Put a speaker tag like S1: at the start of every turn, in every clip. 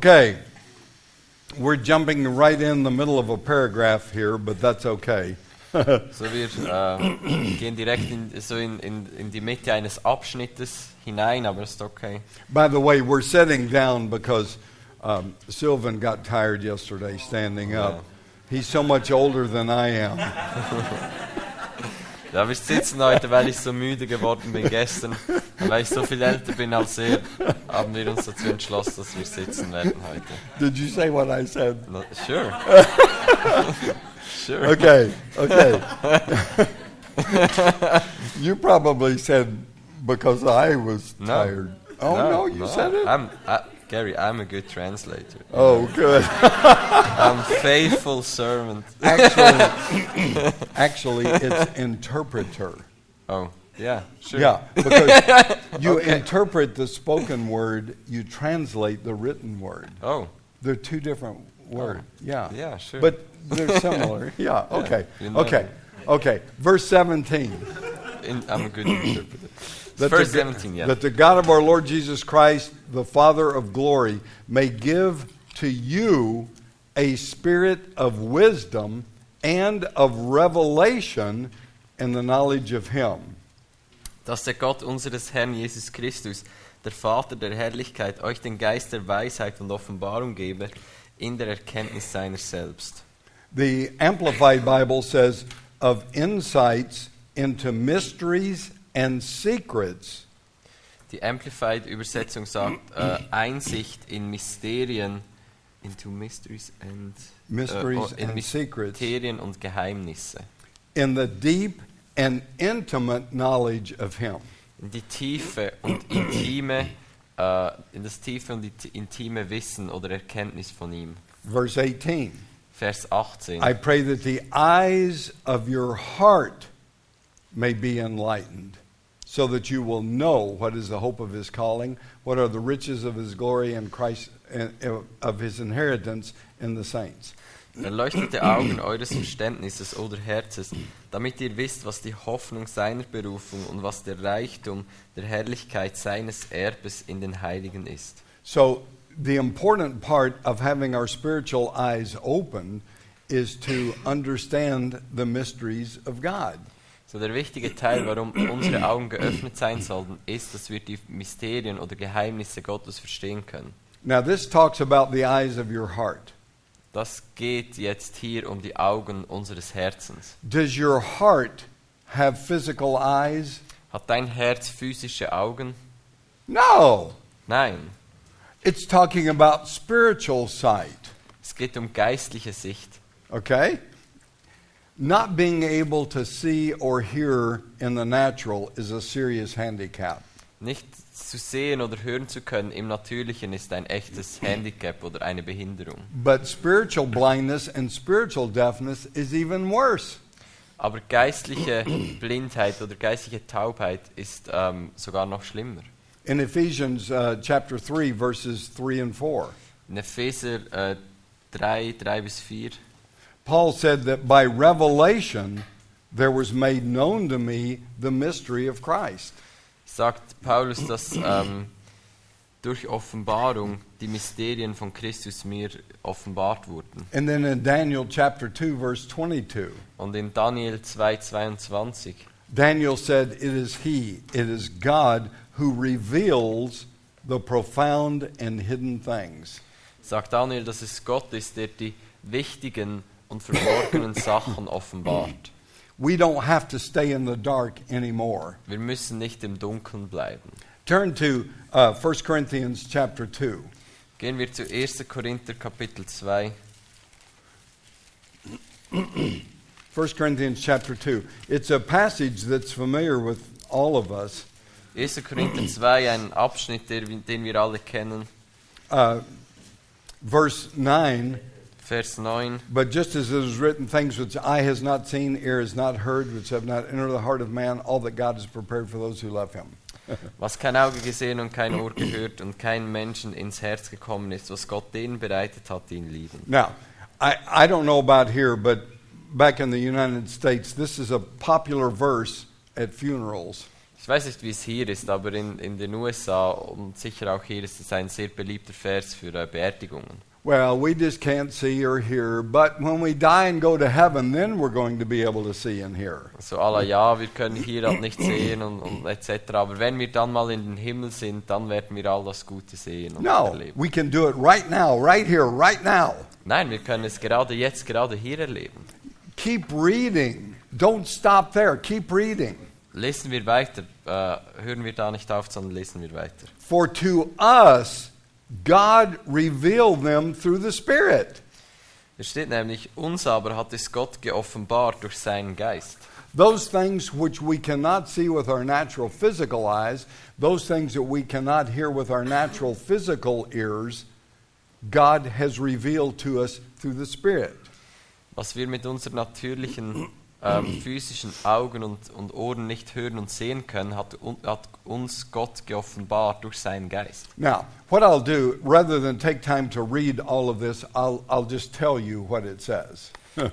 S1: Okay. We're jumping right in the middle of a paragraph here, but that's okay.
S2: So wir äh, gehen direkt in, so in, in, in die Mitte eines Abschnittes hinein, aber ist okay.
S1: By the way, we're sitting down because um, Sylvan got tired yesterday standing up. He's so much older than I am.
S2: Ja, wir sitzen heute, weil ich so müde geworden bin gestern und weil ich so viel älter bin als er, haben wir uns dazu entschlossen, dass wir sitzen werden heute.
S1: Did you say what I said?
S2: No, sure. sure.
S1: Okay, okay. you probably said because I was
S2: No.
S1: tired. Oh, no, you said it?
S2: I'm, I, Gary, I'm a good translator.
S1: oh, good.
S2: I'm faithful servant.
S1: Actually, actually, it's interpreter.
S2: Oh, yeah, sure.
S1: Yeah, because you interpret the spoken word, you translate the written word.
S2: Oh,
S1: They're two different words. Yeah.
S2: yeah, sure.
S1: But they're similar. yeah, okay.
S2: you know.
S1: Okay. Okay. Verse 17.
S2: in, I'm a good interpreter.
S1: That
S2: Verse
S1: the, go-
S2: 17, yeah.
S1: That the God of our Lord Jesus Christ, the Father of glory, may give to you a spirit of wisdom and of revelation in the knowledge of Him.
S2: dass der Gott unseres Herrn Jesus Christus, der Vater der Herrlichkeit, euch den Geist der Weisheit und Offenbarung gebe in der Erkenntnis seiner selbst.
S1: The Amplified Bible says, of insights into mysteries and secrets
S2: Die Amplified-Übersetzung sagt äh, Einsicht in Mysterien, into mysteries and äh,
S1: Mysteries
S2: in
S1: and secrets.
S2: Mysterien und Geheimnisse,
S1: in the deep and intimate knowledge of Him.
S2: in die Tiefe und intime, äh, in das tiefe und int- intime Wissen oder Erkenntnis von ihm.
S1: Verse 18
S2: Vers 18.
S1: I pray that the eyes of your heart may be enlightened, so that you will know what is the hope of His calling, what are the riches of His glory and Christ, and, uh, of His inheritance in the saints.
S2: Erleuchtete Augen eures Verständnisses oder Herzens, damit ihr wisst, was die Hoffnung seiner Berufung und was der Reichtum der Herrlichkeit seines Erbes in den Heiligen ist.
S1: So, the important part of having our spiritual eyes open is to understand the mysteries of God.
S2: So der wichtige Teil, warum unsere Augen geöffnet sein sollten, ist, dass wir die Mysterien oder Geheimnisse Gottes verstehen können.
S1: Now, this talks about the eyes of your heart.
S2: Das geht jetzt hier um die Augen unseres Herzens.
S1: Does your heart have physical eyes?
S2: Hat dein Herz physische Augen?
S1: No.
S2: Nein,
S1: It's talking about spiritual sight,
S2: es geht um geistliche Sicht.
S1: okay? Not being able to see or hear in the natural is a serious handicap.
S2: Nicht zu sehen oder hören zu können im Natürlichen ist ein echtes Handicap oder eine Behinderung.
S1: But spiritual blindness and spiritual deafness is even worse.
S2: Aber geistliche Blindheit oder geistliche Taubheit ist ähm, sogar noch schlimmer.
S1: In Ephesians uh, chapter 3, verses 3 and 4,
S2: In Epheser äh, 3, 3 bis 4
S1: Paul said that by revelation there was made known to me the mystery of Christ.
S2: sagt Paulus, dass ähm, durch Offenbarung die Mysterien von Christus mir offenbart wurden.
S1: And then in Daniel chapter 2, verse 22,
S2: Und in Daniel 2, 22
S1: Daniel said, It is He, it is God who reveals the profound and hidden things.
S2: sagt Daniel, dass es Gott ist, der die wichtigen und verborgenen Sachen offenbart.
S1: We don't have to stay in the dark anymore.
S2: Wir müssen nicht im Dunkeln bleiben.
S1: Turn to uh, 1 Corinthians chapter 2.
S2: Gehen wir zu 1. Korinther Kapitel 2.
S1: 1 Corinthians chapter 2. It's a passage that's familiar with all of us.
S2: 1. Korinther 2, ein Abschnitt, der, den wir alle kennen.
S1: Uh, verse 9.
S2: Vers 9.
S1: But just as it is written, things which eye has not seen, ear has not heard, which have not entered the heart of man, all that God has prepared for those who love him.
S2: Was kein Auge gesehen und kein Ohr gehört und kein Menschen ins Herz gekommen ist, was Gott denen bereitet hat, die ihn lieben.
S1: Now, I, I don't know about here, but back in the United States, this is a popular verse at funerals.
S2: Ich Ich weiß nicht, wie es hier ist, aber in, in den USA und sicher auch hier ist es ein sehr beliebter Vers für äh, Beerdigungen.
S1: Well, we just can't see or hear, but when we die and go to heaven, then we're going to be able to see and hear.
S2: So aller Also ja, wir können hier halt nicht sehen und, und etc. Aber wenn wir dann mal in den Himmel sind, dann werden wir all das Gute sehen und
S1: No,
S2: erleben.
S1: we can do it right now, right here, right now.
S2: Nein, wir können es gerade jetzt, gerade hier erleben.
S1: Keep reading. Don't stop there. Keep reading.
S2: Lesen wir weiter, äh, hören wir da nicht auf, sondern lesen wir weiter.
S1: For to us, God revealed them through the Spirit.
S2: Es steht nämlich, uns aber hat es Gott geoffenbart durch seinen Geist.
S1: Those things which we cannot see with our natural physical eyes, those things that we cannot hear with our natural physical ears, God has revealed to us through the Spirit.
S2: Was wir mit unseren natürlichen ähm, physischen Augen und, und Ohren nicht hören und sehen können, hat, un, hat uns Gott geoffenbart durch seinen Geist.
S1: Now, what I'll do, rather than take time to read all of this, I'll, I'll just tell you what it says.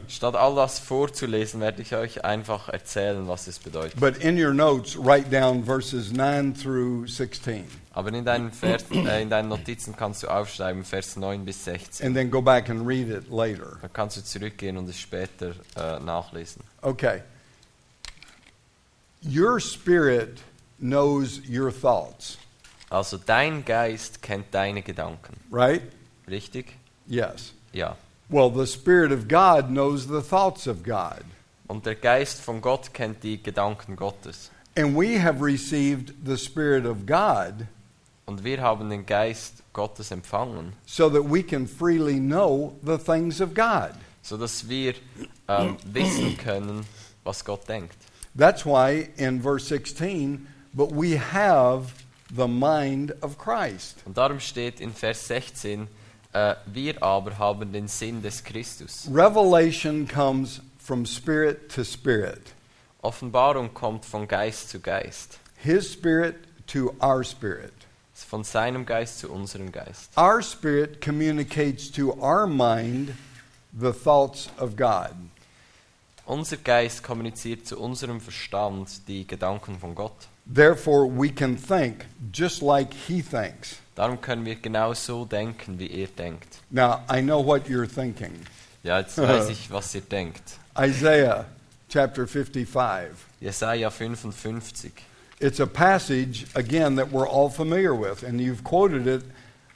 S2: Statt all das vorzulesen, werde ich euch einfach erzählen, was es bedeutet.
S1: But in your notes, write down verses 9 through 16,
S2: Aber in deinen, Vers, äh, in deinen Notizen kannst du aufschreiben, Vers 9 bis 16.
S1: and then go back and read it later.
S2: Dann kannst du zurückgehen und es später äh, nachlesen.
S1: Okay. Your spirit knows your thoughts,
S2: Also dein Geist kennt deine Gedanken,
S1: right?
S2: richtig?
S1: Yes.
S2: Ja.
S1: Well, the Spirit of God knows the thoughts of God.
S2: Und der Geist von Gott kennt die Gedanken Gottes.
S1: And we have received the Spirit of God
S2: Und wir haben den Geist Gottes empfangen,
S1: so that we can freely know the things of God.
S2: sodass wir ähm, wissen können, was Gott denkt.
S1: That's why in verse 16, but we have the mind of Christ.
S2: Und darum steht in Vers 16, äh, wir aber haben den Sinn des Christus.
S1: Revelation comes from spirit to spirit,
S2: Offenbarung kommt von Geist zu Geist,
S1: His spirit to our spirit.
S2: von seinem Geist zu unserem Geist.
S1: Our spirit communicates to our mind the thoughts of God.
S2: Unser Geist kommuniziert zu unserem Verstand die Gedanken von Gott.
S1: Therefore, we can think just like He thinks.
S2: Darum können wir genau so denken, wie er denkt.
S1: Now, I know what you're thinking.
S2: Ja, jetzt weiß ich, was ihr denkt.
S1: Isaiah chapter 55.
S2: Jesaja 55.
S1: It's a passage, again, that we're all familiar with, and you've quoted it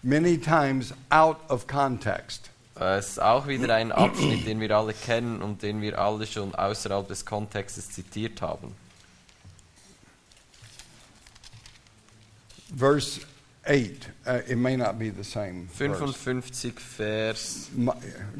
S1: many times out of context.
S2: Äh, Es ist auch wieder ein Abschnitt, den wir alle kennen und den wir alle schon außerhalb des Kontextes zitiert haben.
S1: Verse 8, uh, it may not be the same. verse.
S2: 55 Vers.
S1: My-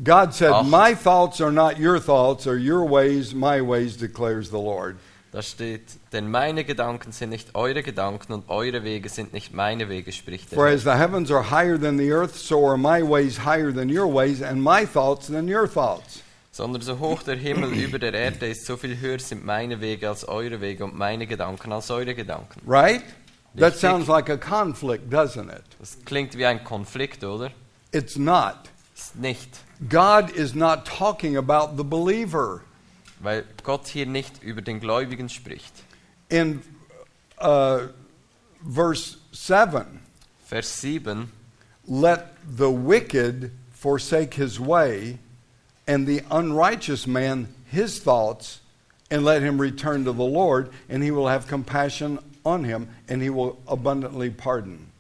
S1: God said,
S2: Ach.
S1: My thoughts are not your thoughts, or your ways, my ways, declares the Lord.
S2: Da steht, denn meine Gedanken sind nicht eure Gedanken und eure Wege sind nicht meine Wege, spricht der
S1: For
S2: Herr.
S1: as the heavens are higher than the earth, so are my ways higher than your ways, and my thoughts than your thoughts.
S2: Sondern so hoch der Himmel über der Erde ist, so viel höher sind meine Wege als eure Wege und meine Gedanken als eure Gedanken.
S1: Right? That
S2: Richtig.
S1: sounds like a conflict, doesn't it?
S2: Das klingt wie ein Konflikt, oder?
S1: It's not.
S2: Ist nicht.
S1: God is not talking about the believer.
S2: Weil Gott hier nicht über den Gläubigen spricht.
S1: In uh, verse 7,
S2: Vers 7.
S1: let the wicked forsake his way, and the unrighteous man his thoughts, and let him return to the Lord, and he will have compassion on him, and he will abundantly pardon.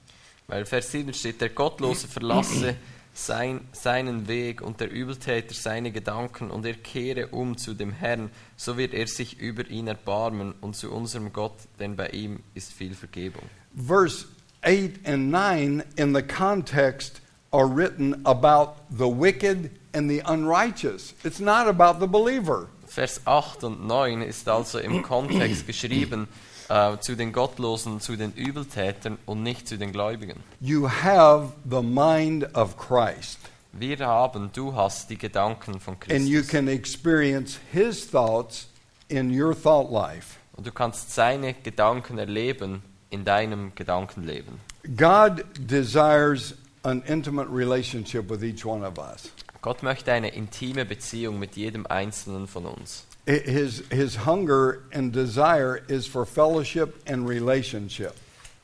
S2: Weil Vers 7 steht, der Gottlose verlasse sein, seinen Weg und der Übeltäter seine Gedanken und er kehre um zu dem Herrn, so wird er sich über ihn erbarmen und zu unserem Gott, denn bei ihm ist viel Vergebung.
S1: Verse 8 and 9 in the context are written about the wicked and the unrighteous. It's not about the believer.
S2: Vers 8 und 9 ist also im Kontext geschrieben äh, zu den Gottlosen, zu den Übeltätern und nicht zu den Gläubigen.
S1: You have the mind of Christ,
S2: Wir haben, du hast die Gedanken von
S1: and you
S2: Christus
S1: can experience his thoughts in your thought life.
S2: und du kannst seine Gedanken erleben in deinem Gedankenleben.
S1: God desires an intimate relationship with each one of us.
S2: Gott möchte eine intime Beziehung mit jedem Einzelnen von uns.
S1: I- His, his hunger and desire is for fellowship and relationship.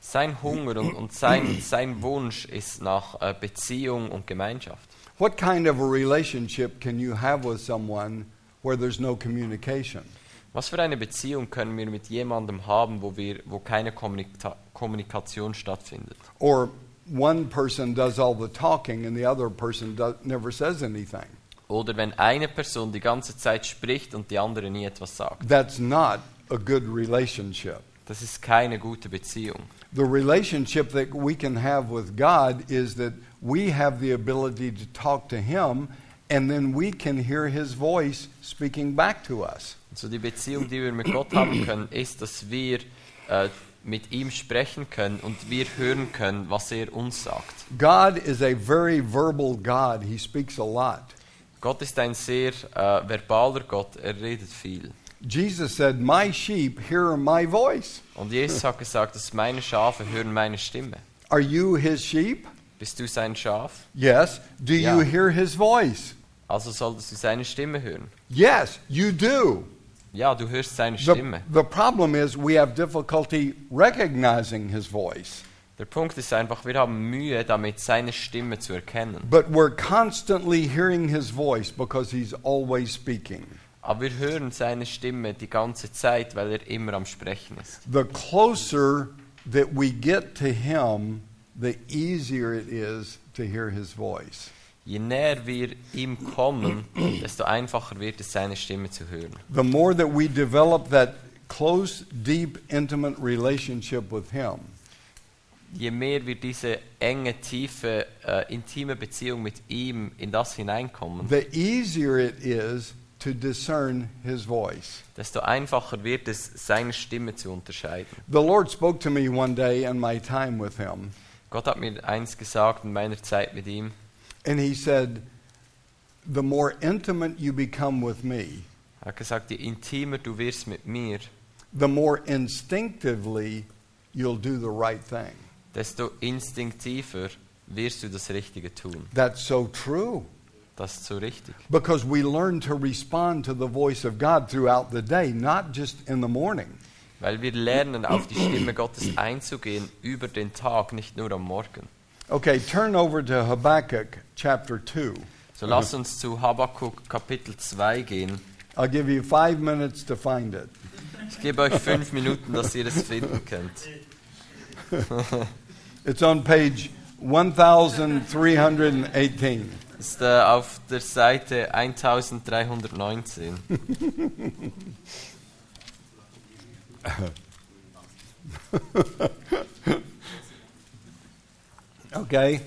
S2: Sein Hunger und, und sein, sein Wunsch ist nach äh, Beziehung und Gemeinschaft.
S1: What kind of a relationship can you have with someone where there's no communication?
S2: Was für eine Beziehung können wir mit jemandem haben, wo, wir, wo keine Kommunika Kommunikation stattfindet?
S1: Or one person does all the talking and the other person does, never says anything.
S2: Oder wenn eine Person die ganze Zeit spricht und die andere nie etwas sagt.
S1: That's not a good relationship.
S2: Das ist keine gute Beziehung.
S1: The relationship that we can have with God is that we have the ability to talk to Him and then we can hear His voice speaking back to us.
S2: Also die Beziehung, die wir mit Gott haben können, ist, dass wir äh, mit ihm sprechen können und wir hören können, was er uns sagt.
S1: God is a very verbal God, He speaks a lot.
S2: Gott ist ein sehr äh, verbaler Gott, er redet viel.
S1: Jesus said, My sheep hear my voice.
S2: Und Jesus hat gesagt, dass meine Schafe hören meine Stimme.
S1: Are you His sheep?
S2: Bist du sein Schaf?
S1: Yes. Do you
S2: Yeah.
S1: hear His voice?
S2: Also solltest du seine Stimme hören.
S1: Yes, you do.
S2: Ja, du hörst seine
S1: The,
S2: Stimme.
S1: the problem is we have difficulty recognizing His voice.
S2: Der Punkt ist einfach, wir haben Mühe damit, seine Stimme zu erkennen.
S1: But we're constantly hearing his voice because he's always speaking.
S2: Aber wir hören seine Stimme die ganze Zeit, weil er immer am Sprechen ist.
S1: The closer that we get to him, the easier it is to hear his voice.
S2: Je näher wir ihm kommen, desto einfacher wird es, seine Stimme zu hören.
S1: The more that we develop that close, deep, intimate relationship with him,
S2: Je mehr wir diese enge, tiefe, äh, intime Beziehung mit ihm in das hineinkommen,
S1: the easier it is to discern his voice.
S2: desto einfacher wird es, seine Stimme zu unterscheiden.
S1: The Lord spoke to me one day in my time with him,
S2: Gott hat mir eins gesagt in meiner Zeit mit ihm.
S1: and he said, The more intimate you become with me,
S2: Er hat gesagt, je intimer du wirst mit mir,
S1: the more instinctively you'll do the right thing.
S2: desto instinktiver wirst du das Richtige tun.
S1: That's so true
S2: Das ist so richtig.
S1: because we learn to respond to the voice of God throughout the day, not just in the morning.
S2: Weil wir lernen, auf die Stimme Gottes einzugehen über den Tag, nicht nur am Morgen.
S1: Okay, turn over to Habakkuk chapter 2.
S2: So lass uns zu Habakkuk Kapitel 2 gehen.
S1: I'll give you five minutes to find it.
S2: Ich gebe euch fünf Minuten, dass ihr es finden könnt.
S1: It's on page 1318.
S2: Ist äh, auf der Seite 1319.
S1: Okay?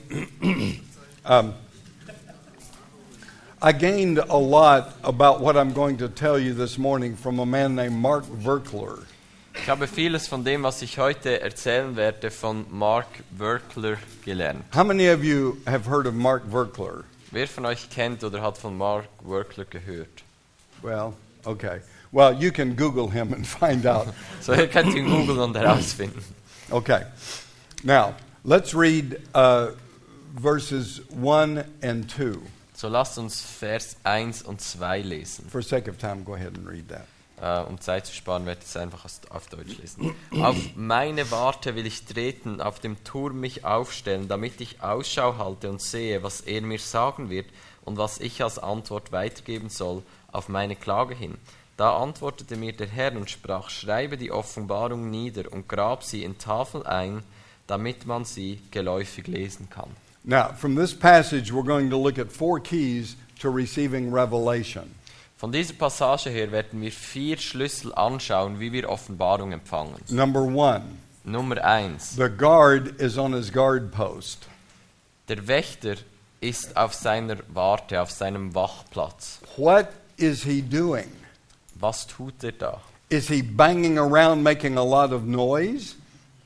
S1: um, I gained a lot about what I'm going to tell you this morning from a man named Mark Verkler.
S2: Ich habe vieles von dem, was ich heute erzählen werde, von Mark Werkler gelernt.
S1: How many of you have heard of Mark Verkler?
S2: Wer von euch kennt oder hat von Mark Werkler gehört?
S1: Well, okay. Well, you can Google him and find out.
S2: So, ihr könnt ihn googeln und herausfinden.
S1: Okay. Now, let's read uh, verses 1 and 2.
S2: So, lasst uns Vers 1 und 2 lesen.
S1: For sake of time, go ahead and read that.
S2: Äh, um Zeit zu sparen, werde ich es einfach aus- auf Deutsch lesen. auf meine Warte will ich treten, auf dem Turm mich aufstellen, damit ich Ausschau halte und sehe, was er mir sagen wird und was ich als Antwort weitergeben soll auf meine Klage hin. Da antwortete mir der Herr und sprach, schreibe die Offenbarung nieder und grab sie in Tafel ein, damit man sie geläufig lesen kann.
S1: Now, from this passage, we're going to look at four keys to receiving revelation.
S2: Von dieser Passage her werden wir vier Schlüssel anschauen, wie wir Offenbarung empfangen.
S1: Number one,
S2: Nummer 1.
S1: the guard is on his guard post.
S2: Der Wächter ist auf seiner Warte, auf seinem Wachplatz.
S1: What is he doing?
S2: Was tut er da?
S1: Is he banging around making a lot of noise?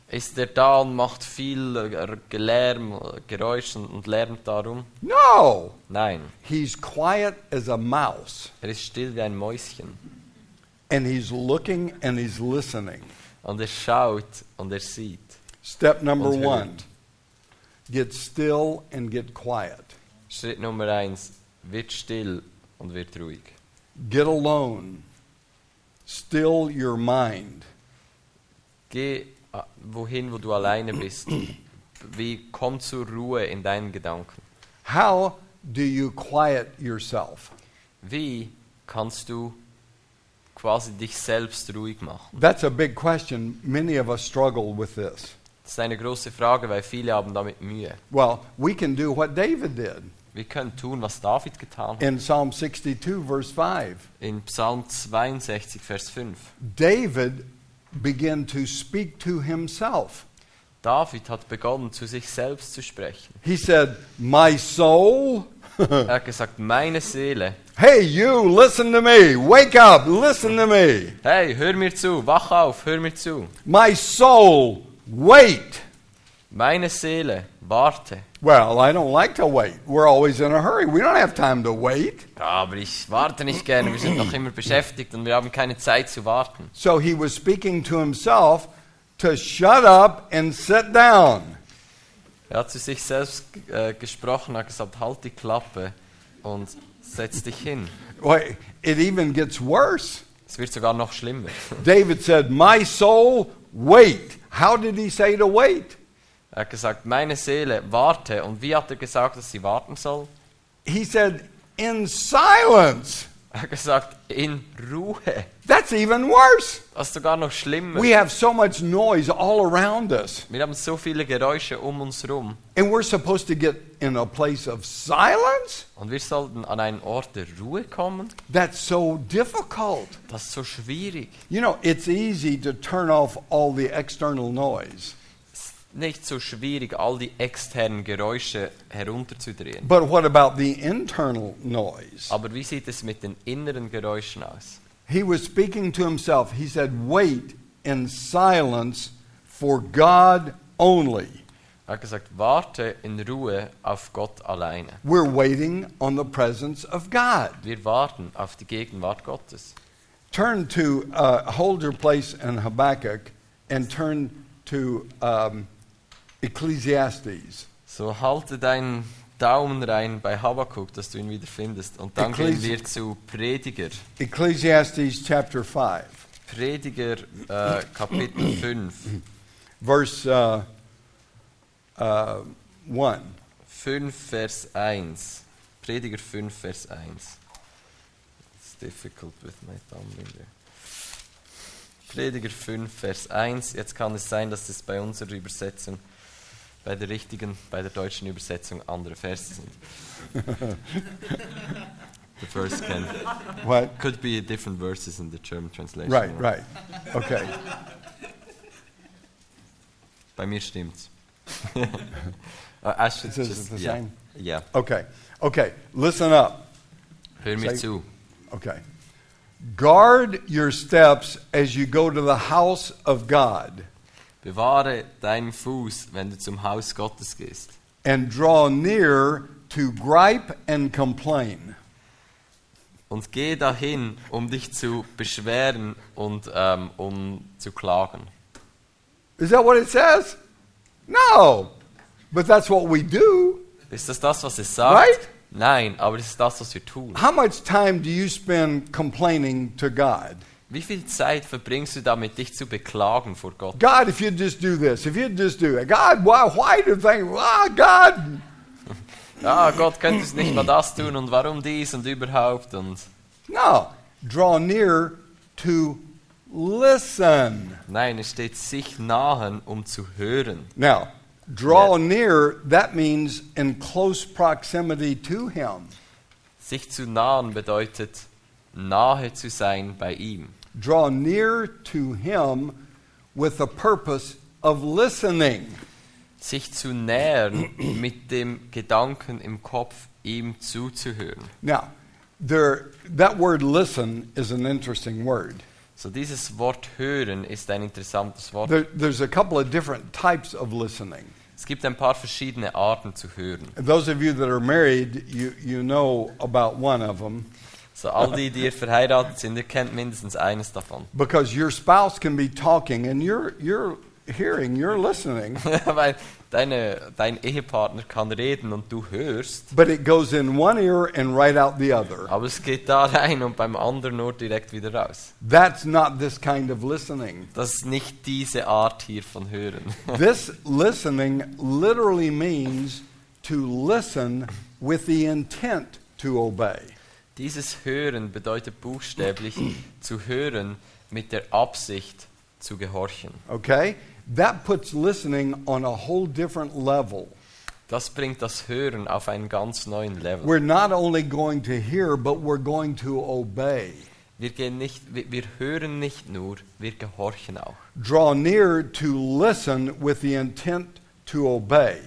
S2: Ist er da und macht viel äh, Gelärm, äh, Geräusch und, und lärmt darum?
S1: No!
S2: Nein,
S1: He's quiet as a mouse,
S2: er ist still wie ein Mäuschen.
S1: and he's looking and he's listening.
S2: Und er schaut und er sieht.
S1: Step number
S2: Okay.
S1: one get still and get quiet.
S2: Schritt Nummer eins, wird still und wird ruhig.
S1: Get alone Still your mind.
S2: Geh ah, wohin, wo du alleine bist. Wie komm zur Ruhe in deinen Gedanken.
S1: How do you quiet yourself?
S2: Wie kannst du quasi dich selbst ruhig machen?
S1: That's a big question. Many of us struggle with this.
S2: Das ist eine große Frage, weil viele haben damit Mühe.
S1: Well, we can do what David did
S2: Wir können tun, was David getan hat.
S1: in Psalm 62, verse 5.
S2: In Psalm 62, Vers 5.
S1: David began to speak to himself.
S2: David hat begonnen, zu sich selbst zu sprechen.
S1: He said, My soul,
S2: Er hat gesagt, meine Seele,
S1: hey, you, listen to me. Wake up, listen to me.
S2: hey, hör mir zu, wach auf, hör mir zu.
S1: My soul, wait.
S2: Meine Seele, warte.
S1: Well, I don't like to wait. We're always in a hurry. We don't have time to wait.
S2: Ja, aber ich warte nicht gerne, wir sind noch immer beschäftigt und wir haben keine Zeit zu warten.
S1: So he was speaking to himself to shut up and sit down.
S2: Er hat zu sich selbst äh, gesprochen, hat gesagt, halt die Klappe und setz dich hin.
S1: Wait, it even gets worse.
S2: Es wird sogar noch schlimmer.
S1: David said, My soul, wait. How did he say to wait?
S2: Er hat gesagt, meine Seele, warte. Und wie hat er gesagt, dass sie warten soll?
S1: He said, In silence.
S2: Er hat gesagt, in Ruhe.
S1: That's even worse.
S2: Das ist sogar noch schlimmer.
S1: We have so much noise all around us,
S2: Wir haben so viele Geräusche um uns rum
S1: and we're supposed to get in a place of silence?
S2: und wir sollten an einen Ort der Ruhe kommen.
S1: That's so difficult.
S2: Das ist so schwierig.
S1: You know, it's easy to turn off all the external noise.
S2: Es ist nicht so schwierig, all die externen Geräusche herunterzudrehen.
S1: But what about the internal noise?
S2: Aber wie sieht es mit den inneren Geräuschen aus?
S1: He was speaking to himself. He said, Wait in silence for God only.
S2: Er hat gesagt, warte in Ruhe auf Gott alleine.
S1: We're waiting on the presence of God.
S2: Wir warten auf die Gegenwart Gottes.
S1: Turn to, uh, hold your place in Habakkuk and turn to um, Ecclesiastes.
S2: So halte deinen Daumen rein bei Habakkuk, dass du ihn wieder findest. Und dann gehen
S1: Ecclesi-
S2: wir zu Prediger.
S1: Ecclesiastes chapter 5,
S2: Prediger äh, Kapitel 5.
S1: verse uh, uh, 1.
S2: 5, Vers 1. Prediger 5, Vers 1. It's difficult with my thumbnail. Prediger 5, Vers 1. Jetzt kann es sein, dass es bei unserer Übersetzung, bei der richtigen, bei der deutschen Übersetzung andere Verse sind. the verse can
S1: What?
S2: could be different verses in the German translation.
S1: Right, right. Okay.
S2: Bei mir stimmt's. Uh, I should
S1: It says
S2: just-
S1: it's the
S2: yeah,
S1: same?
S2: Yeah.
S1: Okay. Okay. Listen up.
S2: Hör mir
S1: Same.
S2: zu.
S1: Okay. Guard your steps as you go to the house of God
S2: Bewahre deinen Fuß, wenn du zum Haus Gottes gehst.
S1: and draw near to gripe and complain.
S2: Und geh dahin, um dich zu beschweren und ähm, um zu klagen.
S1: Is that what it says? No. But that's what we do.
S2: Ist das das, was es sagt?
S1: Right?
S2: Nein, aber das ist das, was wir tun.
S1: How much time do you spend complaining to God?
S2: Wie viel Zeit verbringst du damit, dich zu beklagen vor Gott?
S1: God, if you'd just do this, if you'd just do it. God, why, why do things, ah, God.
S2: Ah, Gott, könntest nicht mal das tun und warum dies und überhaupt und...
S1: No. Draw near to listen.
S2: Nein, es steht sich nahen, um zu hören.
S1: Now, draw near, that means in close proximity to him.
S2: Sich zu nahen bedeutet, nahe zu sein bei ihm.
S1: Draw near to him with the purpose of listening.
S2: sich zu nähern mit dem Gedanken im Kopf, ihm zuzuhören.
S1: Now, there, that word listen is an interesting word.
S2: So dieses Wort hören ist ein interessantes Wort.
S1: There, there's a couple of different types of listening.
S2: Es gibt ein paar verschiedene Arten zu hören.
S1: And Those of you that are married, you, you know about one of them
S2: So all die, die ihr verheiratet sind, ihr kennt mindestens eines davon.
S1: because your spouse can be talking and you're, you're hearing, you're listening.
S2: Weil Deine, dein Ehepartner kann reden und du hörst,
S1: but it goes in one ear and right out the other.
S2: aber es geht da rein und beim anderen nur direkt wieder raus.
S1: That's not this kind of listening.
S2: Das ist nicht diese Art hier von Hören.
S1: This listening literally means to listen with the intent to obey.
S2: Dieses Hören bedeutet buchstäblich zu hören mit der Absicht zu gehorchen.
S1: Okay? That puts listening on a whole different level.
S2: Das bringt das Hören auf einen ganz neuen Level.
S1: We're not only going to hear, but we're going to obey.
S2: Wir, gehen nicht, wir, wir hören nicht nur, wir gehorchen auch.
S1: Draw near to listen with the intent to obey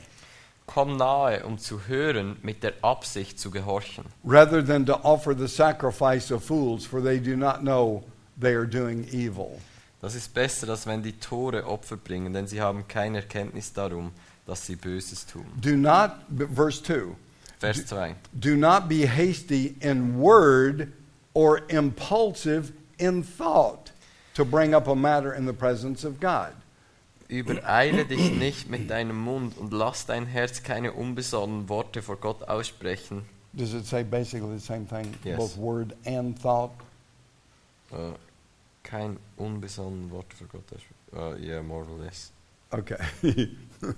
S2: Komm nahe, um zu hören, mit der Absicht zu gehorchen,
S1: rather than to offer the sacrifice of fools, for they do not know they are doing evil.
S2: Das ist besser, als wenn die Tore Opfer bringen, denn sie haben keine Erkenntnis darum, dass sie Böses tun.
S1: Do not, b- verse 2,
S2: Vers 2.
S1: do not be hasty in word or impulsive in thought to bring up a matter in the presence of God.
S2: Übereile dich nicht mit deinem Mund und lass dein Herz keine unbesonnenen Worte vor Gott aussprechen.
S1: Does it say basically the same thing,
S2: Yes.
S1: both word and thought?
S2: Äh, kein unbesonnenen Wort vor Gott aussprechen. Äh, yeah, more or less.
S1: Okay.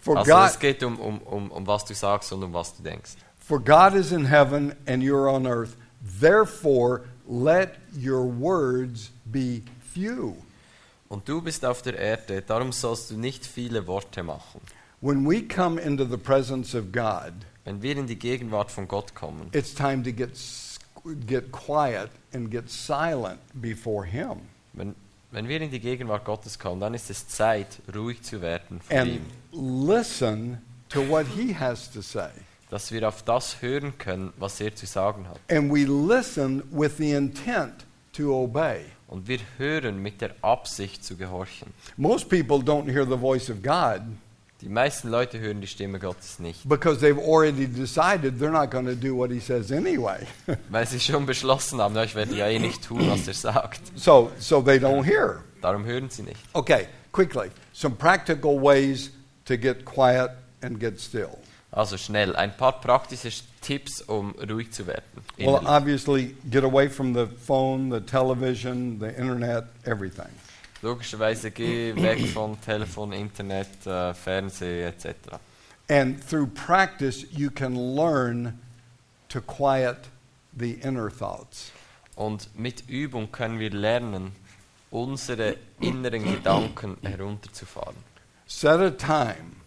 S1: for,
S2: also
S1: God,
S2: es geht um, um, um, um was du sagst und um was du denkst.
S1: for God is in heaven and you're on earth. Therefore, let your words be few.
S2: Und du bist auf der Erde, darum sollst du nicht viele Worte machen.
S1: When we come into the presence of God,
S2: Wenn wir in die Gegenwart von Gott kommen,
S1: it's time to get, s- get quiet and get silent before Him.
S2: wenn, wenn wir in die Gegenwart Gottes kommen, dann ist es Zeit, ruhig zu werden vor
S1: and
S2: ihm,
S1: listen to what he has to say.
S2: dass wir auf das hören können, was er zu sagen hat.
S1: And we listen with the intent to obey.
S2: Und wir hören mit der Absicht zu gehorchen.
S1: Most people don't hear the voice of God
S2: Die meisten Leute hören die Stimme Gottes nicht,
S1: because they've already decided they're not going to do what he says anyway.
S2: weil sie schon beschlossen haben, ja, ich werde ja eh nicht tun, was er sagt.
S1: so, so they don't hear.
S2: Darum hören sie nicht.
S1: Okay, quickly, some practical ways to get quiet and get still.
S2: Also schnell, ein paar praktische Sch- Tipps, um ruhig zu werden.
S1: Well,
S2: innerlich.
S1: obviously, get away from the phone, the television, the internet, everything.
S2: Logischerweise geh weg von Telefon, Internet, äh, Fernsehen etc.
S1: And through practice, you can learn to quiet the inner thoughts.
S2: Und mit Übung können wir lernen, unsere inneren Gedanken herunterzufahren.
S1: Set a time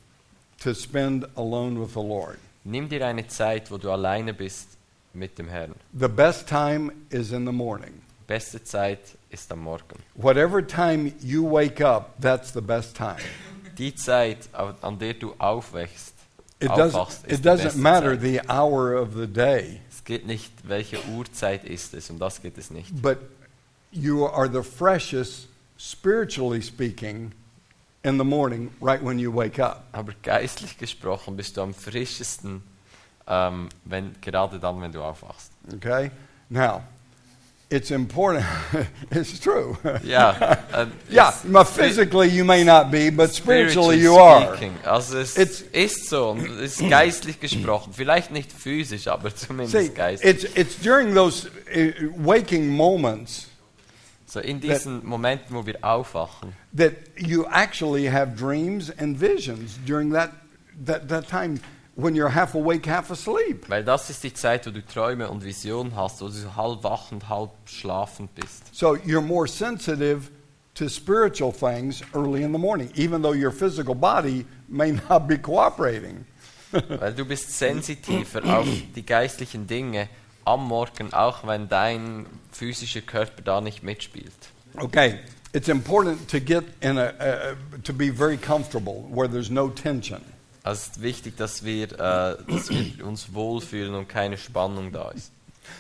S1: to spend alone with the Lord.
S2: Nimm dir eine Zeit, wo du alleine bist mit dem Herrn.
S1: The best time is in the morning.
S2: Beste Zeit ist am Morgen.
S1: Whatever time you wake up, that's the best time.
S2: Die Zeit, au- an der du aufwächst,
S1: It
S2: aufwachst
S1: doesn't, it
S2: ist die
S1: doesn't
S2: beste
S1: matter
S2: Zeit.
S1: the hour of the day,
S2: Es geht nicht, welche Uhrzeit ist es, um das geht es nicht.
S1: but you are the freshest, spiritually speaking, in the morning right when you wake up.
S2: Aber geistlich gesprochen bist du am frischesten, ähm, wenn, gerade dann, wenn du aufwachst.
S1: Okay? Now, it's important. it's true.
S2: Ja, ähm,
S1: yeah,
S2: es-
S1: my,
S2: es-
S1: physically you may not be, but spiritually
S2: spiritually
S1: you are.
S2: speaking, Also es
S1: It's-
S2: ist so, und es ist geistlich gesprochen. Vielleicht nicht physisch, aber
S1: See,
S2: zumindest
S1: it's,
S2: geistlich.
S1: it's during those uh, waking moments
S2: So in diesen Momenten, wo wir aufwachen,
S1: that you actually have dreams and visions during that, that, that time when you're half awake, half asleep.
S2: weil das ist die Zeit, wo du Träume und Visionen hast, wo du so halb wach und halb schlafend bist.
S1: So you're more sensitive to spiritual things early in the morning, even though your physical body may not be cooperating.
S2: Weil du bist sensitiver auf die geistlichen Dinge am Morgen, auch wenn dein physischer Körper da nicht mitspielt.
S1: Okay, it's important to get in a, uh, to be very comfortable where there's no tension.
S2: Also es ist wichtig, dass wir, äh, dass wir uns wohlfühlen und keine Spannung da ist.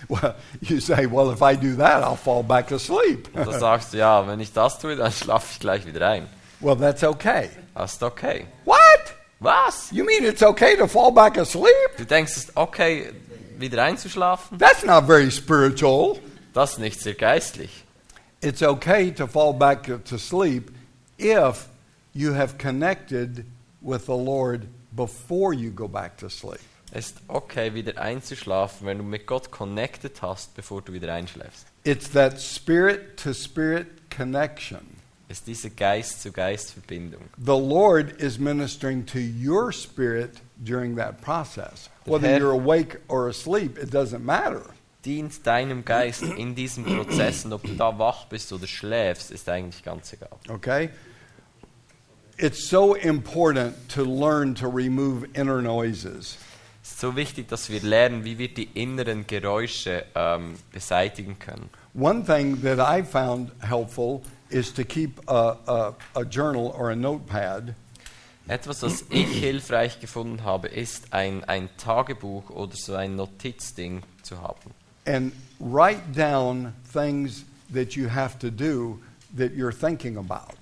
S1: Well, you say, well, if I do that, I'll fall back asleep.
S2: Und da sagst du, ja, wenn ich das tue, dann schlafe ich gleich wieder ein.
S1: well, that's okay.
S2: Das ist okay.
S1: What?
S2: Was?
S1: You mean it's okay to fall back asleep?
S2: Du denkst, es ist okay, wieder einzuschlafen?
S1: That's not very spiritual.
S2: Das ist nicht sehr geistlich.
S1: It's okay to fall back to sleep if you have connected with the Lord before you go back to sleep.
S2: Es ist okay, wieder einzuschlafen, wenn du mit Gott connected hast, bevor du wieder einschläfst.
S1: It's that spirit to spirit connection.
S2: Es ist diese Geist-zu-Geist-Verbindung.
S1: The Lord is ministering to your spirit during that process. Whether
S2: Herr-
S1: you're awake or asleep, it doesn't matter.
S2: Dient deinem Geist in diesen Prozessen, ob du da wach bist oder schläfst, ist eigentlich ganz egal.
S1: Okay? It's so important to learn to remove inner noises.
S2: Es ist so wichtig, dass wir lernen, wie wir die inneren Geräusche ähm, beseitigen können.
S1: One thing that I found helpful is to keep a, a, a journal or a notepad
S2: Etwas, was ich hilfreich gefunden habe, ist ein, ein Tagebuch oder so ein Notizding zu haben.
S1: and write down things that you have to do that you're thinking about.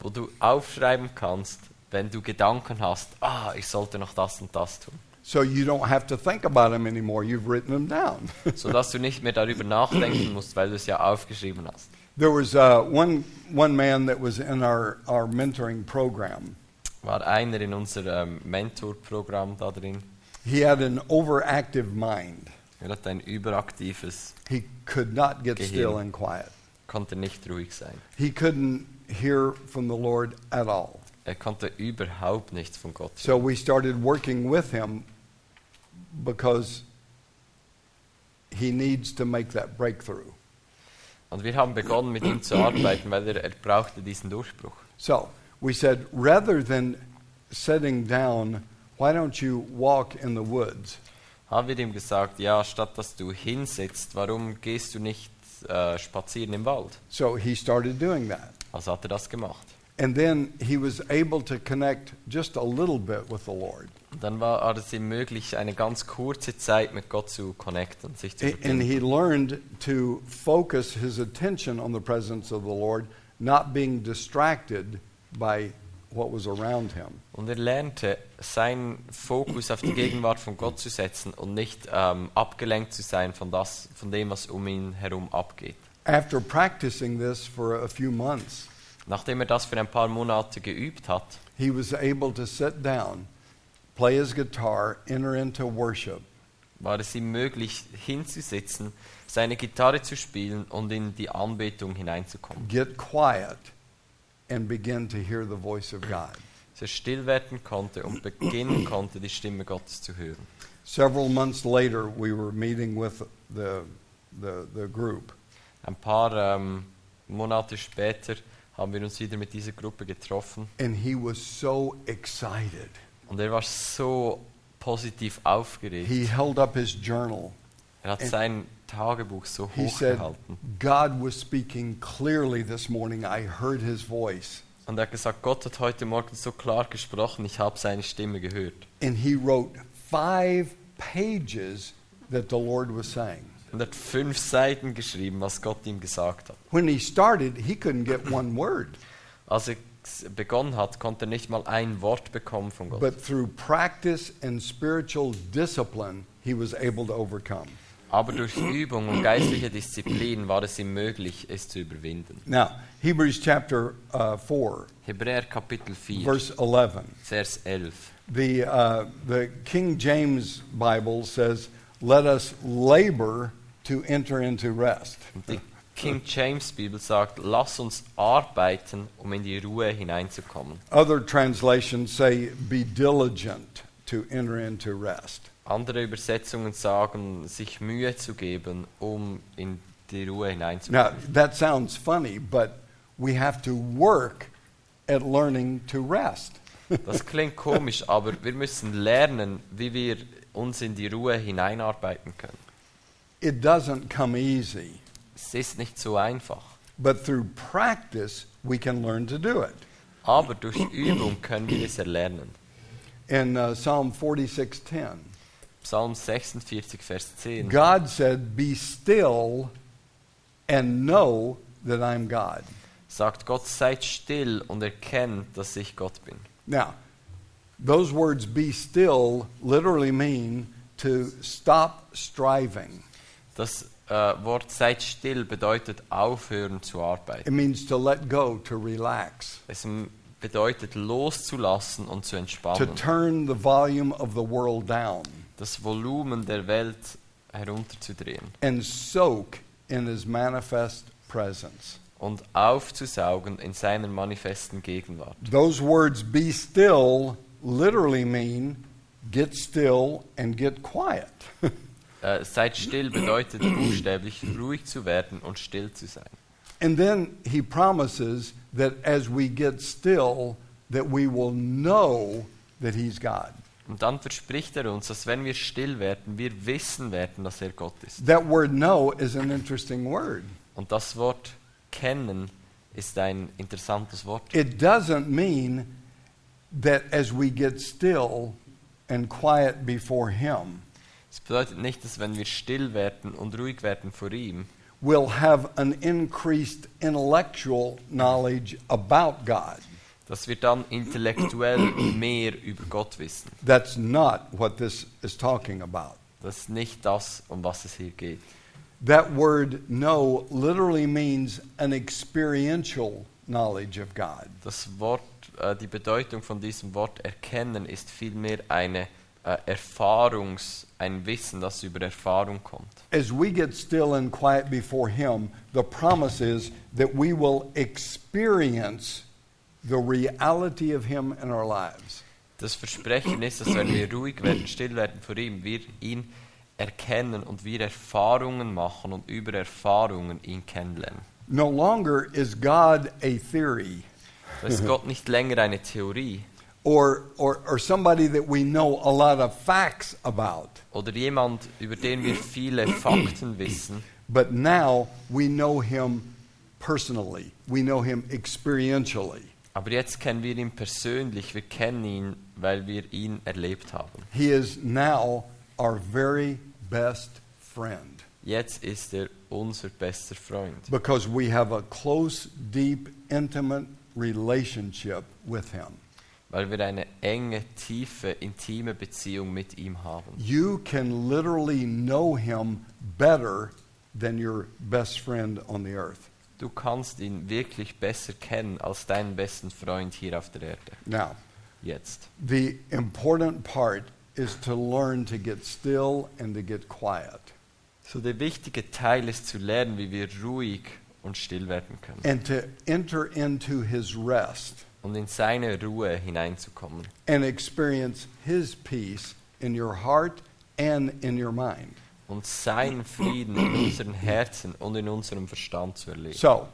S2: wo du aufschreiben kannst, wenn du Gedanken hast, ah, ich sollte noch das und das tun.
S1: So you don't have to think about them anymore. You've written them down.
S2: Sodass du nicht mehr darüber nachdenken musst, weil du es ja aufgeschrieben hast.
S1: there was uh, one, one man that was in our, our mentoring program.
S2: War einer in unserem Mentorprogramm da drin.
S1: He had an overactive mind.
S2: Er hat ein überaktives,
S1: He could not get
S2: Gehirn.
S1: still and quiet.
S2: konnte nicht ruhig sein.
S1: He couldn't hear from the Lord at all.
S2: Er konnte überhaupt nichts von Gott.
S1: So we started working with him because he needs to make that breakthrough.
S2: Und wir haben begonnen, mit ihm zu arbeiten, weil er, er brauchte diesen Durchbruch.
S1: So we said, rather than sitting down, why don't you walk in the woods?
S2: Haben wir ihm gesagt, ja, statt dass du hinsitzt, warum gehst du nicht äh, spazieren im Wald?
S1: So he started doing that.
S2: Also hat er das gemacht.
S1: And then he was able to connect just a little bit with the Lord.
S2: Und Dann war war es ihm möglich, eine ganz kurze Zeit mit Gott zu connecten, sich zu
S1: A- And
S2: verbinden.
S1: he learned to focus his attention on the presence of the Lord, not being distracted by what was around him.
S2: Und er lernte, seinen Fokus auf die Gegenwart von Gott zu setzen und nicht ähm, abgelenkt zu sein von, das, von dem, was um ihn herum abgeht.
S1: After practicing this for a few months,
S2: Nachdem er das für ein paar Monate geübt hat,
S1: he was able to sit down, play his guitar, enter into worship.
S2: war es ihm möglich, hinzusitzen, seine Gitarre zu spielen und in die Anbetung hineinzukommen.
S1: get quiet and begin to hear the voice of God.
S2: Dass er still werden konnte und beginnen konnte, die Stimme Gottes zu hören.
S1: Several months later, we were meeting with the, the, the group,
S2: Ein paar ähm, Monate später haben wir uns wieder mit dieser Gruppe getroffen
S1: and he was so excited.
S2: und er war so positiv aufgeregt.
S1: He held up his journal.
S2: Er hat sein Tagebuch so
S1: He said,
S2: hochgehalten
S1: God was speaking clearly this morning. I heard his voice.
S2: und er hat gesagt, Gott hat heute Morgen so klar gesprochen, ich habe seine Stimme gehört.
S1: And he wrote five pages that the Lord was saying.
S2: Und er hat fünf Seiten geschrieben, was Gott ihm gesagt hat.
S1: When he started, he couldn't get one word.
S2: Als er s- begonnen hat, konnte er nicht mal ein Wort bekommen von Gott.
S1: But through practice and spiritual discipline, he was able to overcome.
S2: Aber durch Übung und geistliche Disziplin war es ihm möglich, es zu überwinden.
S1: Now, Hebrews chapter uh, 4,
S2: Hebräer Kapitel 4,
S1: verse 11.
S2: Vers 11.
S1: The, uh, the King James Bible says, Let us labor to enter into rest.
S2: Die King James Bibel sagt, lass uns arbeiten, um in die Ruhe hineinzukommen.
S1: Other translations say, Be diligent to enter into rest.
S2: Andere Übersetzungen sagen, sich Mühe zu geben, um in die Ruhe hineinzukommen.
S1: Now, that sounds funny, but we have to work at learning to rest.
S2: Das klingt komisch, aber wir müssen lernen, wie wir uns in die Ruhe hineinarbeiten können.
S1: It doesn't come easy.
S2: Es ist nicht so einfach.
S1: But through practice, we can learn to do it.
S2: Aber durch Übung können wir es erlernen.
S1: In uh, Psalm 46:10,
S2: Psalm 46, Vers 10.
S1: God said, "Be still and know that I'm God."
S2: sagt Gott, seid still und erkennt, dass ich Gott bin.
S1: Now, those words "be still" literally mean to stop striving.
S2: Das äh, Wort seid still bedeutet aufhören zu
S1: It
S2: arbeiten.
S1: means to let go, to relax.
S2: Es m- bedeutet loszulassen und zu
S1: to
S2: entspannen,
S1: turn the volume of the world down
S2: das Volumen der Welt herunterzudrehen
S1: and soak in his manifest presence.
S2: und aufzusaugen in seiner manifesten Gegenwart.
S1: Those words, be still, literally mean get still and get quiet.
S2: Äh, seid still bedeutet buchstäblich ruhig zu werden und still zu sein.
S1: and then he promises that as we get still, that we will know that he's God.
S2: Und dann verspricht er uns, dass wenn wir still werden, wir wissen werden, dass er Gott ist.
S1: That word know is an interesting word.
S2: Und das Wort kennen ist ein interessantes Wort.
S1: It doesn't mean that as we get still and quiet before him,
S2: Es bedeutet nicht, dass wenn wir still werden und ruhig werden vor ihm,
S1: we'll have an increased intellectual knowledge about God.
S2: dass wir dann intellektuell mehr über Gott wissen.
S1: That's not what this is talking about.
S2: Das ist nicht das, um was es hier geht.
S1: That word know literally means an experiential knowledge of God.
S2: Das Wort, äh, die Bedeutung von diesem Wort erkennen ist vielmehr eine äh, Erfahrungs, ein Wissen, das über Erfahrung kommt.
S1: As we get still and quiet before Him, the promise is that we will experience the reality of Him in our lives.
S2: Das Versprechen ist, dass wenn wir ruhig werden, still werden vor ihm, wir ihn erkennen und wir Erfahrungen machen und über Erfahrungen ihn kennenlernen.
S1: No longer is God a theory
S2: Da ist Gott nicht länger eine Theorie
S1: or, or, or somebody that we know a lot of facts about,
S2: oder jemand, über den wir viele Fakten wissen,
S1: but now we know Him personally, we know Him experientially.
S2: aber jetzt kennen wir ihn persönlich, wir kennen ihn, weil wir ihn erlebt haben.
S1: He is now our very best friend
S2: Jetzt ist er unser bester Freund,
S1: because we have a close, deep, intimate relationship with Him.
S2: weil wir eine enge, tiefe, intime Beziehung mit ihm haben.
S1: You can literally know Him better than your best friend on the earth.
S2: Du kannst ihn wirklich besser kennen als deinen besten Freund hier auf der Erde.
S1: Now,
S2: Jetzt.
S1: the important part is to learn to get still and to get quiet
S2: So der wichtige Teil ist zu lernen, wie wir ruhig und still werden können
S1: and to enter into His rest
S2: und in seine Ruhe hineinzukommen
S1: and experience His peace in your heart and in your mind.
S2: und seinen Frieden in unseren Herzen und in unserem Verstand zu erleben.
S1: So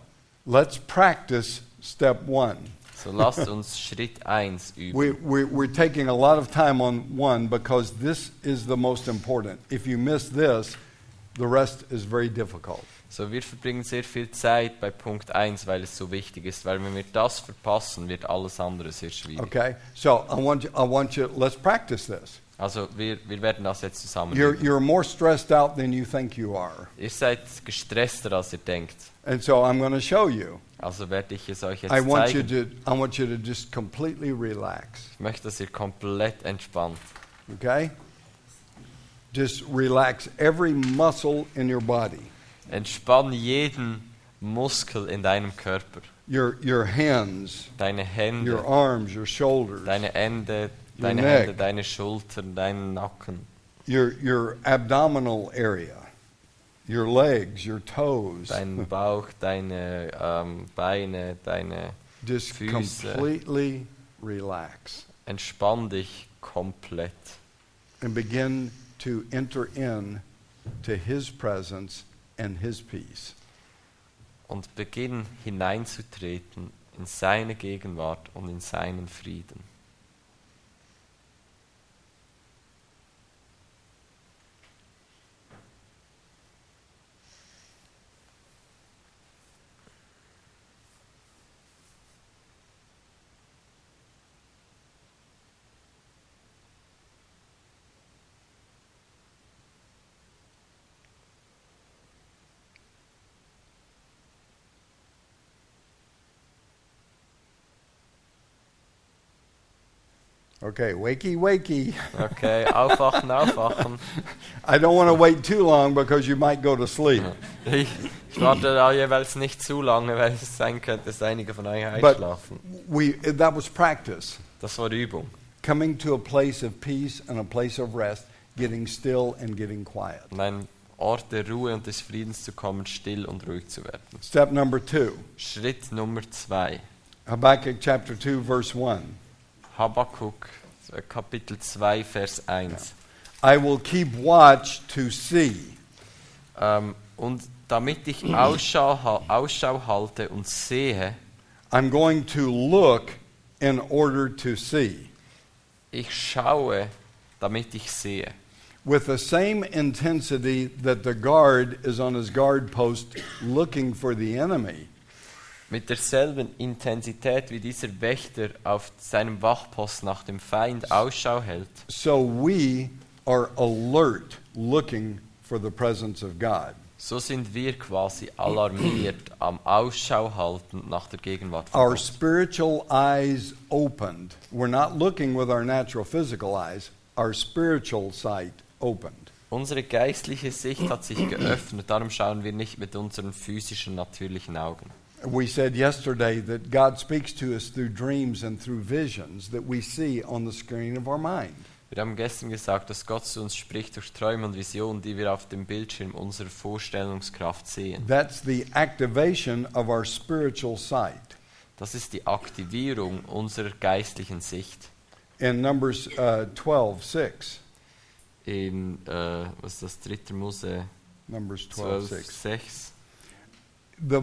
S1: let's practice step one.
S2: So lasst uns Schritt 1
S1: We,
S2: üben.
S1: we, we're taking a lot of time on one because this is the most important. If you miss this, the rest is very difficult.
S2: So wir verbringen sehr viel Zeit bei Punkt 1, weil es so wichtig ist, weil wenn wir das verpassen, wird alles andere sehr schwierig.
S1: Okay? So I want you, I want you let's practice this.
S2: Also wir, wir werden das jetzt zusammen
S1: You're,
S2: üben.
S1: you're more stressed out than you think you are.
S2: Ihr seid gestresster, als ihr denkt.
S1: And so I'm going to show you.
S2: Also werde ich es euch jetzt
S1: I want you,
S2: zeigen.
S1: to, I want you to just completely relax.
S2: Ich möchte, dass ihr komplett entspannt.
S1: Okay? Just relax every muscle in your body.
S2: Entspann jeden Muskel in deinem Körper.
S1: Your, your hands,
S2: Deine Hände,
S1: your arms, your shoulders,
S2: deine Hände,
S1: Your
S2: deine
S1: neck.
S2: Hände, deine Schultern, deinen Nacken,
S1: your, your abdominal area, your legs, your toes.
S2: deinen Bauch, deine ähm, Beine, deine.
S1: Just
S2: Füße.
S1: completely relax
S2: Entspann dich komplett
S1: and begin to enter in to His presence and His peace.
S2: und beginn hineinzutreten in seine Gegenwart und in seinen Frieden.
S1: Okay, wakey, wakey.
S2: Okay, aufwachen, aufwachen.
S1: I don't want to wait too long because you might go to sleep.
S2: Ich, ich warte da jeweils nicht zu lange, weil es sein könnte, dass einige von euch
S1: But
S2: einschlafen.
S1: we, that was practice.
S2: Das war Übung.
S1: Coming to a place of peace and a place of rest, getting still and getting quiet.
S2: An einen Ort der Ruhe und des Friedens zu kommen, still und ruhig zu werden.
S1: Step number two
S2: Schritt Nummer zwei.
S1: Habakkuk chapter 2, verse 1.
S2: Habakkuk, äh, Kapitel 2, Vers 1.
S1: I will keep watch to see
S2: Ähm, und damit ich Ausschau, ha- Ausschau halte und sehe,
S1: I'm going to look in order to see.
S2: ich schaue, damit ich sehe.
S1: With the same intensity that the guard is on his guard post looking for the enemy,
S2: Mit derselben Intensität, wie dieser Wächter auf seinem Wachpost nach dem Feind Ausschau hält,
S1: so we are alert looking for the presence of God.
S2: so sind wir quasi alarmiert am Ausschau halten nach der Gegenwart von
S1: Our
S2: Gott.
S1: spiritual eyes opened. We're not looking with our natural physical eyes, our spiritual sight opened.
S2: Unsere geistliche Sicht hat sich geöffnet, darum schauen wir nicht mit unseren physischen, natürlichen Augen.
S1: We said yesterday that God speaks to us through dreams and through visions that we see on the screen of our mind.
S2: Wir haben gestern gesagt, dass Gott zu uns spricht durch Träume und Visionen, die wir auf dem Bildschirm unserer Vorstellungskraft sehen.
S1: That's the activation of our spiritual sight.
S2: Das ist die Aktivierung unserer geistlichen Sicht.
S1: In Numbers uh, 12, 6.
S2: In, äh, was ist das, 3. Mose
S1: Numbers 12,
S2: 12,
S1: 6.
S2: 6.
S1: The, uh,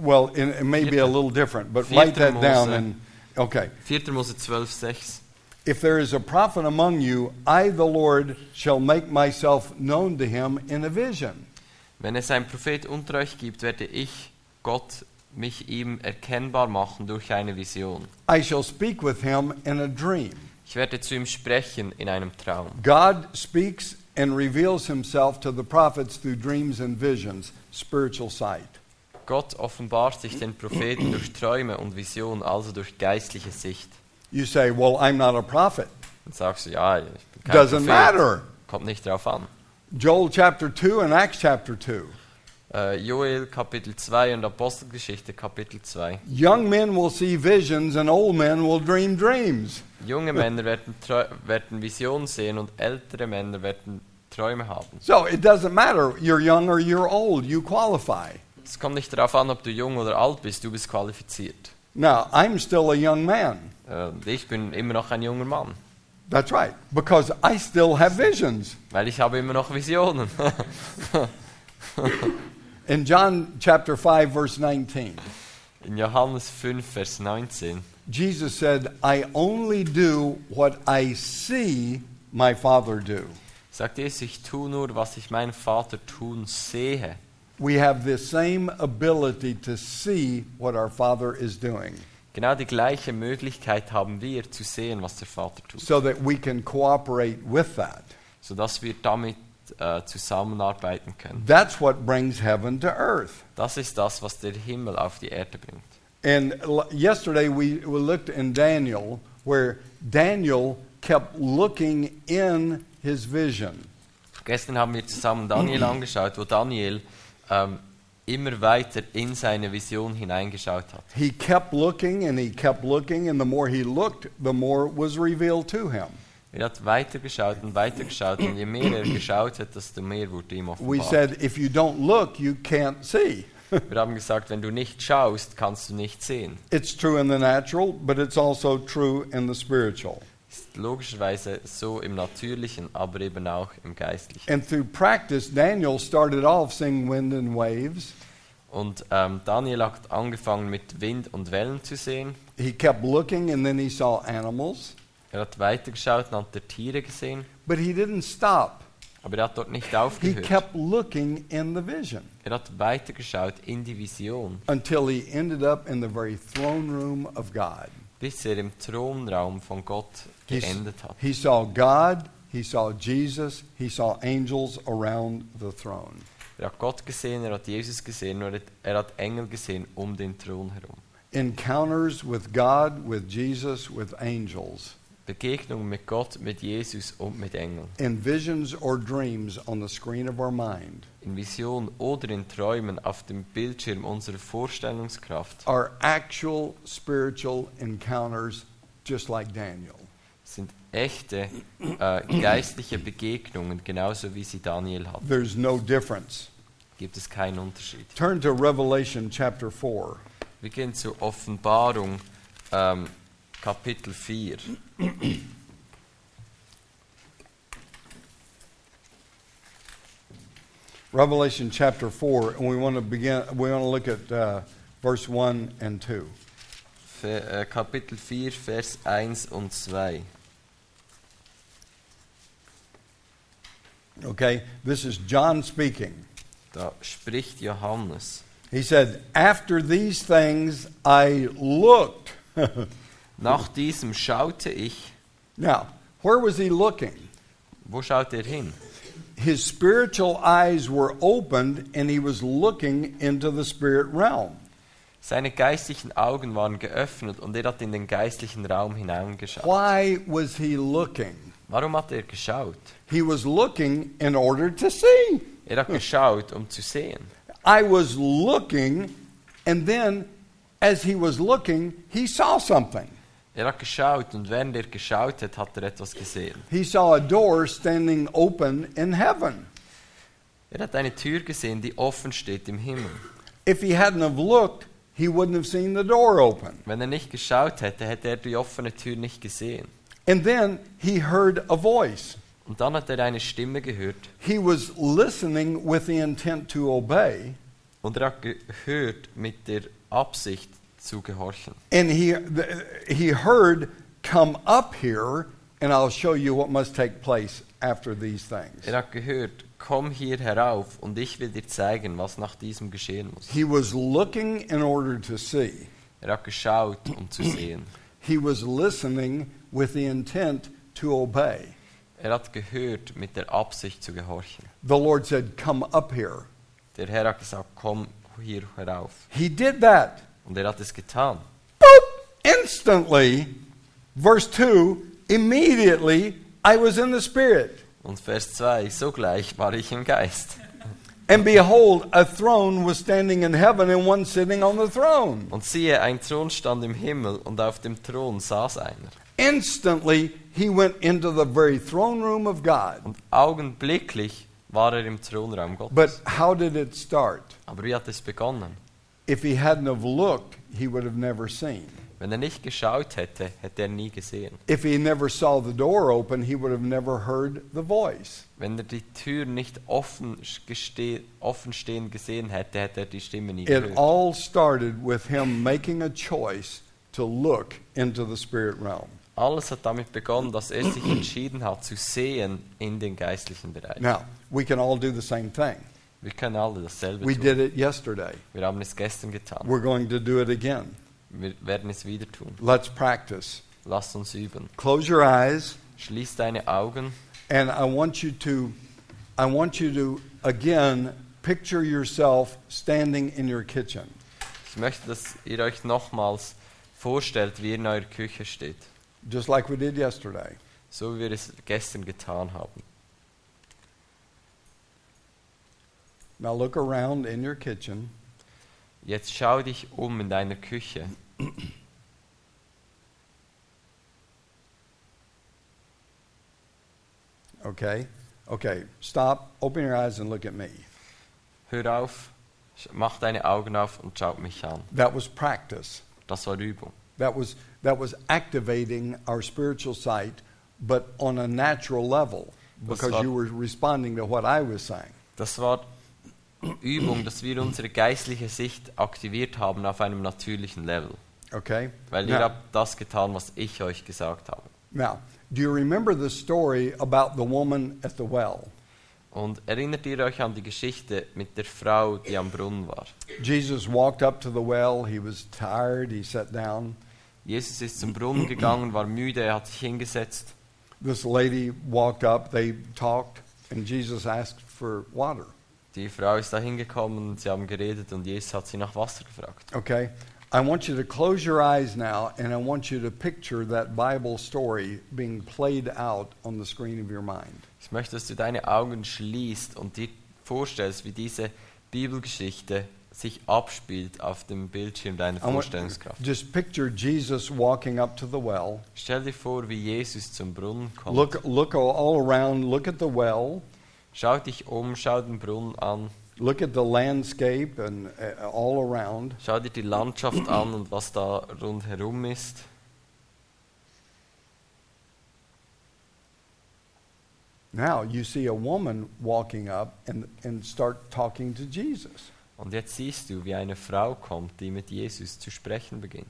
S1: well, in, it may be a little different, but write
S2: Vierter
S1: that down.
S2: Mose.
S1: And, okay.
S2: 4. Mose 12, 6.
S1: If there is a prophet among you, I, the Lord, shall make myself known to him in a vision.
S2: Wenn es einen Prophet unter euch gibt, werde ich, Gott, mich ihm erkennbar machen durch eine Vision.
S1: I shall speak with him in a dream.
S2: Ich werde zu ihm sprechen in einem Traum.
S1: God speaks and reveals himself to the prophets through dreams and visions, spiritual sight.
S2: Gott offenbart sich den Propheten durch Träume und Visionen, also durch geistliche Sicht.
S1: You say, Well, I'm not a prophet.
S2: Dann sagst du, ja, ich bin kein
S1: Doesn't
S2: Prophet.
S1: matter.
S2: Kommt nicht drauf an.
S1: Joel chapter 2 and Acts chapter 2.
S2: Äh, Joel Kapitel 2 und Apostelgeschichte Kapitel 2.
S1: Young men will see visions and old men will dream dreams.
S2: Junge Männer werden, Trau- werden Visionen sehen und ältere Männer werden Träume haben.
S1: So it doesn't matter. You're young or you're old. You qualify.
S2: Es kommt nicht darauf an, ob du jung oder alt bist, du bist qualifiziert.
S1: Now, I'm still a young man.
S2: Äh, und ich bin immer noch ein junger Mann,
S1: That's right. Because I still have visions.
S2: weil ich habe immer noch Visionen.
S1: In John chapter 5, verse 19,
S2: In Johannes 5, Vers 19.
S1: Jesus said, I only do what I see my Father do.
S2: Sagt Jesus, ich tue nur, was ich meinen Vater tun sehe.
S1: We have the same ability to see what our Father is doing
S2: Genau die gleiche Möglichkeit haben wir, zu sehen, was der Vater tut.
S1: so that we can cooperate with that.
S2: sodass wir damit äh, zusammenarbeiten können.
S1: That's what brings heaven to earth.
S2: Das ist das, was der Himmel auf die Erde bringt.
S1: And l- yesterday we, we looked in Daniel, where Daniel kept looking in his vision.
S2: Gestern haben wir zusammen Daniel angeschaut, wo Daniel ähm, immer weiter in seine Vision hineingeschaut hat.
S1: He kept looking and he kept looking, and the more he looked, the more was revealed to him.
S2: Er hat weitergeschaut und weitergeschaut und je mehr er geschaut hat, desto mehr wurde ihm
S1: We
S2: offenbart.
S1: said, if you don't look, you can't see.
S2: Wir haben gesagt, wenn du nicht schaust, kannst du nicht sehen.
S1: It's true in the natural, but it's also true in the spiritual.
S2: Ist logischerweise so im Natürlichen, aber eben auch im Geistlichen.
S1: And through practice, Daniel started off seeing wind and waves.
S2: Und ähm, Daniel hat angefangen mit Wind und Wellen zu sehen.
S1: He kept looking, and then he saw animals,
S2: Er hat weitergeschaut und hat der Tiere gesehen,
S1: but he didn't stop.
S2: aber er hat dort nicht
S1: He
S2: aufgehört.
S1: kept looking in the vision
S2: Er hat weitergeschaut in die Vision,
S1: until he ended up in the very throne room of God.
S2: bis er im Thronraum von Gott
S1: He s-
S2: geendet hat.
S1: he saw God, he saw Jesus, he saw angels around the throne.
S2: Er hat Gott gesehen, er hat Jesus gesehen, er hat, er hat Engel gesehen um den Thron herum.
S1: Encounters with God, with Jesus, with angels.
S2: Begegnung mit Gott, mit Jesus und mit Engeln.
S1: in visions or dreams on the screen of our mind
S2: In Visionen oder in Träumen auf dem Bildschirm unserer Vorstellungskraft
S1: are actual spiritual encounters just like Daniel.
S2: sind echte äh, geistliche Begegnungen, genauso wie sie Daniel hat.
S1: There's no difference.
S2: Gibt es keinen Unterschied.
S1: Turn to Revelation chapter 4.
S2: Wir gehen zur Offenbarung, ähm, Kapitel 4.
S1: Revelation chapter 4, and we want to begin, we want to look at uh, verse 1 and 2.
S2: Ver- äh, Kapitel 4, Vers 1 und 2.
S1: Okay, this is John speaking.
S2: Da spricht Johannes.
S1: He said, After these things I looked.
S2: Nach diesem schaute ich.
S1: now, where was he looking?
S2: Wo schaut er hin?
S1: His spiritual eyes were opened, and he was looking into the spirit realm.
S2: Seine geistlichen Augen waren geöffnet und er hat in den geistlichen Raum hineingeschaut.
S1: Why was he looking?
S2: Warum hat er geschaut?
S1: He was looking in order to see.
S2: Er hat geschaut, um zu sehen.
S1: I was looking, and then as he was looking, he saw something.
S2: Er hat geschaut und während er geschaut hat, hat er etwas gesehen.
S1: He saw a door standing open in heaven.
S2: Er hat eine Tür gesehen, die offen steht im Himmel.
S1: If he hadn't have looked, he wouldn't have seen the door open.
S2: Wenn er nicht geschaut hätte, hätte er die offene Tür nicht gesehen.
S1: And then he heard a voice.
S2: Und dann hat er eine Stimme gehört
S1: He was listening with the intent to obey,
S2: und er hat gehört mit der Absicht zu gehorchen.
S1: and he th- he heard, "Come up here, and I'll show you what must take place after these things."
S2: Er hat gehört, komm hier herauf und ich will dir zeigen, was nach diesem geschehen muss.
S1: He was looking in order to see.
S2: Er hat geschaut, um zu sehen.
S1: He was listening with the intent to obey.
S2: Er hat gehört mit der Absicht zu gehorchen.
S1: The Lord said, Come up here.
S2: Der Herr hat gesagt, komm hier herauf.
S1: He did that
S2: Und er hat es getan.
S1: Boop! instantly. Verse 2 immediately I was in the Spirit.
S2: Und Vers 2, sogleich war ich im Geist.
S1: And behold, a throne was standing in heaven and one sitting on the throne.
S2: Und siehe, ein Thron stand im Himmel und auf dem Thron saß einer.
S1: Instantly, he went into the very throne room of God.
S2: Und augenblicklich war er im Thronraum Gottes.
S1: But how did it start?
S2: Aber wie hat es begonnen?
S1: If he hadn't have looked, he would have never seen.
S2: Wenn er nicht geschaut hätte, hätte er nie gesehen.
S1: If he never saw the door open, he would have never heard the voice.
S2: Wenn er die Tür nicht offen, geste- offen stehen gesehen hätte, hätte er die Stimme nie
S1: It
S2: gehört.
S1: all started with him making a choice to look into the spirit realm.
S2: Alles hat damit begonnen, dass er sich entschieden hat zu sehen in den geistlichen Bereich.
S1: Now, we can all do the same thing.
S2: Wir können alle dasselbe
S1: We
S2: tun.
S1: did it yesterday.
S2: Wir haben es gestern getan.
S1: We're going to do it again.
S2: Wir werden es wieder tun.
S1: Let's practice.
S2: Lasst uns üben.
S1: Close your eyes,
S2: Schließ deine Augen
S1: and I want you to, I want you to again picture yourself standing in your kitchen.
S2: Ich möchte, dass ihr euch nochmals vorstellt, wie ihr in eurer Küche steht,
S1: just like we did yesterday.
S2: so wie wir es gestern getan haben.
S1: Now look around in your kitchen
S2: Jetzt schau dich um in deiner Küche
S1: Okay. Okay. Stop. Open your eyes and look at me.
S2: Hör auf, sch- mach deine Augen auf und schaut mich an.
S1: That was practice.
S2: Das war Übung.
S1: That was that was activating our spiritual sight, but on a natural level
S2: That's
S1: because
S2: not-
S1: you were responding to what I was saying.
S2: Das war Übung, dass wir unsere geistliche Sicht aktiviert haben auf einem natürlichen Level.
S1: Okay.
S2: Weil ihr
S1: Now,
S2: habt das getan, was ich euch gesagt habe.
S1: now, do you remember the story about the woman at the well?
S2: Und erinnert ihr euch an die Geschichte mit der Frau, die am Brunnen war?
S1: Jesus walked up to the well. He was tired. He sat down.
S2: Jesus ist zum Brunnen gegangen, war müde, er hat sich hingesetzt.
S1: This lady walked up. They talked, and Jesus asked for water.
S2: Die Frau ist da hingekommen, sie haben geredet und Jesus hat sie nach Wasser gefragt.
S1: Okay. I want you to close your eyes now, and I want you to picture that Bible story being played out on the screen of your mind.
S2: Ich möchte, dass du deine Augen schließt und dir vorstellst, wie diese Bibelgeschichte sich abspielt auf dem Bildschirm deiner
S1: I want-
S2: Vorstellungskraft.
S1: just picture Jesus walking up to the well.
S2: Stell dir vor, wie Jesus zum Brunnen kommt.
S1: Look, look all around. Look at the well.
S2: Schau dich um, schau den Brunnen an,
S1: Look at the landscape and uh, all around.
S2: schau dir die Landschaft an und was da rundherum ist.
S1: Now you see a woman walking up and, and start talking to Jesus.
S2: Und jetzt siehst du, wie eine Frau kommt, die mit Jesus zu sprechen beginnt.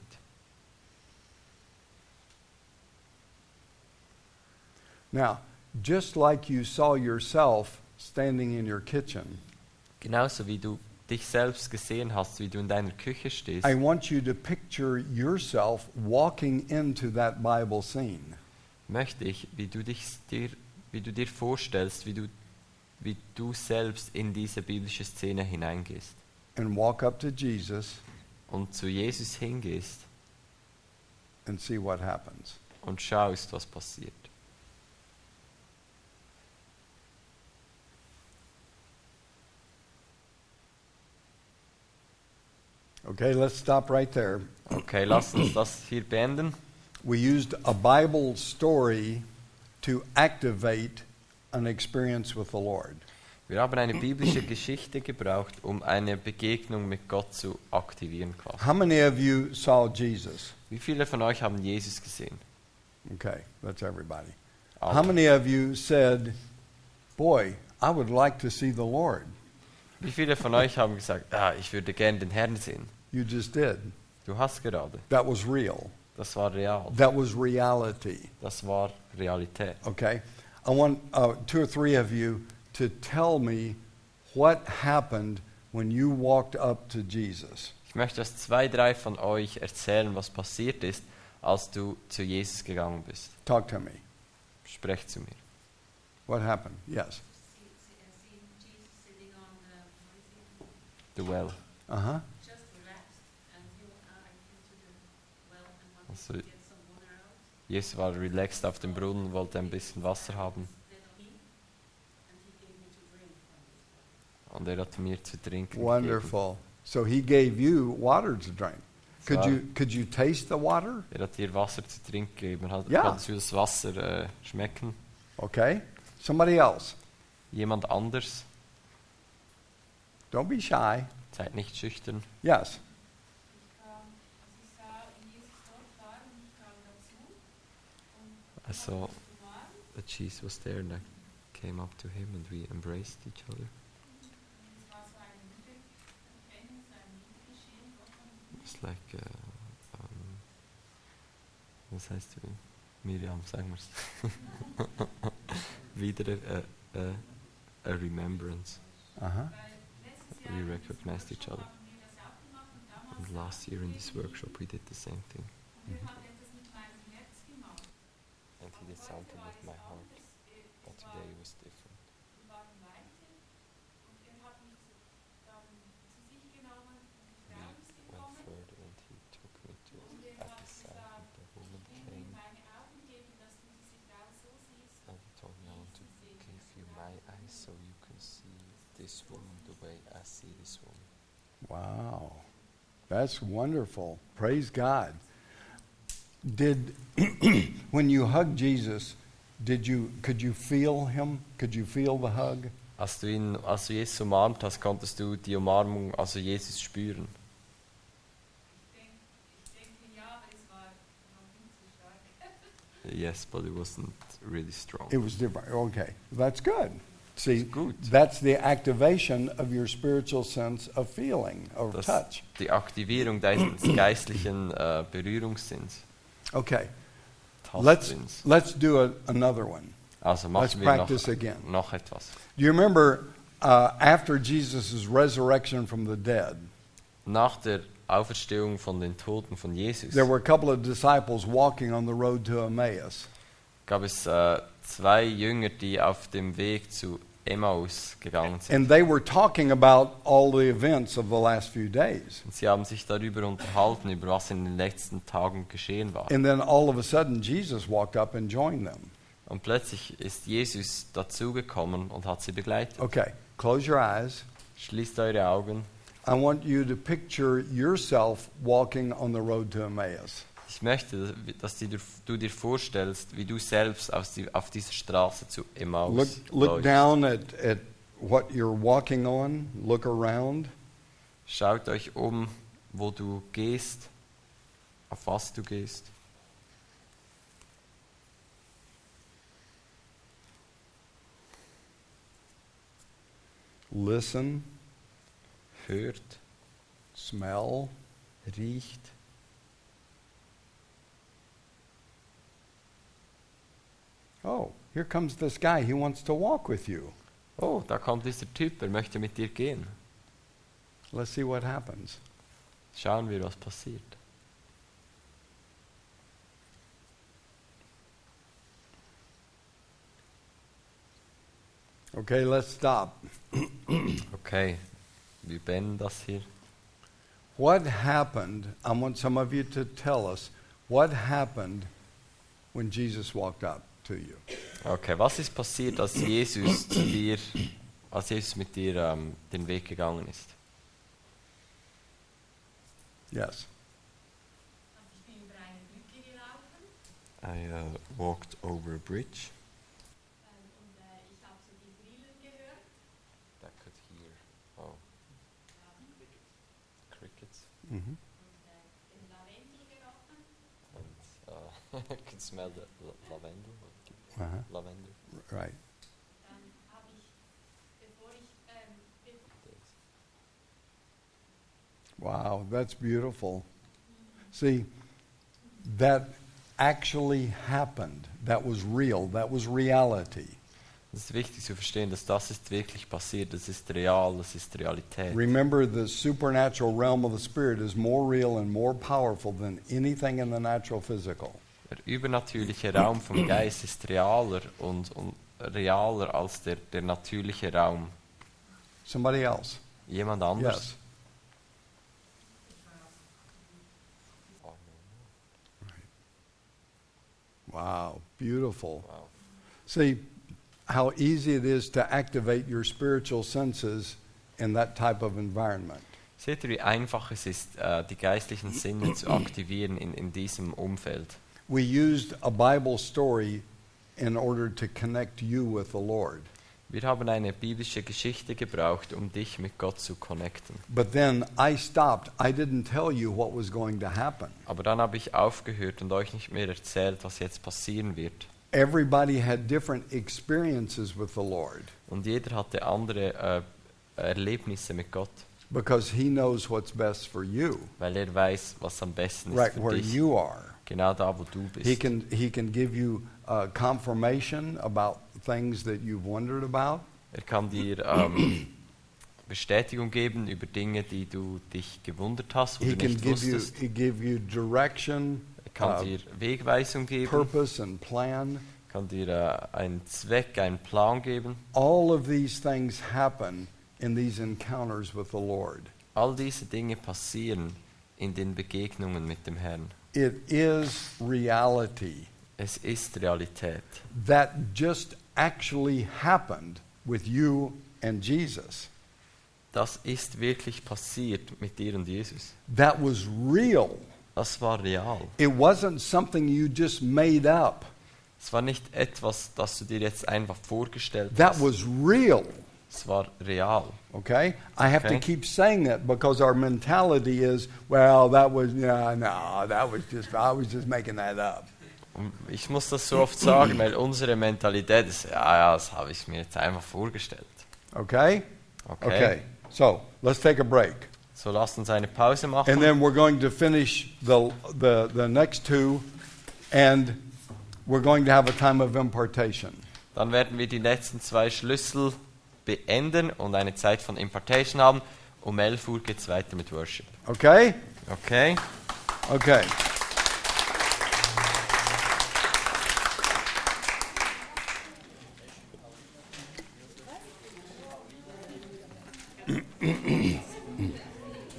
S1: Now, just like you saw yourself standing in your kitchen,
S2: Genauso wie du dich selbst gesehen hast, wie du in deiner Küche stehst,
S1: I want you to picture yourself walking into that Bible scene.
S2: möchte ich, wie du dich s- dir, wie du dir vorstellst, wie du, wie du selbst in diese biblische Szene hineingehst
S1: and walk up to Jesus
S2: und zu Jesus hingehst
S1: and see what happens.
S2: und schaust, was passiert.
S1: Okay, let's stop right there.
S2: Okay, lass uns das hier beenden.
S1: We used a Bible story to activate an experience with the Lord.
S2: Wir haben eine biblische Geschichte gebraucht, um eine Begegnung mit Gott zu aktivieren. Quasi.
S1: How many of you saw Jesus?
S2: Wie viele von euch haben Jesus gesehen?
S1: Okay, that's everybody.
S2: All.
S1: How many of you said, Boy, I would like to see the Lord?
S2: Wie viele von euch haben gesagt, ah, ich würde gern den Herrn sehen?
S1: You just did.
S2: Du hast gerade.
S1: That was real.
S2: Das war real.
S1: That was reality.
S2: Das war Realität.
S1: Okay? I want uh, two or three of you to tell me what happened when you walked up to Jesus.
S2: Ich möchte, dass zwei, drei von euch erzählen, was passiert ist, als du zu Jesus gegangen bist.
S1: Talk to me.
S2: Sprech zu mir.
S1: What happened? Yes.
S3: seeing Jesus sitting on the, what is it,
S2: The well.
S1: Uh huh.
S3: just relaxed, and he went out into the well and wanted
S2: Also,
S3: to get some water out.
S2: Jesus war relaxed auf dem Brunnen, wollte ein bisschen Wasser haben
S3: Then he, and he gave me to drink from his water.
S2: und er hat mir zu trinken gegeben.
S1: Wonderful. So he gave you water to drink. Could
S2: Wow.
S1: you could you taste the water?
S2: Er hat dir Wasser zu trinken gegeben. Hat,
S1: Ja.
S2: Kannst du das Wasser äh, schmecken?
S1: Okay. Somebody else.
S2: Jemand anders?
S1: Don't be shy.
S2: Seid nicht schüchtern.
S1: Yes.
S3: Ich kam, sie sah Jesus dort war und ich kam dazu und
S2: Also,
S3: umarmt
S2: that Jesus was there and I came up to him and we embraced each other.
S3: und es war so ein Liebe-Erkenntnis, ein Liebe-Geschehen, Gott und
S2: It's like, äh, ähm, was heißt du? Miriam, sagen wir's. Wieder äh, äh, a remembrance.
S1: Uh huh.
S2: We recognized each other. And last year in this workshop we did the same thing. And he did something with my heart, but today was different. We went further and he took me to his side and the woman came and he told me I want to give you my eyes so you can see this woman the way I see this woman.
S1: Wow. That's wonderful. Praise God. Did when you hugged Jesus, did you could you feel him? Could you feel the hug?
S2: Als du, ihn, als du Jesus umarmt hast, konntest du die Umarmung, also Jesus, spüren. Yes, but it wasn't really strong.
S1: It was different. Okay. That's good. See,
S2: It's good.
S1: that's the activation of your spiritual sense of feeling or
S2: Das-
S1: touch.
S2: Die Aktivierung deines geistlichen äh, Berührungssinns.
S1: Okay. Let's
S2: Tastsinns.
S1: let's do a, another one.
S2: Also
S1: let's
S2: machen wir
S1: practice
S2: noch,
S1: again.
S2: noch etwas.
S1: Do you remember uh, after Jesus' resurrection from the dead,
S2: Nach der Auferstehung von den Toten von Jesus
S1: there were a couple of disciples walking on the road to Emmaus.
S2: gab es äh, zwei Jünger, die auf dem Weg zu Emmaus gegangen sind.
S1: And they were talking about all the events of the last few days.
S2: Und sie haben sich darüber unterhalten, über was in den letzten Tagen geschehen war.
S1: And then all of a sudden, Jesus walked up and joined them.
S2: Und plötzlich ist Jesus dazugekommen und hat sie begleitet.
S1: Okay, close your eyes.
S2: Schließt eure Augen.
S1: I want you to picture yourself walking on the road to Emmaus.
S2: Ich möchte, dass die- du dir vorstellst, wie du selbst aus die, auf dieser Straße zu Emmaus
S1: Look, look
S2: läufst.
S1: down at, at what you're walking on, look around,
S2: Schaut euch um, wo du gehst, auf was du gehst.
S1: listen,
S2: Hört,
S1: smell,
S2: riecht,
S1: Oh, here comes this guy. He wants to walk with you.
S2: Oh, da kommt dieser Typ, er möchte mit dir gehen.
S1: Let's see what happens.
S2: Schauen wir, was passiert.
S1: Okay, let's stop.
S2: Okay, wir beenden das hier.
S1: What happened? I want some of you to tell us what happened when Jesus walked up to you.
S2: Okay, was ist passiert, als Jesus, zu dir, als Jesus mit dir ähm, den Weg gegangen ist?
S1: Yes.
S3: Also ich bin über eine Brücke gelaufen
S2: I uh, walked over a bridge.
S3: ähm, und äh, ich habe so die Grillen gehört.
S2: That could hear. Oh. Crickets.
S1: Mhm.
S3: und äh, den Lavendel gerochen.
S2: And uh, I could smell the lavender.
S1: Uh-huh.
S2: Lavender.
S1: Right.
S3: Dann habe ich, bevor ich, ähm, be
S1: Wow, that's beautiful. See, that actually happened. That was real. That was reality.
S2: Es ist wichtig zu verstehen, dass das ist wirklich passiert. Das ist real, das ist Realität.
S1: Remember, the supernatural realm of the Spirit is more real and more powerful than anything in the natural physical.
S2: Der übernatürliche Raum vom Geist ist realer und, und realer als der, der natürliche Raum.
S1: Somebody else?
S2: Jemand anders?
S1: Yes. Wow, beautiful.
S2: Wow.
S1: See how easy it is to activate your spiritual senses in that type of environment.
S2: Seht ihr, wie einfach es ist, äh, die geistlichen Sinne zu aktivieren in, in diesem Umfeld?
S1: We used a Bible story in order to connect you with the Lord.
S2: Wir haben eine biblische Geschichte gebraucht, um dich mit Gott zu connecten.
S1: But then I stopped. I didn't tell you what was going to happen.
S2: Aber dann habe ich aufgehört und euch nicht mehr erzählt, was jetzt passieren wird.
S1: Everybody had different experiences with the Lord
S2: Und jeder hatte andere äh, Erlebnisse mit Gott,
S1: because He knows what's best for you,
S2: weil er weiß, was am besten ist
S1: right
S2: für
S1: where
S2: dich.
S1: you are.
S2: Genau da, wo du bist.
S1: He can, he can give you uh, confirmation about things that you've wondered about.
S2: Er kann dir ähm, Bestätigung geben über Dinge, die du dich gewundert hast, wo
S1: He
S2: du
S1: can
S2: nicht
S1: give you,
S2: wusstest.
S1: he give you direction,
S2: Er kann
S1: uh,
S2: dir Wegweisung geben,
S1: purpose, and plan.
S2: kann dir äh, einen Zweck, einen Plan geben.
S1: All of these things happen in these encounters with the Lord.
S2: All diese Dinge passieren in den Begegnungen mit dem Herrn.
S1: It is reality
S2: Es ist Realität.
S1: that just actually happened with you and Jesus.
S2: Das ist wirklich passiert mit dir und Jesus.
S1: That was real.
S2: Das war real.
S1: It wasn't something you just made up.
S2: Es war nicht etwas, das du dir jetzt einfach vorgestellt
S1: That
S2: hast.
S1: was real.
S2: Es war real.
S1: Okay? I have
S2: Okay.
S1: to keep saying that because our mentality is, well, that was, no, no, that was just, I was just making that up.
S2: Und Ich muss das so oft sagen, weil unsere Mentalität ist, ja, ja, das habe ich mir jetzt einfach vorgestellt.
S1: Okay?
S2: Okay.
S1: Okay. So let's take a break.
S2: So lasst uns eine Pause machen.
S1: And then we're going to finish the, the, the next two, and we're going to have a time of impartation.
S2: Dann werden wir die letzten zwei Schlüssel beenden und eine Zeit von Impartation haben. Um 11 Uhr geht es weiter mit Worship.
S1: Okay?
S2: Okay?
S1: Okay.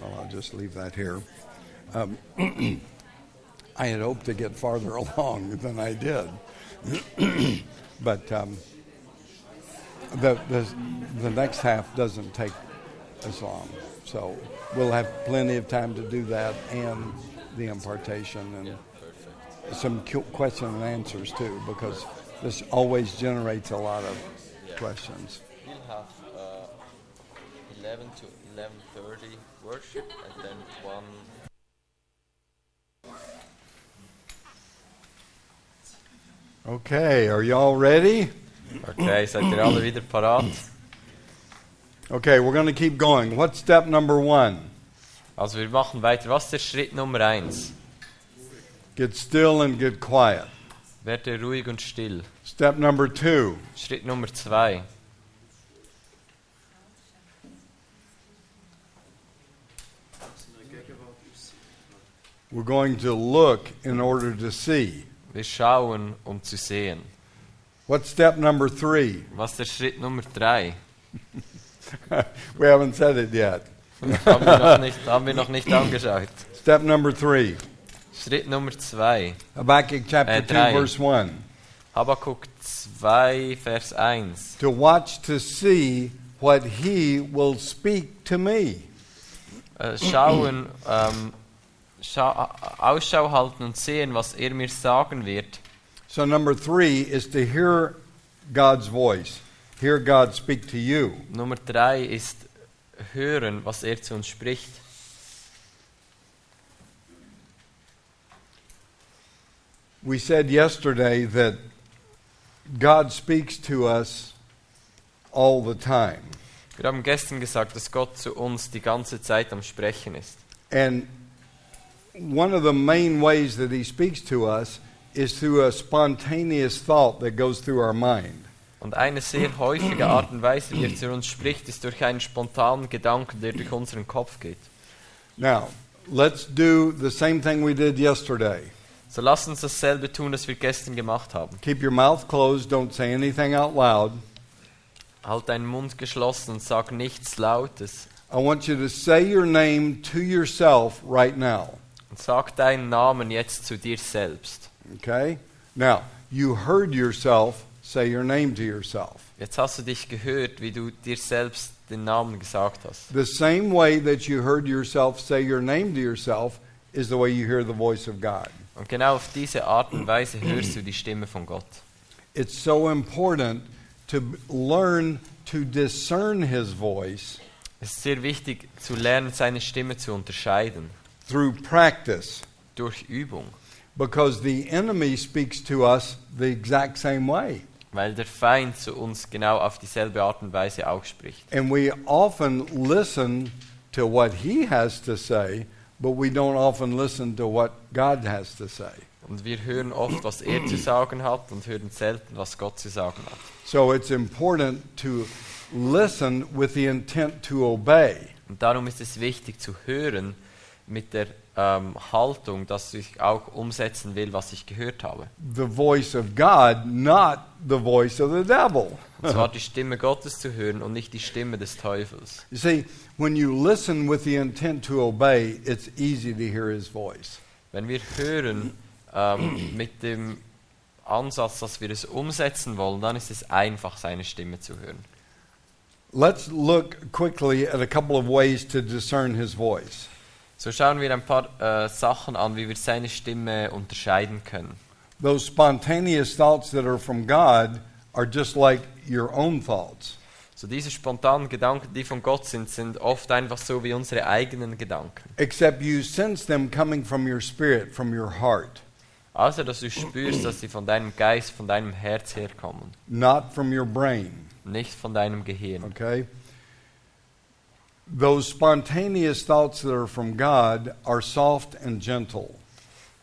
S1: Well, I'll just leave that here. Um, I had hoped to get farther along than I did. but um, the, the, the next half doesn't take as long. So we'll have plenty of time to do that and the impartation and some cu- question and answers too, because this always generates a lot of questions.
S2: We'll have uh, 11 to 11.30 worship and then one...
S1: Okay, are y'all ready?
S2: Okay, seid ihr alle wieder parat?
S1: Okay, we're going to keep going. What's step number one?
S2: Also wir machen weiter. Was ist der Schritt Nummer 1?
S1: Get still and get quiet.
S2: Werde ruhig und still.
S1: Step number two,
S2: Schritt Nummer 2.
S1: we're going to look in order to see.
S2: Wir schauen, um zu sehen.
S1: What's step number three?
S2: Was ist der Schritt Nummer 3?
S1: We haven't said it yet.
S2: Haben wir noch nicht, haben wir noch nicht angeschaut.
S1: Step number three,
S2: Schritt Nummer 2.
S1: Habakkuk chapter 2,
S2: Eh, drei.
S1: verse 1.
S2: Habakkuk 2, Vers 1.
S1: To watch to see what he will speak to me.
S2: Äh, schauen, ähm, scha äh, Ausschau halten und sehen, was er mir sagen wird.
S1: So, number three is to hear God's voice, hear God speak to you.
S2: Nummer 3 ist hören, was er zu uns spricht.
S1: We said yesterday that God speaks to us all the time.
S2: Wir haben gestern gesagt, dass Gott zu uns die ganze Zeit am Sprechen ist.
S1: And one of the main ways that he speaks to us is through a spontaneous thought that goes through our mind.
S2: Und eine sehr häufige Art und Weise, wie er zu uns spricht, ist durch einen spontanen Gedanken, der durch unseren Kopf geht.
S1: Now, let's do the same thing we did yesterday.
S2: So lasst uns dasselbe tun, das wir gestern gemacht haben.
S1: Keep your mouth closed, don't say anything out loud.
S2: Halt deinen Mund geschlossen und sag nichts Lautes.
S1: I want you to say your name to yourself right now.
S2: Und sag deinen Namen jetzt zu dir selbst.
S1: Okay? Now, you heard yourself say your name to yourself.
S2: Jetzt hast du dich gehört, wie du dir selbst den Namen gesagt hast.
S1: The same way that you heard yourself say your name to yourself is the way you hear the voice of God.
S2: Und genau auf diese Art und Weise hörst du die Stimme von Gott.
S1: It's so important to b- learn to discern his voice
S2: Es ist sehr wichtig zu lernen, seine Stimme zu unterscheiden.
S1: through practice
S2: Durch Übung.
S1: because the enemy speaks to us the exact same way.
S2: Weil der Feind zu uns genau auf dieselbe Art und Weise auch spricht.
S1: And we often listen to what he has to say, but we don't often listen to what God has to say.
S2: Und wir hören oft, was er zu sagen hat und hören selten, was Gott zu sagen hat.
S1: So it's important to listen with the intent to obey.
S2: Und darum ist es wichtig zu hören mit der ähm, Haltung, dass ich auch umsetzen will, was ich gehört habe.
S1: the voice of God, not the voice of the devil.
S2: Und zwar die Stimme Gottes zu hören und nicht die Stimme des Teufels.
S1: You see, when you listen with the intent to obey, it's easy to hear his voice.
S2: Wenn wir hören ähm, mit dem Ansatz, dass wir es umsetzen wollen, dann ist es einfach, seine Stimme zu hören.
S1: Let's look quickly at a couple of ways to discern his voice.
S2: So schauen wir ein paar äh, Sachen an, wie wir seine Stimme unterscheiden können.
S1: Those spontaneous thoughts that are from God are just like your own thoughts.
S2: So diese spontanen Gedanken, die von Gott sind, sind oft einfach so wie unsere eigenen Gedanken.
S1: Except you sense them coming from your spirit, from your heart,
S2: Außer Also, dass du spürst, dass sie von deinem Geist, von deinem Herz herkommen,
S1: not from your brain.
S2: nicht von deinem Gehirn.
S1: Okay? Those spontaneous thoughts that are from God are soft and gentle.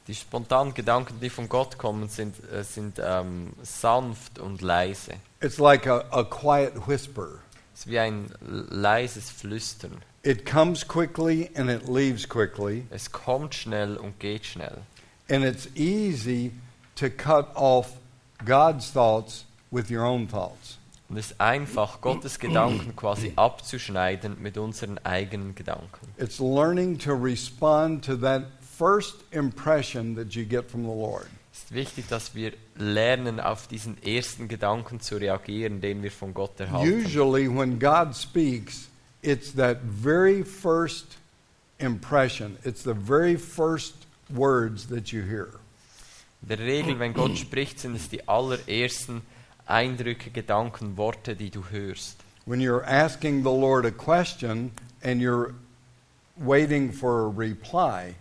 S2: Die spontanen Gedanken, die von Gott kommen, sind, äh, sind ähm, sanft und leise.
S1: It's like a, a quiet whisper.
S2: Es ist wie ein leises Flüstern.
S1: It comes quickly and it leaves quickly,
S2: Es kommt schnell und geht schnell.
S1: and it's easy to cut off God's thoughts with your own thoughts.
S2: Und es ist einfach, Gottes Gedanken quasi abzuschneiden mit unseren eigenen Gedanken.
S1: It's learning to respond to that first impression that you get from the Lord.
S2: Es ist wichtig, dass wir lernen, auf diesen ersten Gedanken zu reagieren, den wir von Gott erhalten.
S1: Usually, when God speaks, it's that very first impression, it's the very first words that you hear.
S2: In der Regel, wenn Gott spricht, sind es die allerersten Eindrücke, Gedanken, Worte, die du hörst.
S1: When you're asking the Lord a question and you're waiting for a reply,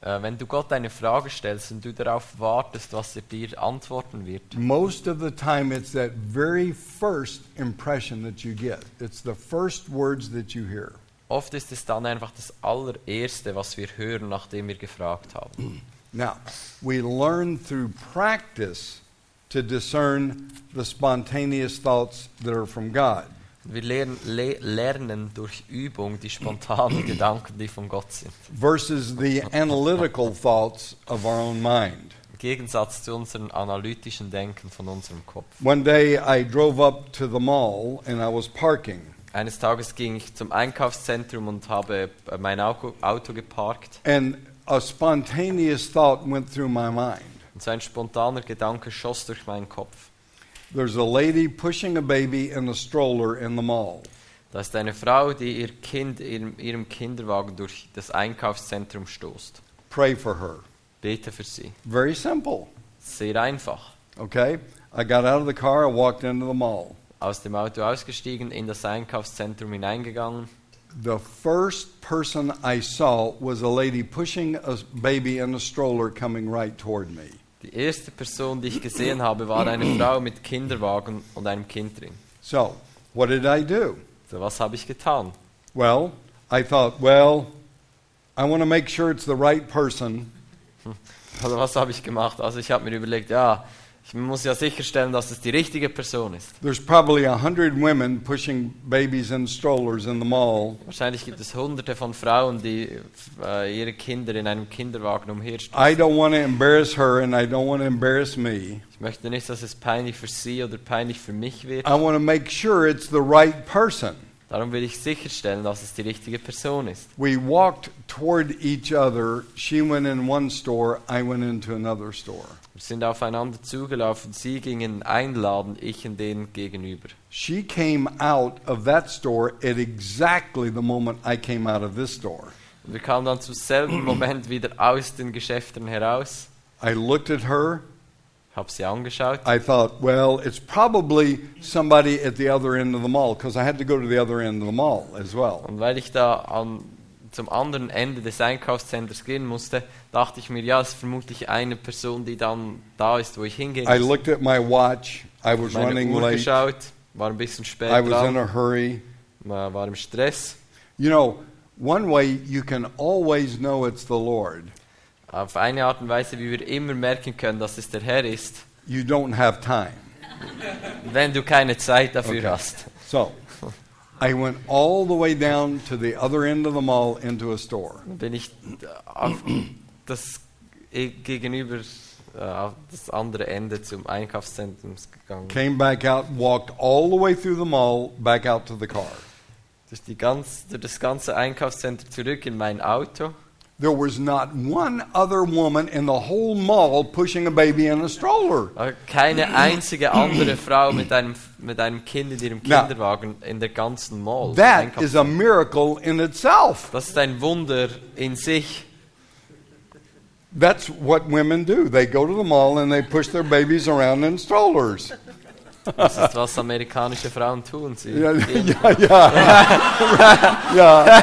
S2: Äh, wenn du Gott eine Frage stellst und du darauf wartest, was er dir antworten wird,
S1: most of the time it's that very first impression that you get. It's the first words that you hear.
S2: oft ist es dann einfach das allererste, was wir hören, nachdem wir gefragt haben.
S1: Now, we learn through practice to discern the spontaneous thoughts that are from God.
S2: Und wir lernen, le lernen durch Übung die spontanen Gedanken, die von Gott sind.
S1: versus the analytical thoughts of our own mind.
S2: Im Gegensatz zu unserem analytischen Denken von unserem Kopf.
S1: One day I drove up to the mall and I was parking,
S2: Eines Tages ging ich zum Einkaufszentrum und habe äh, mein Auto, Auto geparkt.
S1: and a spontaneous thought went through my mind.
S2: Und so ein spontaner Gedanke schoss durch meinen Kopf.
S1: There's a lady pushing a baby in a stroller in the mall.
S2: Da ist eine Frau, die ihr Kind in ihrem Kinderwagen durch das Einkaufszentrum stoßt.
S1: Pray for her.
S2: Bete für sie.
S1: Very simple,
S2: Sehr einfach.
S1: okay? I got out of the car, I walked into the mall.
S2: Aus dem Auto ausgestiegen, in das Einkaufszentrum hineingegangen.
S1: The first person I saw was a lady pushing a baby in a stroller coming right toward me.
S2: Die erste Person, die ich gesehen habe, war eine Frau mit Kinderwagen und einem Kind drin.
S1: So, what did I do?
S2: So, was habe ich getan?
S1: Well, I thought, well, I want to make sure it's the right person.
S2: Also, was habe ich gemacht? Also, ich habe mir überlegt, ja, ich muss ja sicherstellen, dass es die richtige Person ist.
S1: There's probably a hundred women pushing babies in strollers in the mall.
S2: Wahrscheinlich gibt es hunderte von Frauen, die äh, ihre Kinder in einem Kinderwagen umherstellen.
S1: I don't want to embarrass her and I don't want to embarrass me.
S2: Ich möchte nicht, dass es peinlich für sie oder peinlich für mich wird.
S1: I want to make sure it's the right person.
S2: Darum will ich sicherstellen, dass es die richtige Person ist.
S1: We walked toward each other. She went in one store, I went into another store.
S2: Wir sind aufeinander zugelaufen. Sie gingen einladen, ich in denen gegenüber.
S1: She came out of that store at exactly the moment I came out of this store.
S2: Und wir kamen dann zum selben Moment wieder aus den Geschäften heraus.
S1: I looked at her,
S2: Ich habe sie angeschaut.
S1: I thought, well, it's probably somebody at the other end of the mall because I had to go to the other end of the mall as well.
S2: Und weil ich da an, zum anderen Ende des Einkaufszentrums gehen musste, dachte ich mir, ja, es ist vermutlich eine Person, die dann da ist, wo ich hingehen
S1: I
S2: muss.
S1: looked at my watch. I was
S2: Ich habe meine
S1: running
S2: Uhr
S1: late.
S2: geschaut, war ein bisschen spät
S1: I was in
S2: dran,
S1: a hurry.
S2: war war im Stress.
S1: You know, one way you can always know it's the Lord,
S2: Auf eine Art und Weise, wie wir immer merken können, dass es der Herr ist,
S1: you don't have time.
S2: wenn du keine Zeit dafür
S1: Okay.
S2: hast.
S1: So I went all the way down to the other end of the mall into a store.
S2: Dann bin ich auf das e- gegenüber äh, auf das andere Ende zum Einkaufszentrum gegangen.
S1: Came back out, walked all the way through the mall, back out to the car.
S2: Durch, die ganz, durch das ganze Einkaufszentrum zurück in mein Auto.
S1: There was not one other woman in the whole mall pushing a baby in a stroller.
S2: Aber keine einzige andere Frau mit einem, mit einem Kind in ihrem
S1: Na.
S2: Kinderwagen in der ganzen Mall.
S1: That
S2: Einkaufs-
S1: is a miracle in itself.
S2: das ist ein Wunder in sich.
S1: That's what women do. They go to the mall and they push their babies around in strollers.
S2: Das ist, was amerikanische Frauen tun. Sie
S1: Yeah, yeah,
S2: gehen-
S1: yeah. yeah.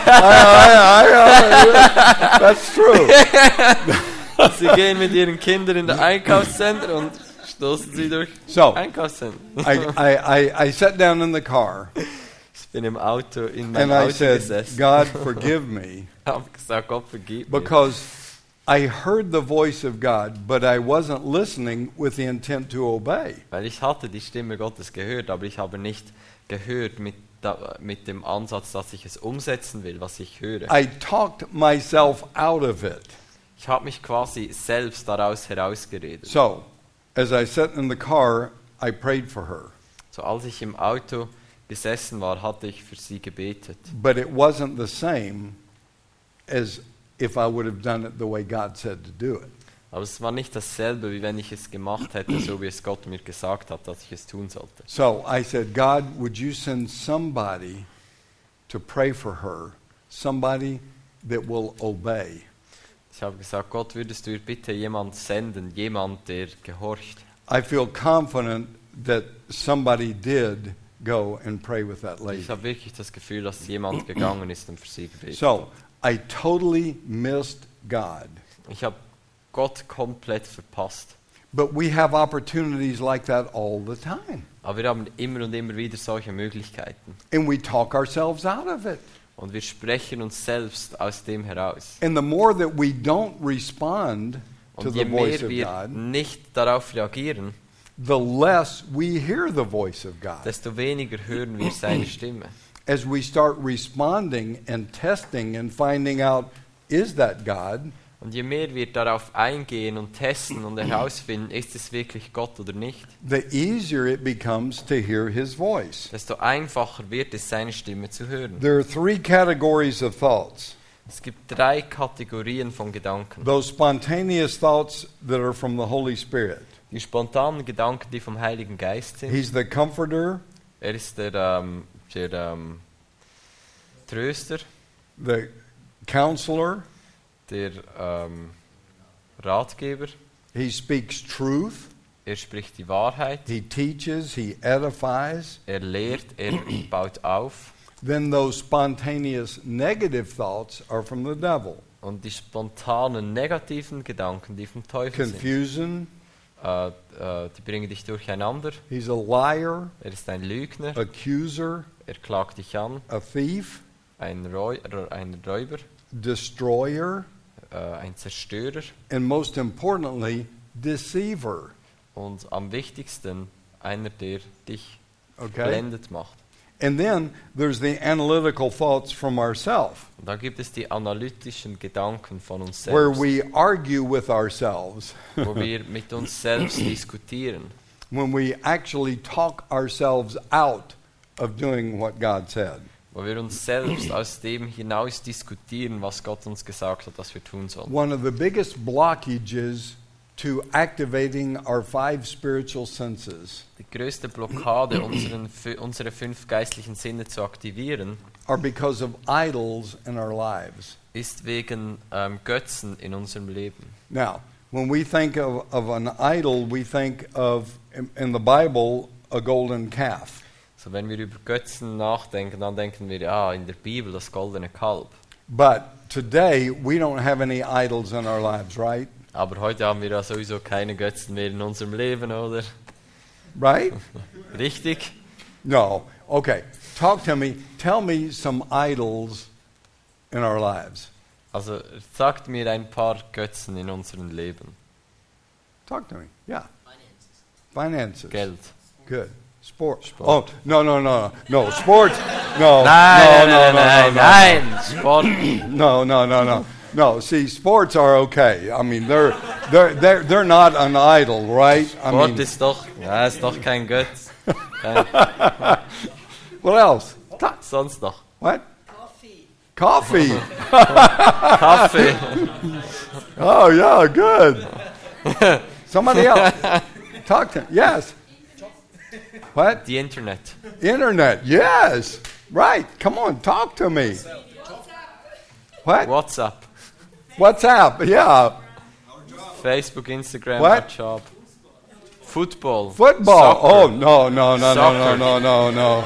S1: I- I- I- I- That's true.
S2: Sie gehen mit ihren Kindern in das Einkaufszentrum und stoßen sie durch
S1: So.
S2: Einkaufszentrum.
S1: I, I, I, I sat down in the car
S2: Ich bin im Auto in mein
S1: and
S2: Auto
S1: I said,
S2: gesessen.
S1: God, forgive me,
S2: Ich habe gesagt, Gott vergib mir.
S1: because I heard the voice of God, but I wasn't listening with the intent to obey.
S2: Weil ich hatte die Stimme Gottes gehört, aber ich habe nicht gehört mit, da, mit dem Ansatz, dass ich es umsetzen will, was ich höre.
S1: I talked myself out of it.
S2: Ich habe mich quasi selbst daraus herausgeredet.
S1: So, as I sat in the car, I prayed for her.
S2: So als ich im Auto besessen war, hatte ich für sie gebetet.
S1: But it wasn't the same as if I would have done it the way God said to do it.
S2: Aber es war nicht dasselbe, wie wenn ich es gemacht hätte, so wie es Gott mir gesagt hat, dass ich es tun sollte.
S1: So I said, God, would you send somebody to pray for her, somebody that will obey?
S2: Ich habe gesagt, Gott, würdest du ihr bitte jemand senden, jemand, der gehorcht?
S1: I feel confident that somebody did go and pray with that lady.
S2: Ich habe wirklich das Gefühl, dass jemand gegangen ist und für sie gebetet hat.
S1: So I totally missed God.
S2: Ich habe Gott komplett verpasst.
S1: But we have opportunities like that all the time.
S2: Aber wir haben immer und immer wieder solche Möglichkeiten.
S1: And we talk ourselves out of it.
S2: Und wir sprechen uns selbst aus dem heraus.
S1: And the more that we don't respond to
S2: Und
S1: the
S2: je
S1: voice
S2: mehr
S1: of
S2: wir
S1: God,
S2: nicht darauf reagieren,
S1: the less we hear the voice of God.
S2: desto weniger hören wir seine Stimme.
S1: As we start responding and testing and finding out, is that God?
S2: Und je mehr wir darauf eingehen und testen und herausfinden, ist es wirklich Gott oder nicht,
S1: The easier it becomes to hear his voice.
S2: desto einfacher wird es, seine Stimme zu hören.
S1: There are three categories of thoughts
S2: Es gibt drei Kategorien von Gedanken.
S1: those spontaneous thoughts that are from the Holy Spirit.
S2: Die spontanen Gedanken, die vom Heiligen Geist sind.
S1: He's the comforter,
S2: Er ist der, ähm, der ähm, Tröster,
S1: the counselor,
S2: der ähm, Ratgeber.
S1: he speaks truth,
S2: Er spricht die Wahrheit,
S1: he teaches, he edifies.
S2: er lehrt, er baut auf.
S1: Then those spontaneous negative thoughts are from the devil
S2: Und die spontanen negativen Gedanken, die vom Teufel sind,
S1: confusion,
S2: äh, äh, die bringen dich durcheinander.
S1: he's a liar,
S2: Er ist ein Lügner,
S1: accuser,
S2: er klagt dich an,
S1: a thief,
S2: ein, Räu r- ein Räuber,
S1: destroyer,
S2: äh, ein Zerstörer
S1: and most importantly, deceiver.
S2: und am wichtigsten einer, der dich
S1: Okay?
S2: blendet macht.
S1: And then there's the analytical thoughts from ourselves,
S2: Und da gibt es die analytischen Gedanken von uns
S1: where
S2: selbst,
S1: we argue with ourselves,
S2: wo wir mit uns selbst diskutieren,
S1: when we actually talk ourselves out of doing what God said.
S2: wo wir uns selbst aus dem hinaus diskutieren, was Gott uns gesagt hat, dass wir tun sollen.
S1: One of the biggest blockages to activating our five spiritual senses
S2: Die größte Blockade, um unseren, fü- unsere fünf geistlichen Sinne zu aktivieren,
S1: are because of idols in our lives.
S2: ist wegen ähm, Götzen in unserem Leben.
S1: Now, when we think of, of an idol, we think of, in, in the Bible, a golden calf.
S2: So, wenn wir über Götzen nachdenken, dann denken wir, ja, in der Bibel das goldene Kalb.
S1: But today, we don't have any idols in our lives, right?
S2: Aber heute haben wir ja sowieso keine Götzen mehr in unserem Leben, oder?
S1: Right?
S2: Richtig?
S1: No. Okay. Talk to me. Tell me some idols in our lives.
S2: Also sagt mir ein paar Götzen in unserem Leben.
S1: Talk to me. Yeah. Finances.
S2: Geld.
S1: Good. Sports.
S2: Sport.
S1: Oh, no, no, no, no. No, sports. No.
S2: Nein,
S1: no, no,
S2: nein,
S1: no,
S2: nein, nein, nein, Sport.
S1: no, no, no, no, no. No, see, sports are okay. I mean, they're, they're, they're, they're not an idol, right? I
S2: Sport
S1: mean,
S2: ist doch, ja, ist doch kein Götz. Kein,
S1: what else?
S2: sonst noch.
S1: What?
S3: ähm,
S1: Coffee. Coffee.
S2: Kaffee.
S1: Oh, yeah, good. Somebody else. Talk to Yes. What?
S2: Die Internet.
S1: Internet. Yes. Right. Come on, talk to me. What?
S2: WhatsApp.
S1: WhatsApp. Yeah.
S2: Facebook, Instagram,
S1: What?
S2: WhatsApp. Football.
S1: Football.
S2: Soccer.
S1: Oh no no no no
S2: Soccer.
S1: no no no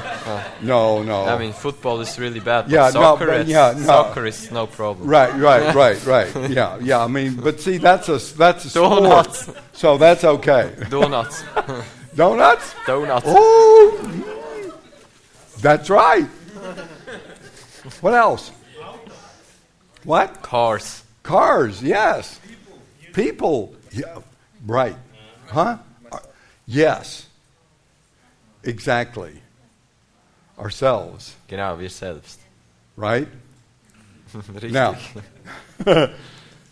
S1: no no
S2: I
S1: no.
S2: mean, football is really bad.
S1: Oh, Yeah,
S2: But
S1: no,
S2: soccer,
S1: but
S2: is,
S1: yeah, no.
S2: soccer is no problem.
S1: Right right right right. Yeah yeah. I mean, but see, that's a that's a
S2: Donuts.
S1: sport. So that's okay.
S2: Donuts.
S1: Donuts.
S2: Donuts.
S1: Oh, mm. that's right. What else? What
S2: Cars.
S1: cars? Yes. People. Yeah. Right. Huh? Uh, Yes. Exactly. Ourselves.
S2: Genau, wir selbst.
S1: Right.
S2: Richtig.
S1: Now,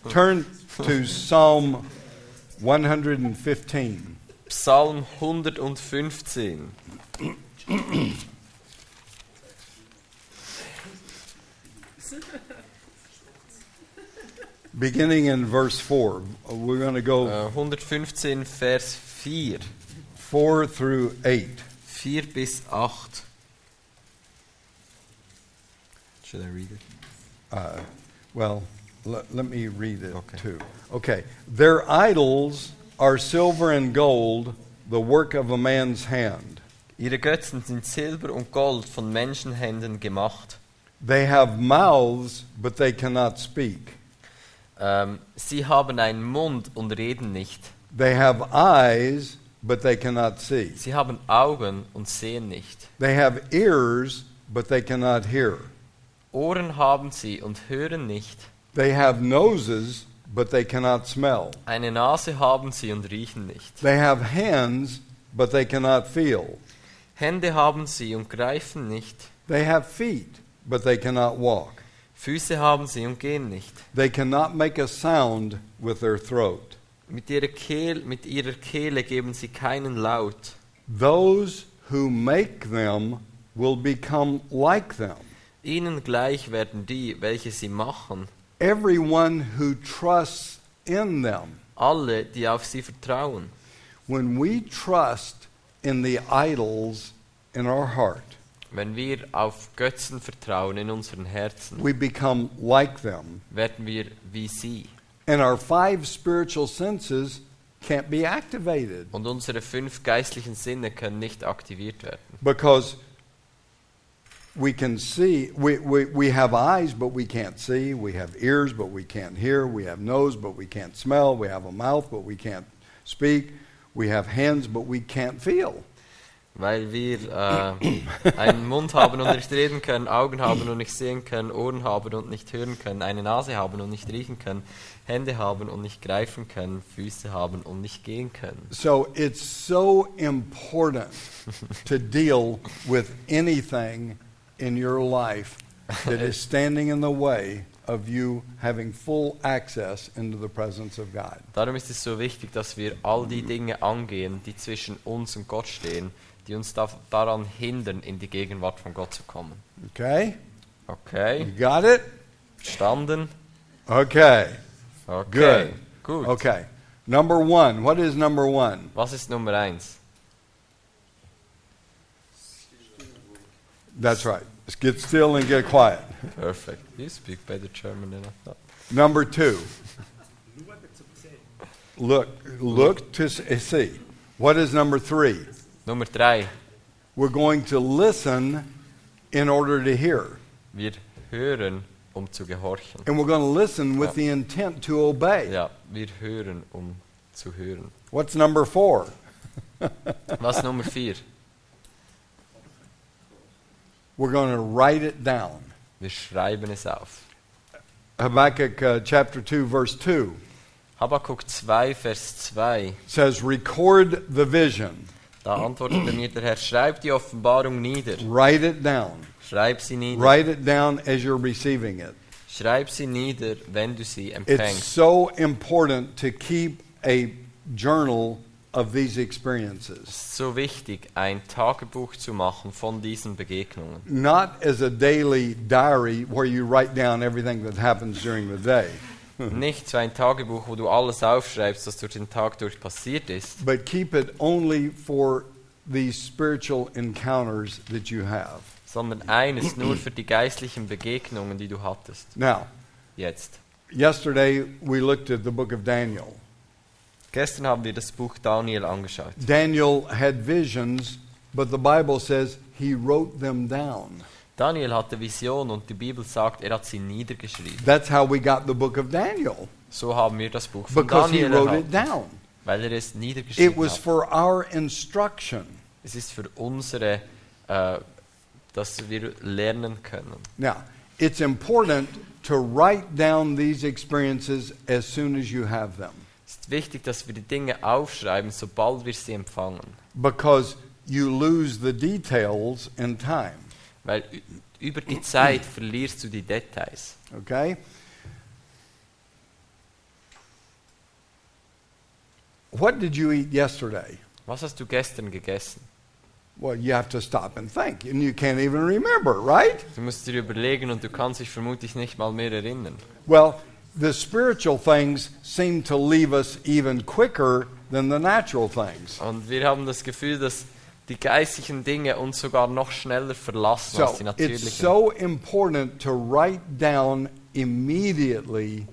S1: turn to Psalm 115.
S2: Psalm 115.
S1: Beginning in verse 4, we're going to
S2: Äh,
S1: go
S2: 115, Vers 4.
S1: 4 through 8.
S2: 4 bis 8. Should I read it?
S1: Uh, well, let, let me read it
S2: Okay.
S1: too. Okay. Their idols are silver and gold, the work of a man's hand.
S2: Ihre Götzen sind Silber und Gold von Menschenhänden gemacht.
S1: They have mouths, but they cannot speak.
S2: Ähm, sie haben einen Mund und reden nicht.
S1: They have eyes, but they cannot see.
S2: Sie haben Augen und sehen nicht.
S1: They have ears, but they cannot hear.
S2: Ohren haben sie und hören nicht.
S1: They have noses, but they cannot smell.
S2: Eine Nase haben sie und riechen nicht.
S1: They have hands, but they cannot feel.
S2: Hände haben sie und greifen nicht.
S1: They have feet, but they cannot walk.
S2: Füße haben sie und gehen nicht.
S1: They cannot make a sound with their throat.
S2: Mit ihrer, Kehl, mit ihrer Kehle geben sie keinen Laut.
S1: Those who make them will become like them.
S2: Ihnen gleich werden die, welche sie machen,
S1: Everyone who trusts in them.
S2: alle, die auf sie vertrauen.
S1: When we trust in the idols in our heart,
S2: Wenn wir auf Götzen vertrauen in unseren Herzen,
S1: we become like them,
S2: werden wir wie sie.
S1: and our five spiritual senses can't be activated
S2: Und unsere fünf geistlichen Sinne können nicht aktiviert werden,
S1: because we can see, we, we, we have eyes, but we can't see, we have ears, but we can't hear, we have nose, but we can't smell, we have a mouth, but we can't speak, we have hands, but we can't feel.
S2: weil wir äh, einen Mund haben und nicht reden können, Augen haben und nicht sehen können, Ohren haben und nicht hören können, eine Nase haben und nicht riechen können, Hände haben und nicht greifen können, Füße haben und nicht gehen können.
S1: So it's so important to deal with anything in your life that is standing in the way of you having full access into the presence of God.
S2: Darum ist es so wichtig, dass wir all die Dinge angehen, die zwischen uns und Gott stehen, die uns da daran hindern, in die Gegenwart von Gott zu kommen.
S1: Okay? You
S2: Okay,
S1: got it?
S2: verstanden?
S1: Okay.
S2: Okay,
S1: Good.
S2: gut.
S1: Okay. Number one. What is number one?
S2: Was ist Nummer eins?
S1: That's right. Get still and get quiet.
S2: Perfect. You speak better German than I thought.
S1: Number two. Look, look to s- eh, see. What is number three?
S2: Nummer drei.
S1: We're going to listen in order to hear.
S2: Wir hören, um zu gehorchen.
S1: And we're going to listen with the intent to obey.
S2: Ja, wir hören, um zu hören.
S1: What's number four?
S2: Was Nummer vier?
S1: We're going to write it down.
S2: Wir schreiben es auf.
S1: Habakkuk uh, chapter 2, verse 2
S2: Habakkuk 2, Vers 2.
S1: says, Record the vision,
S2: Da antwortete mir der Herr, schreib die Offenbarung nieder.
S1: write it down.
S2: Schreib sie nieder.
S1: Write it down as you're receiving it.
S2: Schreib sie nieder, wenn du sie
S1: It's
S2: empfängst.
S1: so important to keep a journal of these experiences,
S2: Es ist so wichtig, ein Tagebuch zu machen von diesen Begegnungen.
S1: not as a daily diary where you write down everything that happens during the day,
S2: Nicht so ein Tagebuch, wo du alles aufschreibst, was durch den Tag durch passiert ist,
S1: but keep it only for these spiritual encounters that you have.
S2: sondern eines nur für die geistlichen Begegnungen, die du hattest.
S1: Now,
S2: Jetzt.
S1: yesterday we looked at the book of Daniel.
S2: Gestern haben wir das Buch Daniel angeschaut.
S1: Daniel had visions, but the Bible says he wrote them down.
S2: Daniel hatte Vision und die Bibel sagt, er hat sie niedergeschrieben.
S1: That's how we got the book of Daniel.
S2: So haben wir das Buch von
S1: Because he
S2: Daniel
S1: wrote it
S2: erhalten,
S1: down.
S2: weil er es
S1: It
S2: niedergeschrieben
S1: was
S2: hat.
S1: for our instruction.
S2: Es ist für unsere, äh, dass wir lernen können.
S1: Now, it's important to write down these experiences as soon as you have them
S2: Es ist wichtig, dass wir die Dinge aufschreiben, sobald wir sie empfangen.
S1: because you lose the details in time.
S2: Weil ü- über die Zeit verlierst du die Details.
S1: Okay? What did you eat yesterday?
S2: Was hast du gestern gegessen?
S1: Well, you have to stop and think, and you can't even remember, right?
S2: Du musst dir überlegen und du kannst dich vermutlich nicht mal mehr erinnern.
S1: Well, the spiritual things seem to leave us even quicker than the natural things.
S2: Und wir haben das Gefühl, dass die geistlichen Dinge uns sogar noch schneller verlassen
S1: So
S2: als die natürlichen.
S1: it's so important to write down immediately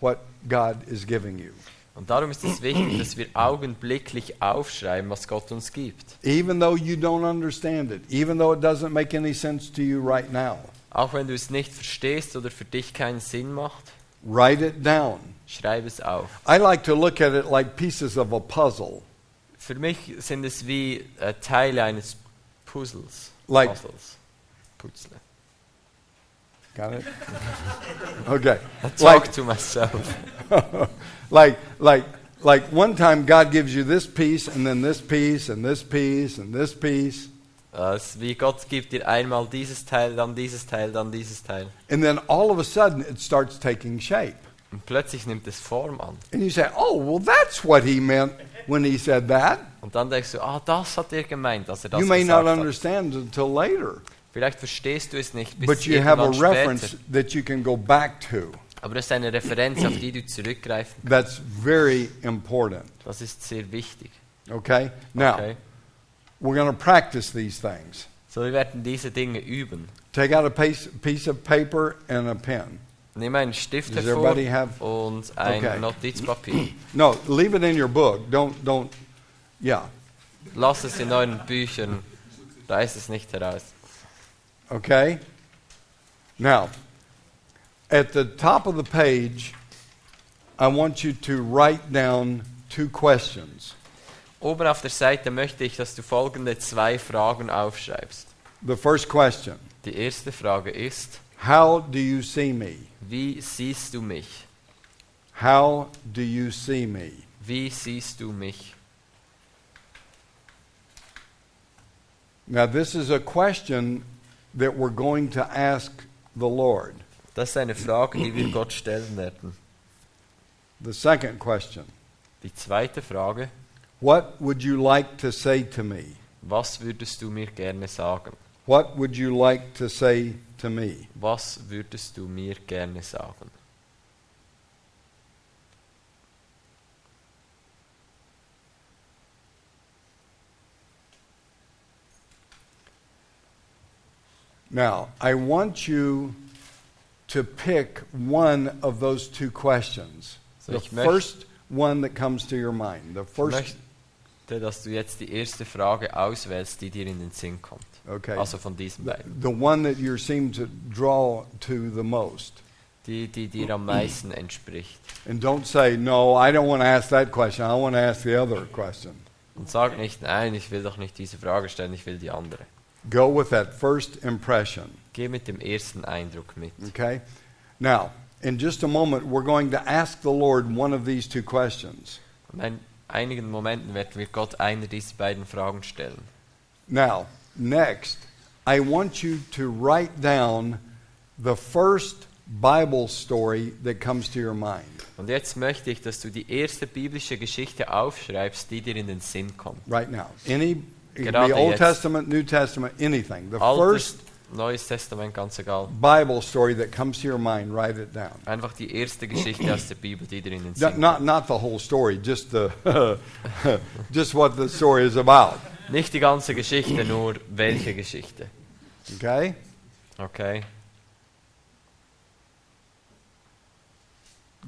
S1: what God is giving you.
S2: und darum ist es wichtig, dass wir augenblicklich aufschreiben, was Gott uns gibt.
S1: Even though you don't understand it, even though it doesn't make any sense to you right now,
S2: Auch wenn du es nicht verstehst oder für dich keinen Sinn macht,
S1: write it down.
S2: schreib es auf.
S1: I like to look at it like pieces of a puzzle.
S2: Für mich sind es wie äh, Teile eines Puzzles.
S1: Like-
S2: Puzzles. Puzzle.
S1: Got it? Okay.
S2: I talk
S1: Like,
S2: to myself.
S1: like, like, like one time God gives you this piece, and then this piece, and this piece, and this piece,
S2: Äh, es ist wie Gott gibt dir einmal dieses Teil, dann dieses Teil, dann dieses Teil.
S1: and then all of a sudden it starts taking shape.
S2: Und plötzlich nimmt es Form an.
S1: And you say, oh, well, that's what he meant when he said that.
S2: Und dann denkst du, ah, das hat er gemeint, dass er das
S1: You may not
S2: gesagt hat.
S1: understand until later,
S2: Vielleicht verstehst du es nicht, bis
S1: but you have a
S2: irgendwann
S1: reference
S2: später.
S1: that you can go back to.
S2: Aber das ist eine Referenz, auf die du zurückgreifen
S1: That's very important.
S2: kannst. Das ist sehr wichtig.
S1: Okay? Now,
S2: Okay?
S1: we're going to practice these things.
S2: So, wir werden diese Dinge üben.
S1: Take out a piece, piece of paper and a pen.
S2: Nimm einen Stift
S1: Does
S2: hervor
S1: everybody have-
S2: und ein
S1: Okay.
S2: Notizpapier.
S1: No, leave it in your book. Don't, don't, yeah.
S2: Lass es in euren Büchern. Reiß es nicht heraus.
S1: Okay? Now, at the top of the page, I want you to write down two questions.
S2: Oben auf der Seite möchte ich, dass du folgende zwei Fragen aufschreibst.
S1: The first question
S2: Die erste Frage ist,
S1: How do you see me?
S2: wie siehst du mich?
S1: How do you see me?
S2: Wie siehst du mich?
S1: Now, this is a question that we're going to ask the Lord.
S2: Das ist eine Frage, die wir Gott stellen werden.
S1: The second question
S2: Die zweite Frage,
S1: What would you like to say to me?
S2: was würdest du mir gerne sagen?
S1: What would you like to say to me?
S2: Was würdest du mir gerne sagen?
S1: Now, I want you to pick one of those two questions.
S2: So
S1: the
S2: ich möcht-
S1: first one that comes to your mind. The
S2: Ich
S1: first.
S2: möchte, dass du jetzt die erste Frage auswählst, die dir in den Sinn kommt.
S1: Okay.
S2: Also von diesen
S1: The,
S2: beiden.
S1: the one that you seem to draw to the most.
S2: Die, die dir am meisten entspricht.
S1: And don't say, no, I don't want to ask that question. I want to ask the other question.
S2: Und sag nicht, nein, ich will doch nicht diese Frage stellen, ich will die andere.
S1: Go with that first impression.
S2: Geh mit dem ersten Eindruck mit.
S1: Okay? Now, in just a moment, we're going to ask the Lord one of these two questions.
S2: Und in einigen Momenten werden wir Gott eine dieser beiden Fragen stellen.
S1: Now, next, I want you to write down the first Bible story that comes to your mind.
S2: Und jetzt möchte ich, dass du die erste biblische Geschichte aufschreibst, die dir in den Sinn kommt.
S1: Right now. Any it could be
S2: Gerade
S1: Old
S2: jetzt.
S1: Testament, New Testament, anything. The
S2: Altes,
S1: first
S2: Neues Testament, ganz egal.
S1: Bible story that comes to your mind, write it down.
S2: Einfach die erste Geschichte aus der Bibel, die dir in den Sinn
S1: Not
S2: kommt.
S1: not, not the whole story, just the just what the story is about.
S2: Nicht die ganze Geschichte, nur welche Geschichte.
S1: Okay?
S2: Okay?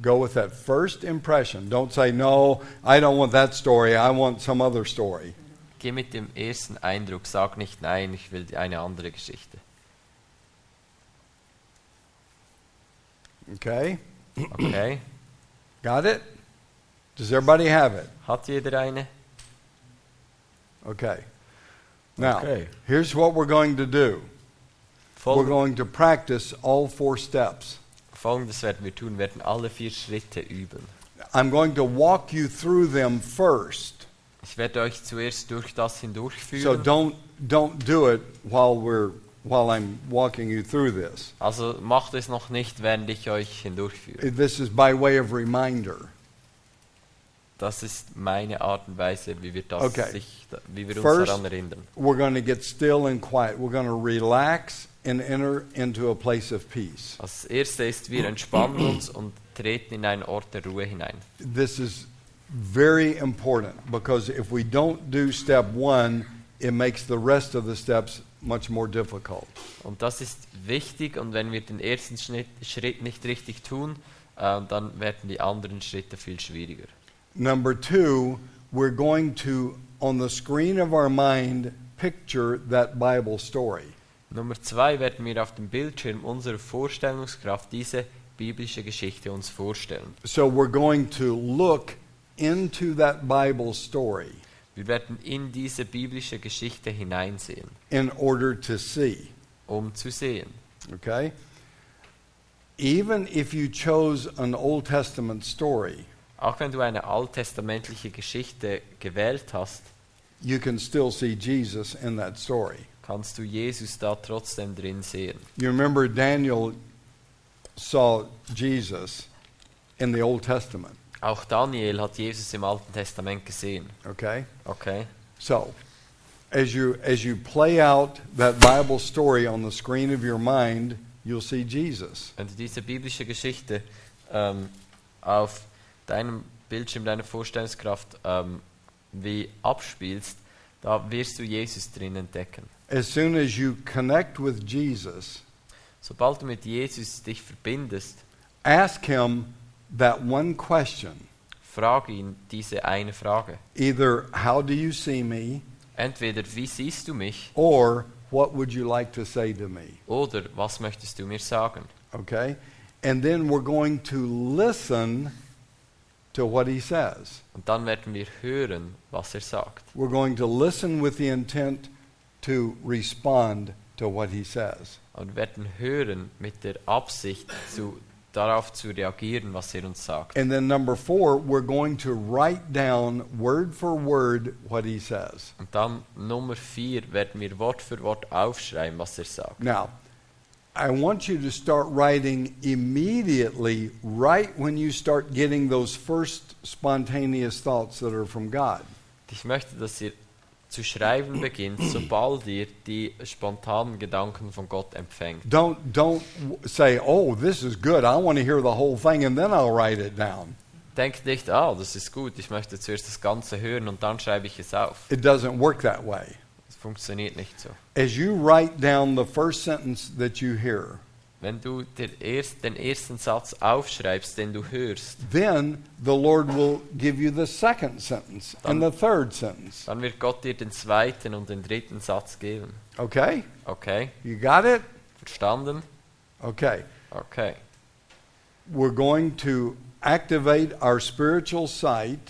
S1: Go with that first impression. Don't say no, I don't want that story. I want some other story.
S2: Geh mit dem ersten Eindruck, sag nicht nein, ich will die- eine andere Geschichte.
S1: Okay?
S2: Okay?
S1: Got it? Does everybody have it?
S2: Hat jeder eine?
S1: Okay. Now,
S2: Okay.
S1: here's what we're going to do. We're
S2: Folgen-
S1: going to practice all four steps.
S2: Folgendes werden wir tun, werden alle vier Schritte üben.
S1: I'm going to walk you through them first.
S2: Ich werde euch zuerst durch das
S1: So
S2: hindurchführen.
S1: don't don't do it while we're while I'm walking you through this.
S2: Also macht es noch nicht, während ich euch hindurchführe.
S1: This is by way of reminder.
S2: Das ist meine Art und Weise, wie wir, das
S1: Okay.
S2: sich, wie wir uns
S1: First-
S2: daran erinnern.
S1: We're going to get still and quiet. We're going to relax and enter into a place of peace.
S2: Als erste ist, wir entspannen uns und treten in einen Ort der Ruhe hinein.
S1: This is very important because if we don't do step one, it makes the rest of the steps much more difficult.
S2: Und das ist wichtig und wenn wir den ersten Schnitt, Schritt nicht richtig tun, äh, dann werden die anderen Schritte viel schwieriger.
S1: Number two, we're going to, on the screen of our mind, picture that Bible story.
S2: Nummer zwei werden wir auf dem Bildschirm unserer Vorstellungskraft diese biblische Geschichte uns vorstellen.
S1: So we're going to look into that Bible story
S2: Wir werden in diese biblische Geschichte hineinsehen,
S1: in order to see,
S2: um zu sehen.
S1: okay? Even if you chose an Old Testament story,
S2: Auch wenn du eine alttestamentliche Geschichte gewählt hast,
S1: you can still see Jesus in that story.
S2: kannst du Jesus da trotzdem drin sehen.
S1: You remember Daniel saw Jesus in the Old Testament,
S2: Auch Daniel hat Jesus im Alten Testament gesehen.
S1: okay?
S2: Okay?
S1: So, as you as you play out that Bible story on the screen of your mind, you'll see Jesus.
S2: Wenn du diese biblische Geschichte ähm, auf deinem Bildschirm, deiner Vorstellungskraft ähm, wie abspielst, da wirst du Jesus drin entdecken.
S1: As soon as you connect with Jesus,
S2: Sobald du mit Jesus dich verbindest,
S1: ask him that one question.
S2: frage ihn diese eine Frage.
S1: Either how do you see me
S2: Entweder wie siehst du mich
S1: or what would you like to say to me?
S2: oder was möchtest du mir sagen?
S1: Okay? And then we're going to listen to what he says.
S2: Und dann werden wir hören, was er sagt.
S1: We're going to listen with the intent to respond to what he says.
S2: Und wir werden hören mit der Absicht, zu, darauf zu reagieren, was er uns sagt.
S1: And then number four, we're going to write down word for word what he says.
S2: Und dann Nummer vier werden wir Wort für Wort aufschreiben, was er sagt.
S1: Now, I want you to start writing immediately, right when you start getting those first spontaneous thoughts that are from God.
S2: Ich möchte, dass ihr zu schreiben beginnt, sobald ihr die spontanen Gedanken von Gott empfängt.
S1: Don't don't w- say, "Oh, this is good. I want to hear the whole thing and then I'll write it down."
S2: Denkt nicht, ah, das ist gut, ich möchte zuerst das Ganze hören und dann schreibe ich es auf.
S1: It doesn't work that way.
S2: Das funktioniert nicht so.
S1: As you write down the first sentence that you hear,
S2: Wenn du den, erst, den ersten Satz aufschreibst, den du hörst,
S1: then the Lord will give you the second sentence and the third sentence.
S2: dann wird Gott dir den zweiten und den dritten Satz geben.
S1: Okay?
S2: Okay?
S1: You got it?
S2: Verstanden?
S1: Okay.
S2: Okay.
S1: We're going to activate our spiritual sight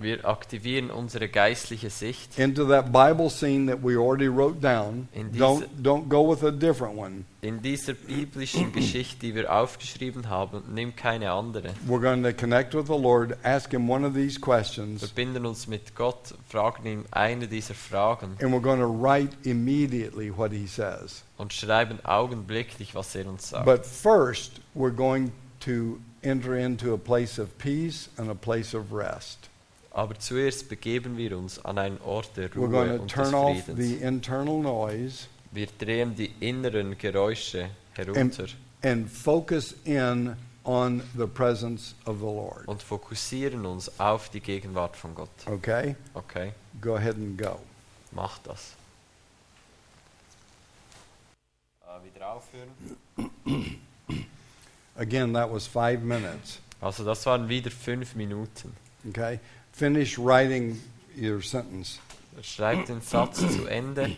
S2: Wir aktivieren unsere geistliche Sicht.
S1: into that Bible scene that we already wrote down.
S2: In these-
S1: Don't don't go with a different one.
S2: In dieser biblischen Geschichte, die wir aufgeschrieben haben, nimm keine andere.
S1: We're going to connect with the Lord, ask him one of these questions,
S2: Verbinden uns mit Gott, fragen ihm eine dieser Fragen
S1: and we're going to write immediately what he says.
S2: und schreiben augenblicklich, was er uns sagt.
S1: But first, we're going to enter into a place of peace and a place of rest.
S2: Aber zuerst begeben wir uns an einen Ort der
S1: We're
S2: Ruhe
S1: going to
S2: und des
S1: turn off
S2: Friedens.
S1: the internal noise
S2: Wir drehen die inneren Geräusche herunter
S1: and, and focus in on the presence of the Lord.
S2: und fokussieren uns auf die Gegenwart von Gott.
S1: Okay?
S2: Okay,
S1: Go ahead and go.
S2: mach das. Äh, wieder aufhören.
S1: Again, that was five minutes.
S2: Also das waren wieder fünf Minuten.
S1: Okay? Finish writing your sentence.
S2: Schreib den Satz zu Ende.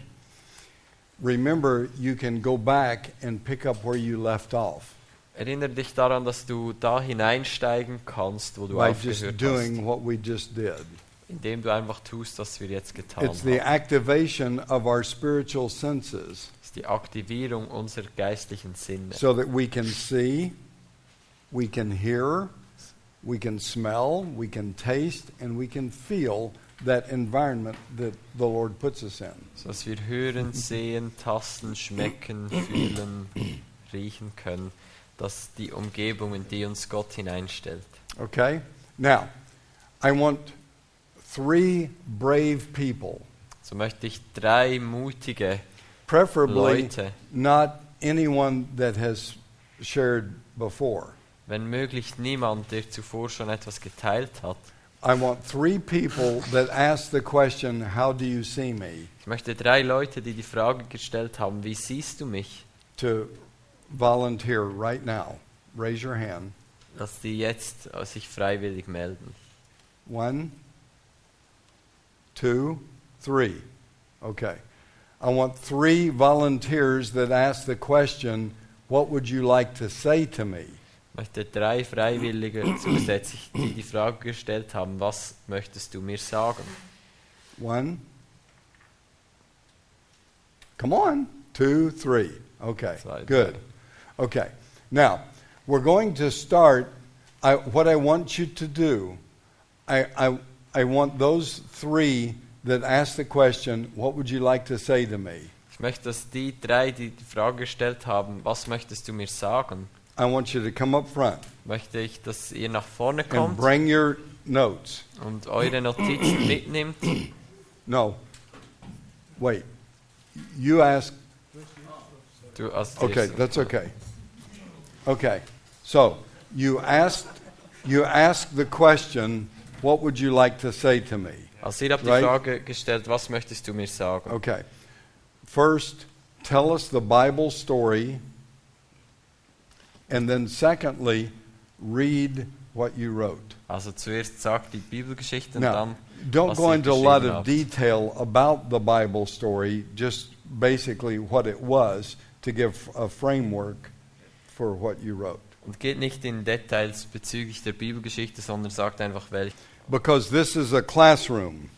S1: Remember, you can go back and pick up where you left off
S2: Erinnere dich daran, dass du da hineinsteigen kannst, wo du
S1: by just
S2: aufgehört
S1: doing
S2: hast,
S1: what we just did.
S2: indem du einfach tust, was wir jetzt getan
S1: It's the
S2: haben.
S1: activation of our spiritual senses
S2: Das ist die Aktivierung unserer geistlichen Sinne,
S1: so that we can see, we can hear, we can smell, we can taste, and we can feel that environment that the Lord puts us in.
S2: dass wir hören, sehen, tasten, schmecken, fühlen, riechen können, dass die Umgebung, in die uns Gott hineinstellt.
S1: Okay? Now, I want three brave people,
S2: So möchte ich drei mutige,
S1: preferably
S2: Leute.
S1: not anyone that has shared before.
S2: wenn möglich niemand, der zuvor schon etwas geteilt hat.
S1: I want three people that ask the question, How do you see me?
S2: Ich möchte drei Leute, die die Frage gestellt haben, wie siehst du mich,
S1: to volunteer right now. Raise your hand.
S2: dass die jetzt äh, sich freiwillig melden.
S1: One, two, three. Okay. I want three volunteers that ask the question, What would you like to say to me?
S2: Ich möchte drei Freiwillige zusätzlich, die die Frage gestellt haben, was möchtest du mir sagen?
S1: One. Come on. Two, three. Okay.
S2: Slide.
S1: Good. Okay. Now, we're going to start. I, what I want you to do, I, I, I want those three that ask the question, What would you like to say to me?
S2: Ich möchte, dass die drei, die die Frage gestellt haben, was möchtest du mir sagen,
S1: I want you to come up front
S2: möchte ich, dass ihr nach vorne
S1: and
S2: kommt
S1: bring your notes.
S2: und eure Notizen mitnimmt.
S1: No. Wait. You ask
S2: Du also, als
S1: Okay,
S2: Erster.
S1: that's okay. Okay, so you asked, you asked the question, what would you like to say to me?
S2: Also ihr habt die
S1: Right.
S2: Frage gestellt, was möchtest du mir sagen?
S1: Okay, first, tell us the Bible story, and then secondly, read what you wrote.
S2: Also zuerst sagt die Bibelgeschichte und
S1: Now,
S2: dann
S1: don't
S2: was
S1: go
S2: ihr
S1: into a lot of
S2: geschrieben habt.
S1: detail about the Bible story, just basically what it was to give a framework for what you wrote.
S2: Und geht nicht in Details bezüglich der Bibelgeschichte, sondern sagt einfach welche.
S1: Because this is a classroom.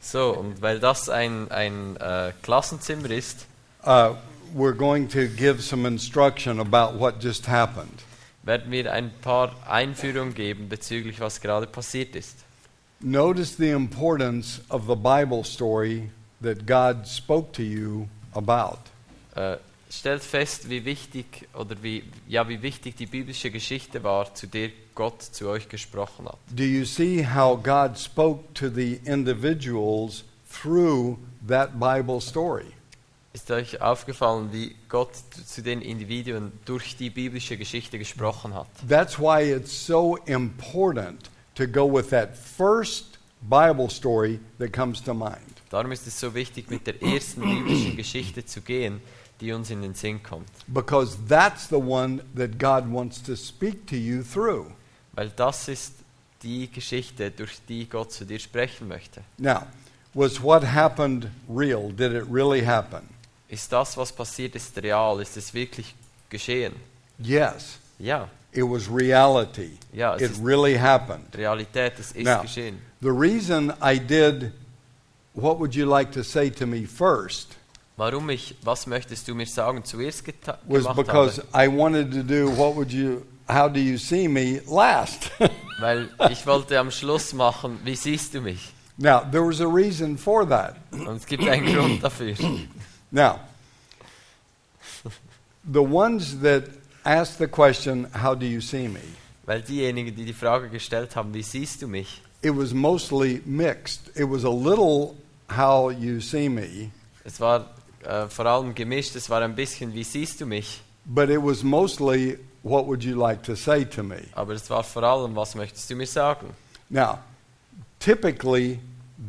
S2: So, und weil das ein, ein äh, Klassenzimmer ist,
S1: Uh, we're going to give some instruction about what just happened.
S2: werden wir ein paar Einführungen geben bezüglich was gerade passiert ist.
S1: Notice the importance of the Bible story that God spoke to you about.
S2: Äh, stellt fest, wie wichtig oder wie, ja, wie wichtig die biblische Geschichte war, zu der Gott zu euch gesprochen hat.
S1: Do you see how God spoke to the individuals through that Bible story?
S2: Ist euch aufgefallen, wie Gott zu den Individuen durch die biblische Geschichte gesprochen hat?
S1: That's why it's so important to go with that first Bible story that comes to mind.
S2: Darum ist es so wichtig, mit der ersten biblischen Geschichte zu gehen, die uns in den Sinn kommt.
S1: Because that's the one that God wants to speak to you through.
S2: Weil das ist die Geschichte, durch die Gott zu dir sprechen möchte.
S1: Now, was what happened real? Did it really happen?
S2: Ist das, was passiert ist, real? Ist es wirklich geschehen?
S1: Yes,
S2: Ja,
S1: it was reality.
S2: Ja, es
S1: it
S2: ist-
S1: really happened.
S2: Realität, es ist
S1: Now,
S2: geschehen.
S1: the reason I did what would you like to say to me first
S2: Warum ich, was möchtest du mir sagen, zuerst geta-
S1: was
S2: gemacht
S1: because
S2: habe?
S1: I wanted to do what would you how do you see me last.
S2: Weil ich wollte am Schluss machen, wie siehst du mich?
S1: now, there was a reason for that.
S2: Und es gibt einen Grund dafür.
S1: Now, the ones that asked the question, how do you see me?
S2: Weil diejenigen, die die Frage gestellt haben, wie siehst du mich?
S1: it was mostly mixed. It was a little how you see me,
S2: Es war äh, vor allem gemischt, es war ein bisschen, wie siehst du mich?
S1: but it was mostly what would you like to say to me.
S2: Aber es war vor allem, was möchtest du mir sagen?
S1: Now, typically,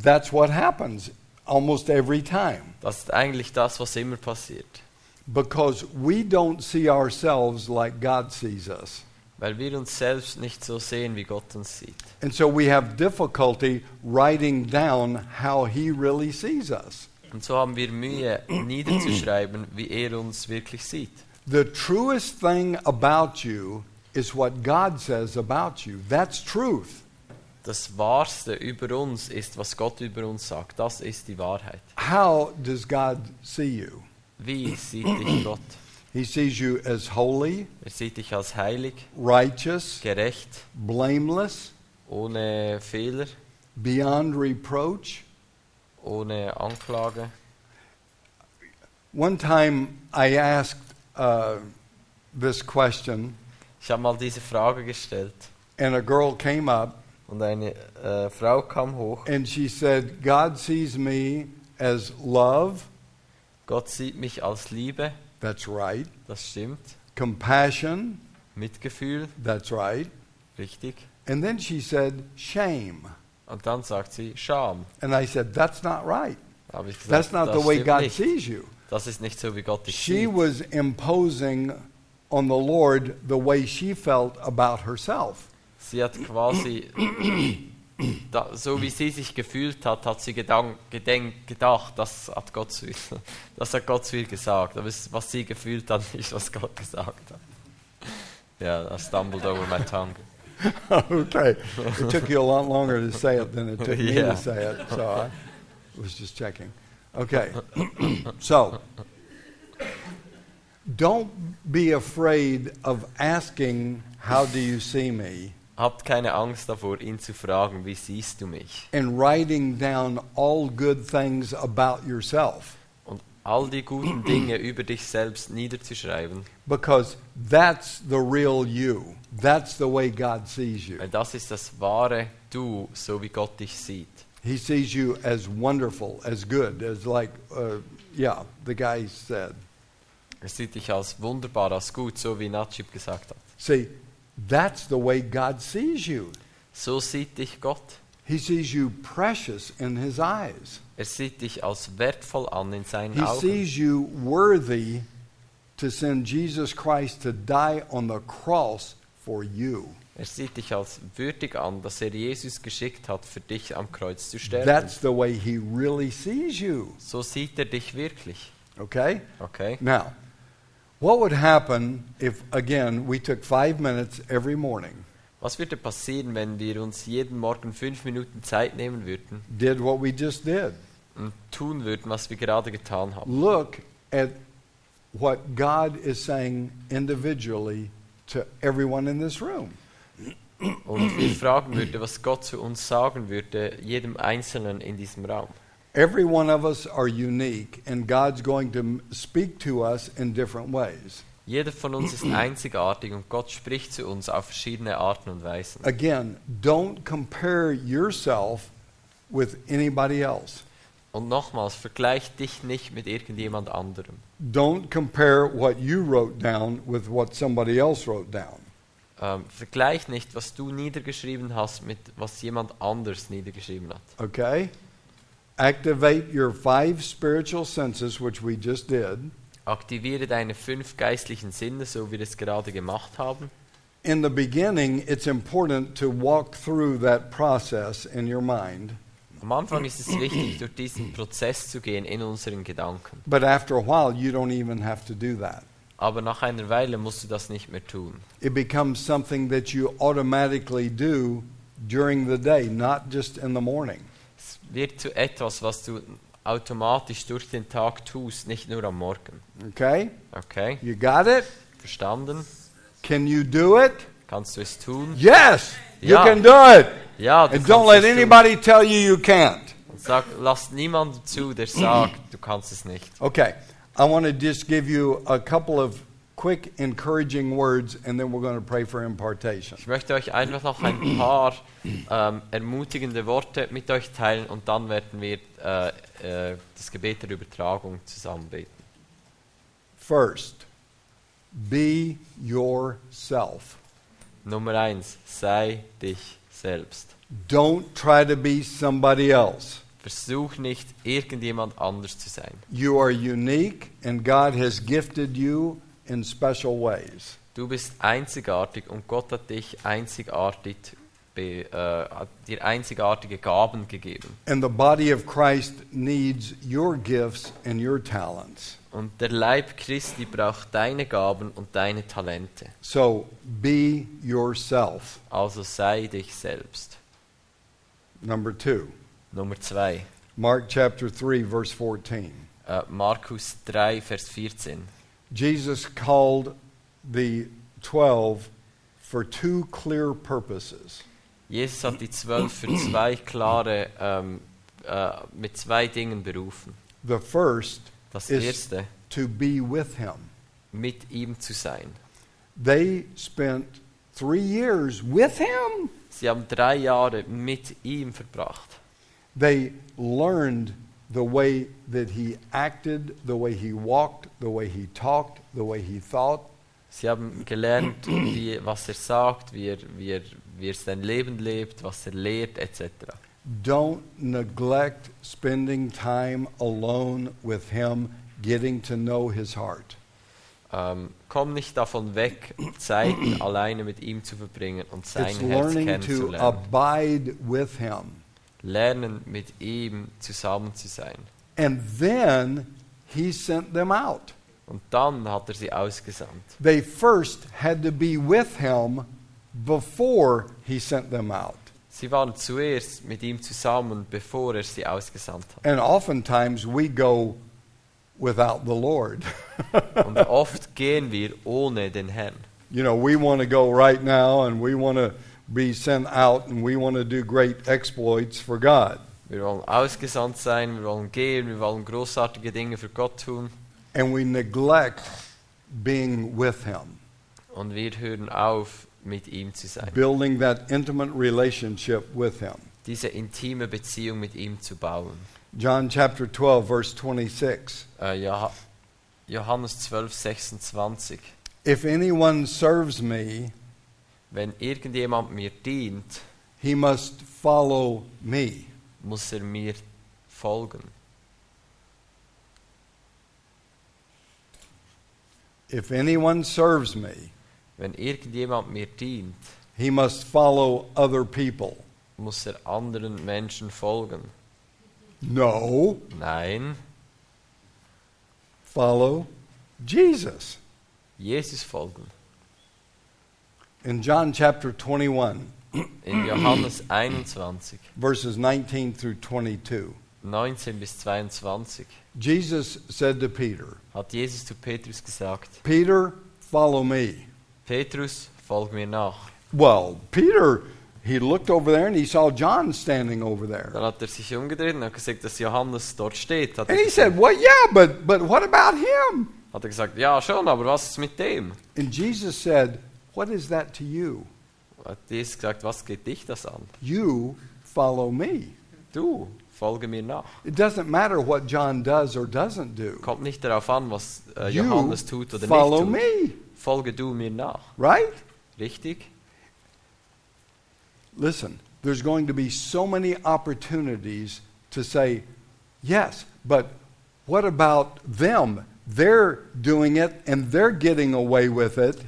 S1: that's what happens almost every time
S2: Das ist eigentlich das, was immer passiert.
S1: because we don't see ourselves like God sees us.
S2: Weil wir uns selbst nicht so sehen, wie Gott uns sieht.
S1: And so we have difficulty writing down how He really sees us.
S2: Und so haben wir Mühe, niederzuschreiben, wie er uns wirklich sieht.
S1: The truest thing about you is what God says about you. That's truth.
S2: Das Wahrste über uns ist, was Gott über uns sagt. Das ist die Wahrheit.
S1: How does God see you?
S2: Wie sieht dich Gott?
S1: He sees you as holy,
S2: Er sieht dich als heilig,
S1: righteous,
S2: gerecht,
S1: blameless,
S2: ohne Fehler,
S1: beyond reproach.
S2: ohne Anklage.
S1: One time I asked uh, this question,
S2: Ich habe mal diese Frage gestellt
S1: and a girl came up
S2: und Und eine äh, Frau kam hoch.
S1: and she said, God sees me as love,
S2: Gott sieht mich als Liebe,
S1: that's right,
S2: das stimmt.
S1: compassion,
S2: Mitgefühl,
S1: that's right,
S2: richtig.
S1: and then she said, shame.
S2: Und dann sagt sie Scham.
S1: And I said, that's not right.
S2: Da habe ich gesagt,
S1: That's not the
S2: das
S1: way
S2: stimmt
S1: God
S2: nicht.
S1: sees you.
S2: Das ist nicht so, wie Gott dich
S1: She
S2: sieht.
S1: was imposing on the Lord the way she felt about herself.
S2: Sie hat quasi, da, so wie sie sich gefühlt hat, hat sie gedank, gedenk, gedacht, das hat, Gott zu ihr, das hat Gott zu ihr gesagt. Aber es, was sie gefühlt hat, nicht was Gott gesagt hat. Ja, I stumbled over my tongue.
S1: okay. It took you a lot longer to say it than it took me
S2: Yeah.
S1: to say it, so I was just checking. Okay. so, don't be afraid of asking, How do you see me?
S2: Habt keine Angst davor, ihn zu fragen, wie siehst du mich?
S1: and writing down all good things about yourself
S2: Und all die guten Dinge über dich selbst niederzuschreiben,
S1: because that's the real you. That's the way God sees you.
S2: weil das ist das wahre Du, so wie Gott dich sieht.
S1: He sees you as wonderful, as good, as like, uh, yeah, the guy said.
S2: Er sieht dich als wunderbar, als gut, so wie Najib gesagt hat.
S1: See, that's the way God sees you.
S2: So sieht dich Gott.
S1: He sees you precious in His eyes.
S2: Er sieht dich als wertvoll an in seinen
S1: He
S2: Augen.
S1: sees you worthy to send Jesus Christ to die on the cross for you.
S2: Er sieht dich als würdig an, dass er Jesus geschickt hat, für dich am Kreuz zu sterben.
S1: That's the way He really sees you.
S2: so sieht er dich wirklich.
S1: Okay?
S2: Okay?
S1: Now, what would happen if, again, we took five minutes every morning,
S2: Was würde passieren, wenn wir uns jeden Morgen fünf Minuten Zeit nehmen würden
S1: did what we just did?
S2: und tun würden, was wir gerade getan haben?
S1: look at what God is saying individually to everyone in this room.
S2: Und wir fragen würden, was Gott zu uns sagen würde, jedem Einzelnen in diesem Raum.
S1: Every one of us are unique, and God's going to m- speak to us in different ways.
S2: Jeder von uns ist einzigartig und Gott spricht zu uns auf verschiedene Arten und Weisen.
S1: Again, don't compare yourself with anybody else.
S2: Und nochmals, vergleich dich nicht mit irgendjemand anderem.
S1: Don't compare what you wrote down with what somebody else wrote down.
S2: Ähm, vergleich nicht, was du niedergeschrieben hast, mit was jemand anders niedergeschrieben hat.
S1: Okay? Activate your five spiritual senses, which we just did.
S2: Aktiviere deine fünf geistlichen Sinne, so wie wir es gerade gemacht haben.
S1: In the beginning, it's important to walk through that process in your mind,
S2: Am Anfang ist es wichtig, durch diesen Prozess zu gehen in unseren Gedanken.
S1: but after a while, you don't even have to do that.
S2: Aber nach einer Weile musst du das nicht mehr tun.
S1: It becomes something that you automatically do during the day, not just in the morning.
S2: Es wird zu etwas, was du automatisch durch den Tag tust, nicht nur am Morgen.
S1: Okay?
S2: Okay?
S1: You got it?
S2: Verstanden?
S1: Can you do it?
S2: Kannst du es tun?
S1: Yes! You
S2: Yeah.
S1: can do it!
S2: Ja, du
S1: And don't
S2: kannst
S1: let
S2: es tun.
S1: anybody tell you you can't.
S2: Und sag, lass niemandem zu, der sagt, du kannst es nicht.
S1: Okay, I want to just give you a couple of quick encouraging words, and then we're going to pray for impartation.
S2: Ich möchte euch einfach noch ein paar ähm, ermutigende Worte mit euch teilen und dann werden wir äh, äh, das Gebet der Übertragung zusammen beten.
S1: First, be yourself.
S2: Nummer eins: Sei dich selbst.
S1: Don't try to be somebody else.
S2: Versuch nicht, irgendjemand anders zu sein.
S1: You are unique, and God has gifted you in special ways.
S2: Du bist einzigartig und Gott hat dich einzigartig, be, äh, hat dir einzigartige Gaben gegeben.
S1: And the body of Christ needs your gifts and your talents.
S2: Und der Leib Christi braucht deine Gaben und deine Talente.
S1: So be yourself.
S2: Also sei dich selbst.
S1: Number two,
S2: Nummer zwei.
S1: Mark chapter 3, verse 14.
S2: Äh, Markus 3, Vers 14.
S1: Jesus called the 12 for two clear purposes.
S2: Jesus hat die Zwölf für zwei klare, ähm, äh, mit zwei Dingen berufen.
S1: The first
S2: Das
S1: Ist-
S2: erste,
S1: to be with him.
S2: mit ihm zu sein.
S1: They spent three years with him.
S2: Sie haben drei Jahre mit ihm verbracht.
S1: They learned the way that he acted, the way he walked, the way he talked, the way he thought.
S2: Sie haben gelernt, wie, was er sagt, wie er, wie, er, wie er sein Leben lebt, was er lehrt, etc.
S1: Don't neglect spending time alone with him, getting to know his heart.
S2: Ähm, komm nicht davon weg, Zeit alleine mit ihm zu verbringen und sein
S1: it's
S2: Herz
S1: learning to
S2: kennenzulernen.
S1: abide with him.
S2: Lernen, mit ihm zusammen zu sein.
S1: And then he sent them out.
S2: Und dann hat er sie ausgesandt.
S1: They first had to be with him before he sent them out.
S2: Sie waren zuerst mit ihm zusammen, bevor er sie ausgesandt hat.
S1: And oftentimes we go without the Lord.
S2: Und oft gehen wir ohne den Herrn.
S1: you know, we want to go right now and we want to be sent out and we want to do great exploits for God.
S2: Wir wollen ausgesandt sein, wir wollen gehen, wir wollen großartige Dinge für Gott tun.
S1: And we neglect being with him,
S2: Und wir hören auf, mit ihm zu sein.
S1: building that intimate relationship with him.
S2: Diese intime Beziehung mit ihm zu bauen.
S1: John chapter 12, verse 26.
S2: Äh, Joha- Johannes 12, 26.
S1: If anyone serves me,
S2: Wenn irgendjemand mir dient,
S1: he must follow me.
S2: muss er mir folgen.
S1: If anyone serves me,
S2: Wenn irgendjemand mir dient,
S1: he must follow other people.
S2: muss er anderen Menschen folgen.
S1: No,
S2: Nein,
S1: follow Jesus.
S2: Jesus folgen.
S1: In John chapter 21,
S2: In Johannes 21,
S1: verses 19 through 22,
S2: 19 bis 22
S1: Jesus said to Peter,
S2: hat Jesus zu Petrus gesagt,
S1: Peter, follow me.
S2: Petrus, folg mir nach.
S1: Well, Peter, he looked over there and he saw John standing over there.
S2: Dann hat er sich umgedreht und hat gesagt, dass Johannes dort steht. Hat er,
S1: And he
S2: gesagt,
S1: said, Well, yeah, but, but what about him?
S2: hat er gesagt, ja schon, aber was ist mit dem?
S1: And Jesus said, What is that to you?
S2: Hat Jesus gesagt, was geht dich das an?
S1: You follow me.
S2: Du, folge mir nach.
S1: It doesn't matter what John does or doesn't do.
S2: Kommt nicht darauf an, was äh,
S1: You
S2: Johannes tut oder nicht
S1: follow
S2: tut.
S1: me,
S2: Folge du mir nach.
S1: right?
S2: Richtig?
S1: Listen, there's going to be so many opportunities to say, yes, but what about them? They're doing it and they're getting away with it.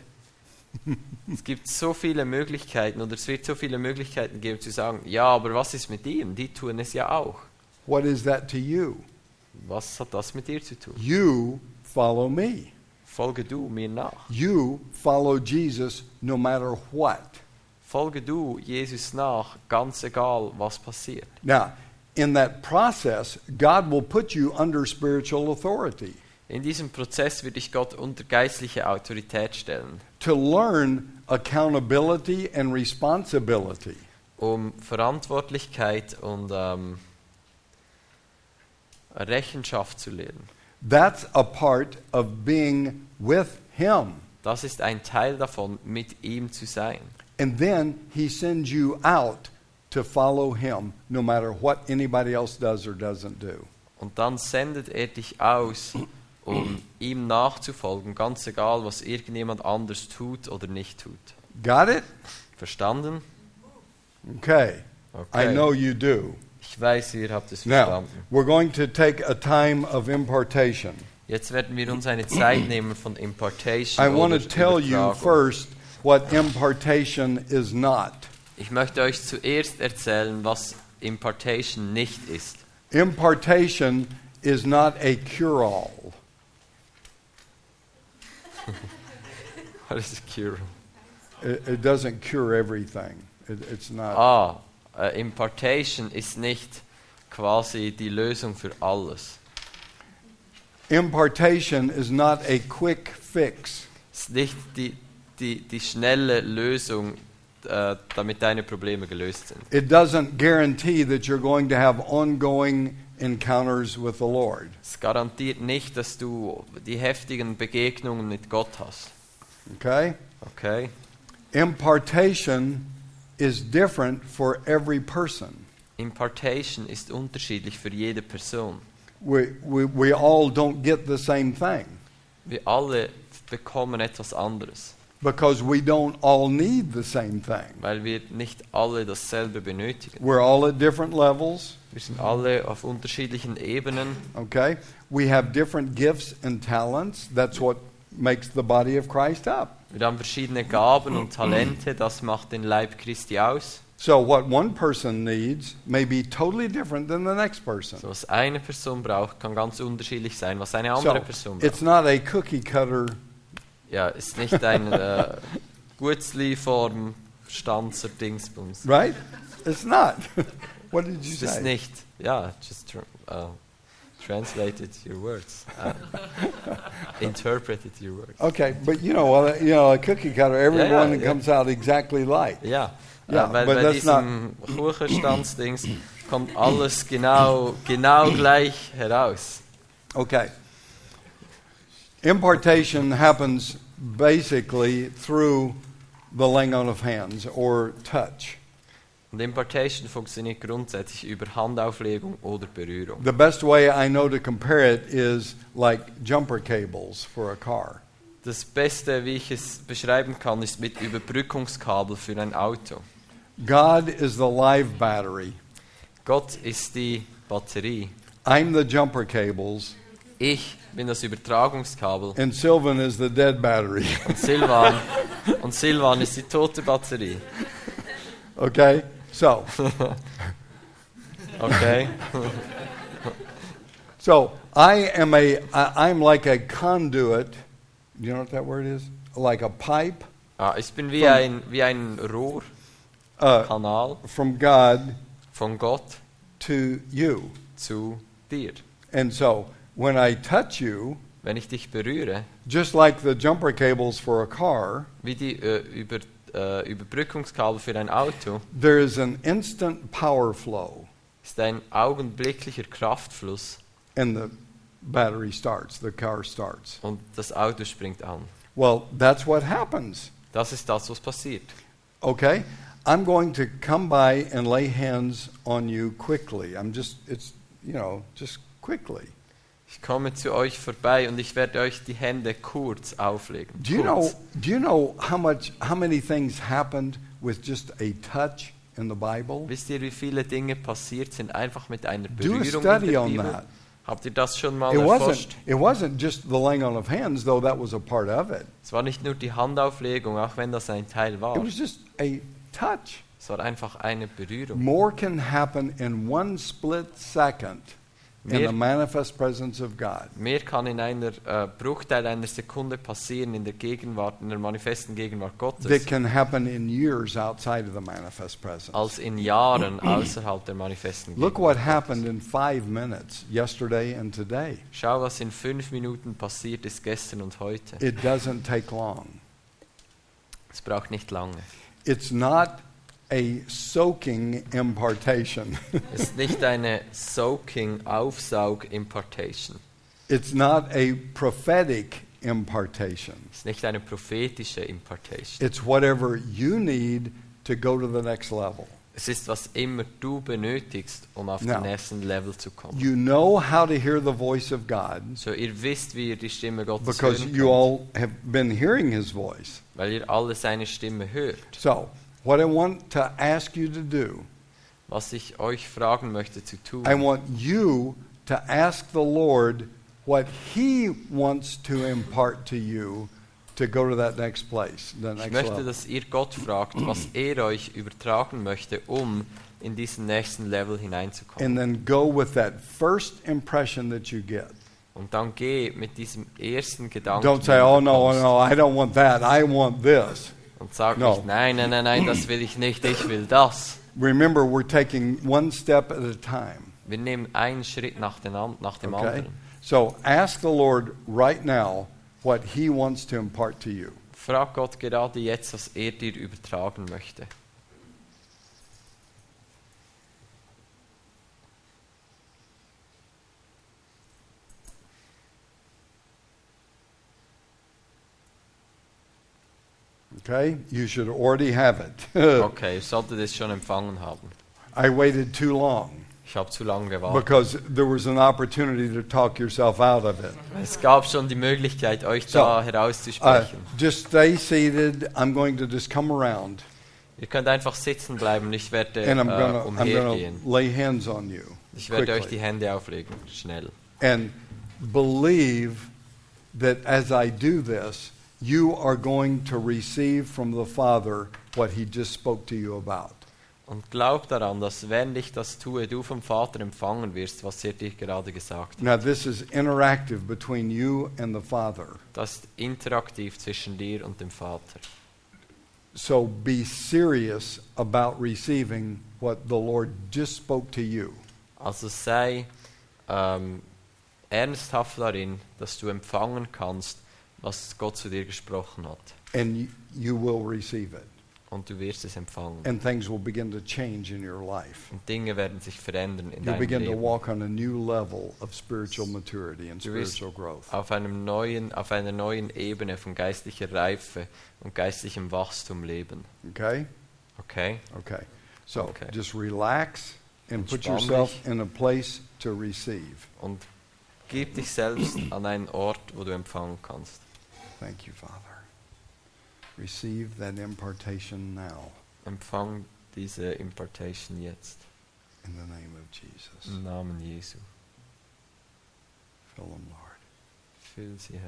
S2: Es gibt so viele Möglichkeiten oder es wird so viele Möglichkeiten geben zu sagen, ja, aber was ist mit ihm? Die tun es ja auch.
S1: What is that to you?
S2: Was hat das mit dir zu tun?
S1: You follow me.
S2: Folge du mir nach.
S1: You follow Jesus no matter what.
S2: Folge du Jesus nach, ganz egal, was passiert.
S1: Now, in that process, God will put you under spiritual authority
S2: In diesem Prozess wird dich Gott unter geistliche Autorität stellen,
S1: to learn accountability and responsibility.
S2: um Verantwortlichkeit und ähm, Rechenschaft zu lernen.
S1: That's a part of being with Him.
S2: Das ist ein Teil davon, mit ihm zu sein.
S1: And then He sends you out to follow Him no matter what anybody else does or doesn't do.
S2: Und dann sendet er dich aus, um ihm nachzufolgen, ganz egal, was irgendjemand anders tut oder nicht tut.
S1: Got it?
S2: Verstanden?
S1: Okay. I
S2: Okay.
S1: know you do.
S2: Ich weiß, ihr habt es
S1: Now,
S2: verstanden.
S1: we're going to take a time of impartation.
S2: Jetzt werden wir uns eine Zeit nehmen von Impartation.
S1: I want
S2: oder
S1: to tell you
S2: Übertragung.
S1: first what impartation is not.
S2: Ich möchte euch zuerst erzählen, was Impartation nicht ist.
S1: Impartation is not a cure all.
S2: What is cure?
S1: It, it doesn't cure everything. It, it's not.
S2: Ah, äh, Impartation ist nicht quasi die Lösung für alles.
S1: Impartation is not a quick fix.
S2: Es ist nicht die, die, die schnelle Lösung, äh, damit deine Probleme gelöst sind.
S1: It doesn't guarantee that you're going to have ongoing encounters with the Lord.
S2: Es garantiert nicht, dass du die heftigen Begegnungen mit Gott hast.
S1: Okay?
S2: Okay?
S1: Impartation is different for every person.
S2: Impartation ist unterschiedlich für jede Person.
S1: We, we, we all don't get the same thing
S2: Wir alle bekommen etwas anderes,
S1: because we don't all need the same thing.
S2: weil wir nicht alle dasselbe benötigen.
S1: We're all at different levels,
S2: Wir sind alle auf unterschiedlichen Ebenen.
S1: okay? We have different gifts and talents. That's what makes the body of Christ up.
S2: Wir haben verschiedene Gaben und Talente, das macht den Leib Christi aus.
S1: So, what one person needs may be totally different than the next person.
S2: So, was eine Person braucht, kann ganz unterschiedlich sein, was eine andere
S1: So,
S2: Person braucht.
S1: it's not a cookie cutter.
S2: Ja, ist nicht ein äh, Gutzli-Form, Stanzer, Dingsbums.
S1: Right? It's not. what did you
S2: Es ist
S1: say?
S2: nicht. Ja, just tr uh, translated your words. Uh, interpreted your words.
S1: Okay, but you know, well, you know, a cookie cutter, everyone
S2: yeah,
S1: that
S2: yeah.
S1: comes out exactly like.
S2: Ja,
S1: Ja,
S2: äh, bei,
S1: but
S2: bei
S1: that's
S2: diesem Kuchenstanzdings kommt alles genau, genau gleich heraus.
S1: Okay. Impartation happens basically through the laying on of hands or touch.
S2: Und Impartation funktioniert grundsätzlich über Handauflegung oder Berührung.
S1: The best way I know to compare it is like jumper cables for a car.
S2: Das Beste, wie ich es beschreiben kann, ist mit Überbrückungskabel für ein Auto.
S1: God is the live battery.
S2: Gott ist die Batterie.
S1: I'm the jumper cables,
S2: Ich bin das Übertragungskabel
S1: and Sylvan is the dead battery.
S2: und Silvan, und Silvan ist die tote Batterie.
S1: okay? So,
S2: Okay?
S1: so I am a I, I'm like a conduit. You know what that word is? Like a pipe
S2: Ah, ich bin wie ein, wie ein Rohrkanal
S1: uh, from God
S2: von Gott
S1: to you.
S2: zu dir.
S1: And so when I touch you,
S2: Wenn ich dich berühre,
S1: just like the jumper cables for a car,
S2: wie die äh, Über, äh, Überbrückungskabel für ein Auto,
S1: there is an instant power flow,
S2: ist ein augenblicklicher Kraftfluss
S1: and the battery starts, the car starts.
S2: und das Auto springt an.
S1: Well, that's what happens.
S2: Das ist das, was passiert.
S1: Okay? I'm going to come by and lay hands on you quickly. I'm just, it's, you know, just quickly.
S2: Ich komme zu euch vorbei und ich werde euch die Hände kurz auflegen.
S1: Do you know,
S2: kurz.
S1: do you know how much, how many things happened with just a touch in the Bible?
S2: Wisst ihr, wie viele Dinge passiert sind einfach mit einer
S1: Do a
S2: Berührung in
S1: study
S2: der
S1: on
S2: Bibel?
S1: that.
S2: Habt ihr das schon mal
S1: It wasn't,
S2: erforscht?
S1: it wasn't just the laying on of hands, though that was a part of it.
S2: Es war nicht nur die Handauflegung, auch wenn das ein Teil war.
S1: It was just a touch.
S2: Es war einfach eine Berührung.
S1: More can happen in one split second in
S2: Mehr-
S1: the manifest presence of God.
S2: Mehr kann in einer äh, Bruchteil einer Sekunde passieren in der Gegenwart, in der manifesten Gegenwart
S1: That
S2: Gottes,
S1: can happen in years outside of the manifest presence.
S2: als in Jahren außerhalb der manifesten
S1: Look
S2: Gegenwart.
S1: what happened in five minutes yesterday and today.
S2: Schau, was in fünf Minuten passiert ist gestern und heute.
S1: It doesn't take long.
S2: Es braucht nicht lange.
S1: It's not a soaking impartation,
S2: Es ist nicht eine Soaking, Aufsaug, Impartation.
S1: it's not a prophetic impartation.
S2: Es ist nicht eine prophetische Impartation.
S1: It's whatever you need to go to the next level.
S2: Es ist, was immer du benötigst, um auf
S1: Now.
S2: den nächsten Level zu kommen.
S1: You know how to hear the voice of God
S2: so, ihr wisst, wie ihr die Stimme Gottes
S1: because
S2: hören
S1: you
S2: könnt,
S1: all have been hearing his voice.
S2: weil ihr alle seine Stimme hört.
S1: So, what I want to ask you to do,
S2: Was ich euch fragen möchte zu tun,
S1: I want you to ask the Lord what he wants to impart to you to go to that next place, the
S2: ich
S1: next
S2: möchte,
S1: level.
S2: dass ihr Gott fragt, was er euch übertragen möchte, um in diesen nächsten Level hineinzukommen.
S1: And then go with that first impression that you get.
S2: Und dann geh mit diesem ersten Gedanken
S1: Don't say,
S2: den du
S1: oh, no,
S2: bekommst,
S1: no, I don't want that. I want this.
S2: und sag
S1: No.
S2: nicht, nein, nein, nein, nein, das will ich nicht, ich will das.
S1: Remember, we're taking one step at a time.
S2: Wir nehmen einen Schritt nach, den, an- nach dem
S1: Okay?
S2: anderen.
S1: So ask the Lord right now what He wants to impart to you.
S2: Frag Gott gerade jetzt, was er dir übertragen möchte.
S1: Okay? You should already have it.
S2: Okay, ich sollte das schon empfangen haben.
S1: I waited too long
S2: Ich habe zu lange gewartet.
S1: because there was an opportunity to talk yourself out of it.
S2: Es gab schon die Möglichkeit, euch
S1: So,
S2: da
S1: Uh,
S2: herauszusprechen.
S1: just stay seated. I'm going to just come around
S2: Ihr könnt einfach sitzen bleiben, ich werde
S1: and I'm
S2: äh,
S1: going to I'm going
S2: umhergehen.
S1: to lay hands on you
S2: Ich werde euch
S1: quickly
S2: die Hände auflegen, schnell.
S1: and believe that as I do this, you are going to receive from the Father what he just spoke to you about.
S2: Und glaub daran, dass wenn ich das tue, du vom Vater empfangen wirst, was er dir gerade gesagt hat.
S1: Now this is interactive between you and the Father.
S2: Das ist interaktiv zwischen dir und dem Vater.
S1: So be serious about receiving what the Lord just spoke to you.
S2: Also sei ähm, ernsthaft darin, dass du empfangen kannst, was Gott zu dir gesprochen hat.
S1: and you, you will receive it.
S2: Und du wirst es empfangen.
S1: And things will begin to change in your life.
S2: Und Dinge werden sich verändern in
S1: You'll
S2: deinem
S1: begin to
S2: Leben.
S1: walk on a new level of spiritual maturity and
S2: Du wirst-
S1: spiritual growth.
S2: Auf, einem neuen, auf einer neuen Ebene von geistlicher Reife und geistlichem Wachstum leben.
S1: Okay?
S2: Okay?
S1: Okay. So
S2: Okay.
S1: just relax and put
S2: Entspann
S1: yourself
S2: dich.
S1: in a place to receive.
S2: Und gib dich selbst an einen Ort, wo du empfangen kannst.
S1: Thank you, Father. Receive that impartation now
S2: Empfang diese Impartation jetzt.
S1: in the name of
S2: Mm.
S1: Jesus.
S2: Im Namen Jesu.
S1: Fill them, Lord.
S2: Fühl sie, Herr.